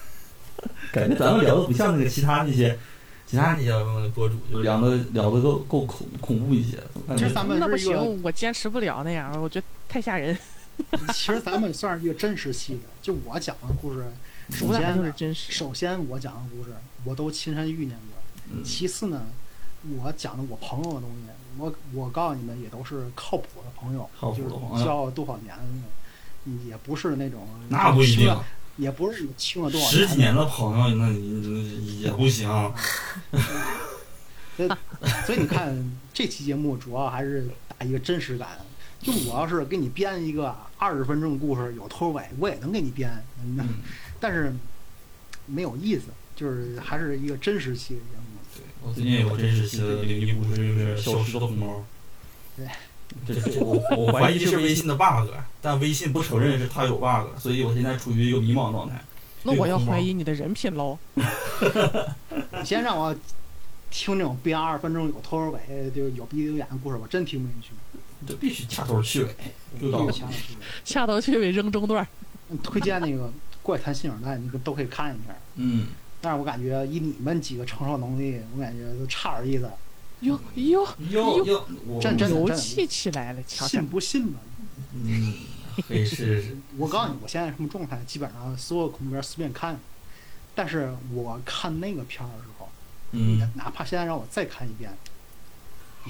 Speaker 2: 感觉咱们聊的不像那个其他那些， 其他那些博主就聊的聊的够够恐恐怖一些了，感觉
Speaker 3: 这咱们
Speaker 4: 那不
Speaker 3: 是一个，
Speaker 4: 行，我坚持不了那样，我觉得太吓人。
Speaker 3: 其实咱们算是一个真实系的。就我讲的故事，首
Speaker 4: 主打的
Speaker 3: 先
Speaker 4: 就是
Speaker 3: 呢，
Speaker 4: 真实。
Speaker 3: 首先我讲的故事我都亲身遇见过，
Speaker 2: 嗯
Speaker 3: 其次呢，我讲的我朋友的东西，我我告诉你们也都是靠谱的朋友，
Speaker 2: 靠谱
Speaker 3: 就
Speaker 2: 的
Speaker 3: 是
Speaker 2: 朋友
Speaker 3: 交了多少年的，也不是那种
Speaker 2: 那不一
Speaker 3: 听
Speaker 2: 定
Speaker 3: 了，也不是你听了多少
Speaker 2: 十几年的朋友那你也不行，
Speaker 3: 所以所以你看 这期节目主要还是打一个真实感。就我要是给你编一个二十分钟故事，有头有尾，我也能给你编，嗯
Speaker 2: 嗯
Speaker 3: 但是没有意思，就是还是一个真实期的节目。
Speaker 2: 我最近有个真实系的灵异故事，就是消失的红包。
Speaker 3: 对，
Speaker 2: 这这我 我怀疑是微信的 bug，但微信不承认是它有 bug，所以我现在处于一个迷茫状态。
Speaker 4: 那我要怀疑你的人品喽。
Speaker 3: 你先让我听这种编二十分钟有头有尾，就是有鼻子有眼的故事，我真听不进去。
Speaker 2: 这必须掐头去尾，有道
Speaker 3: 我
Speaker 2: 理
Speaker 3: 强烈推荐
Speaker 4: 下头去尾扔中段儿，
Speaker 3: 嗯推荐那个《怪谈新影带》，你们都可以看一下。
Speaker 2: 嗯，
Speaker 3: 但是我感觉以你们几个承受能力，我感觉都差点意思。
Speaker 4: 哟哟，
Speaker 7: 嗯
Speaker 2: 要要我
Speaker 3: 真真的
Speaker 4: 油气起来了，瞧瞧
Speaker 3: 信。不信吧？
Speaker 2: 嗯，可以试试。
Speaker 3: 我告诉你，我现在什么状态，基本上所有恐怖片随便看。但是我看那个片儿的时候，
Speaker 2: 嗯，
Speaker 3: 哪怕现在让我再看一遍，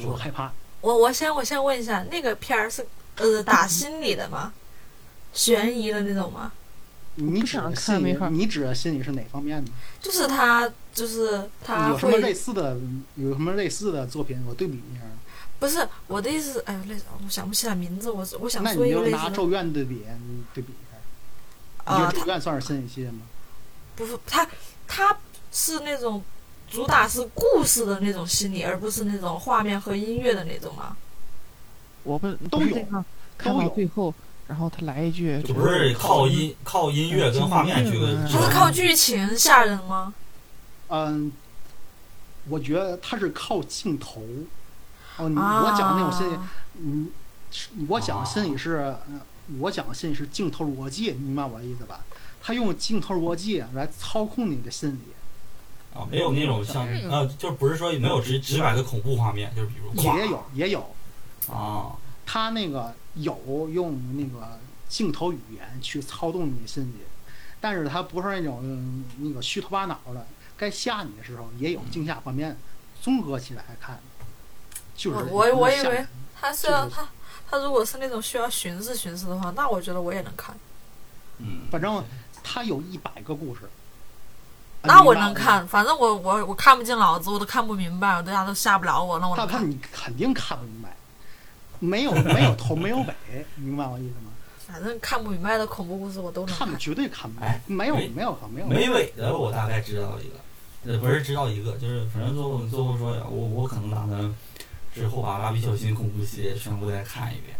Speaker 3: 我害怕。
Speaker 5: 我我先我先问一下，那个片儿是呃打心理的吗？悬疑的那种吗？
Speaker 3: 你
Speaker 4: 不
Speaker 3: 指
Speaker 4: 想
Speaker 3: 的
Speaker 4: 看
Speaker 3: 心
Speaker 4: 没
Speaker 3: 理
Speaker 4: 法，
Speaker 3: 你指的心理是哪方面的？
Speaker 5: 就是他啊就是他
Speaker 3: 有什么类
Speaker 5: 会
Speaker 3: 似的？有什么类似的作品？我对比一下。
Speaker 5: 不是我的意思是，哎呦，类似我想不起来名字，我我想
Speaker 3: 那
Speaker 5: 说
Speaker 3: 你
Speaker 5: 一个
Speaker 3: 就
Speaker 5: 类
Speaker 3: 拿《
Speaker 5: 似的
Speaker 3: 咒怨》对比，你对比一下。你觉
Speaker 5: 啊，
Speaker 3: 得《
Speaker 5: 他
Speaker 3: 咒怨》算是心理系的吗？
Speaker 5: 不是他他是那种主打是故事的那种心理，而不是那种画面和音乐的那种吗？
Speaker 4: 我不
Speaker 3: 都
Speaker 4: 不是
Speaker 3: 有
Speaker 4: 这样看到
Speaker 3: 有
Speaker 4: 最后，然后他来一句，
Speaker 6: 就不是靠
Speaker 2: 嗯
Speaker 6: 音靠音乐跟画面去
Speaker 4: 嗯
Speaker 3: 啊
Speaker 5: 他是靠剧情吓人吗？
Speaker 3: 嗯，我觉得它是靠镜头。哦，你
Speaker 5: 啊，
Speaker 3: 我讲的那种心理，嗯，是我讲的心理是，呃我讲的心理是镜头逻辑，你明白我的意思吧？他用镜头逻辑来操控你的心理。
Speaker 2: 嗯
Speaker 6: 啊，没有那种像呃，就不是说没有直直白的恐怖画面，就是比如咵
Speaker 3: 也有也有，
Speaker 2: 啊，
Speaker 3: 他那个有用那个镜头语言去操纵你的心理，但是他不是那种嗯那个虚头巴脑的，该吓你的时候也有惊吓画面，综合起来看，就是
Speaker 5: 我我我以
Speaker 3: 吓人
Speaker 5: 为他是
Speaker 3: 就是
Speaker 5: 要他他如果是那种需要巡视巡视的话，
Speaker 3: 啊
Speaker 5: 那我觉得我也能看。
Speaker 2: 嗯，
Speaker 3: 反正他有一百个故事，
Speaker 5: 那我能看，反正我我我看不进脑子，我都看不明白，我大家都吓不了我，那我
Speaker 3: 大
Speaker 5: 能看
Speaker 3: 胖，你肯定看不明白，没有没有头没有尾，明白我意思吗？
Speaker 5: 反正看不明白的恐怖故事我都能
Speaker 3: 看不绝对看不明白
Speaker 7: 哎，
Speaker 3: 没有
Speaker 7: 没
Speaker 3: 没有没有
Speaker 7: 没尾的我大概知道一个，呃，不是知道一个，就是反正最后最后说呀，我我可能打算之后把蜡笔小新恐怖系列全部再看一遍，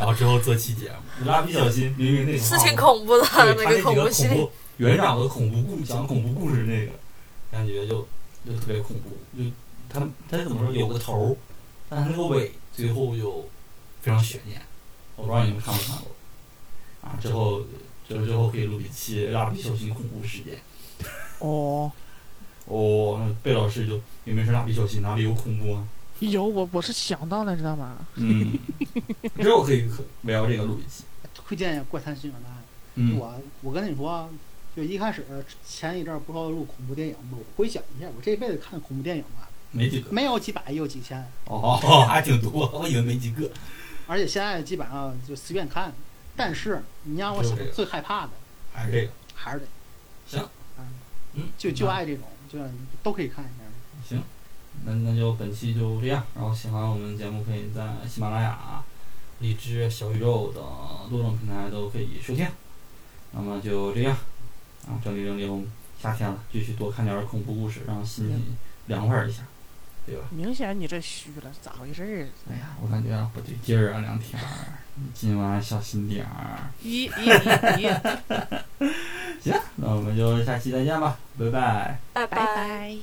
Speaker 7: 然后之后做期节目。蜡笔小新明明那个
Speaker 5: 是挺恐怖的
Speaker 7: 对他
Speaker 5: 那个恐
Speaker 7: 几
Speaker 5: 怖
Speaker 7: 个
Speaker 5: 系
Speaker 7: 恐
Speaker 5: 列，
Speaker 7: 怖园长的恐怖故讲恐怖故事那个，感觉就就特别恐怖，就他他怎么说有个头儿，但他那个尾最后就非常悬念。我不知道你们看没看过啊？之后之后之后可以录一期蜡笔小新恐怖事件。
Speaker 4: 哦，
Speaker 7: 哦，贝老师就明明是蜡笔小新，哪里有恐怖啊？
Speaker 4: 有我我是想到的，知道吗？
Speaker 7: 嗯，这我可以可围绕这个录一期。
Speaker 3: 推荐怪谈新闻案。
Speaker 7: 嗯，
Speaker 3: 我我跟你说啊，就一开始前一阵儿不说录恐怖电影吗？我回想一下，我这辈子看恐怖电影吧，
Speaker 7: 没几个
Speaker 3: 没有几百，也有几千，
Speaker 7: 哦，哦还挺多，我以为没几个。
Speaker 3: 而且现在基本上就随便看。但是你让我想最害怕的
Speaker 7: 还是这个
Speaker 3: 还是得，
Speaker 7: 行，嗯，
Speaker 3: 就就爱这种，就都可以看一下。
Speaker 7: 行，那那就本期就这样。然后喜欢我们节目，可以在喜马拉雅、啊荔枝、小宇宙等多种平台都可以收听。那么就这样啊，整理整理，我们夏天了，继续多看点儿恐怖故事，让心
Speaker 2: 嗯
Speaker 7: 里凉快一下，对吧？
Speaker 4: 明显你这虚了，咋回事儿？
Speaker 7: 哎呀，我感觉不对劲儿啊，梁天儿，你今晚小心点儿。
Speaker 4: 一一一一，
Speaker 7: 行，那我们就下期再见吧，拜拜。
Speaker 5: 拜
Speaker 4: 拜拜。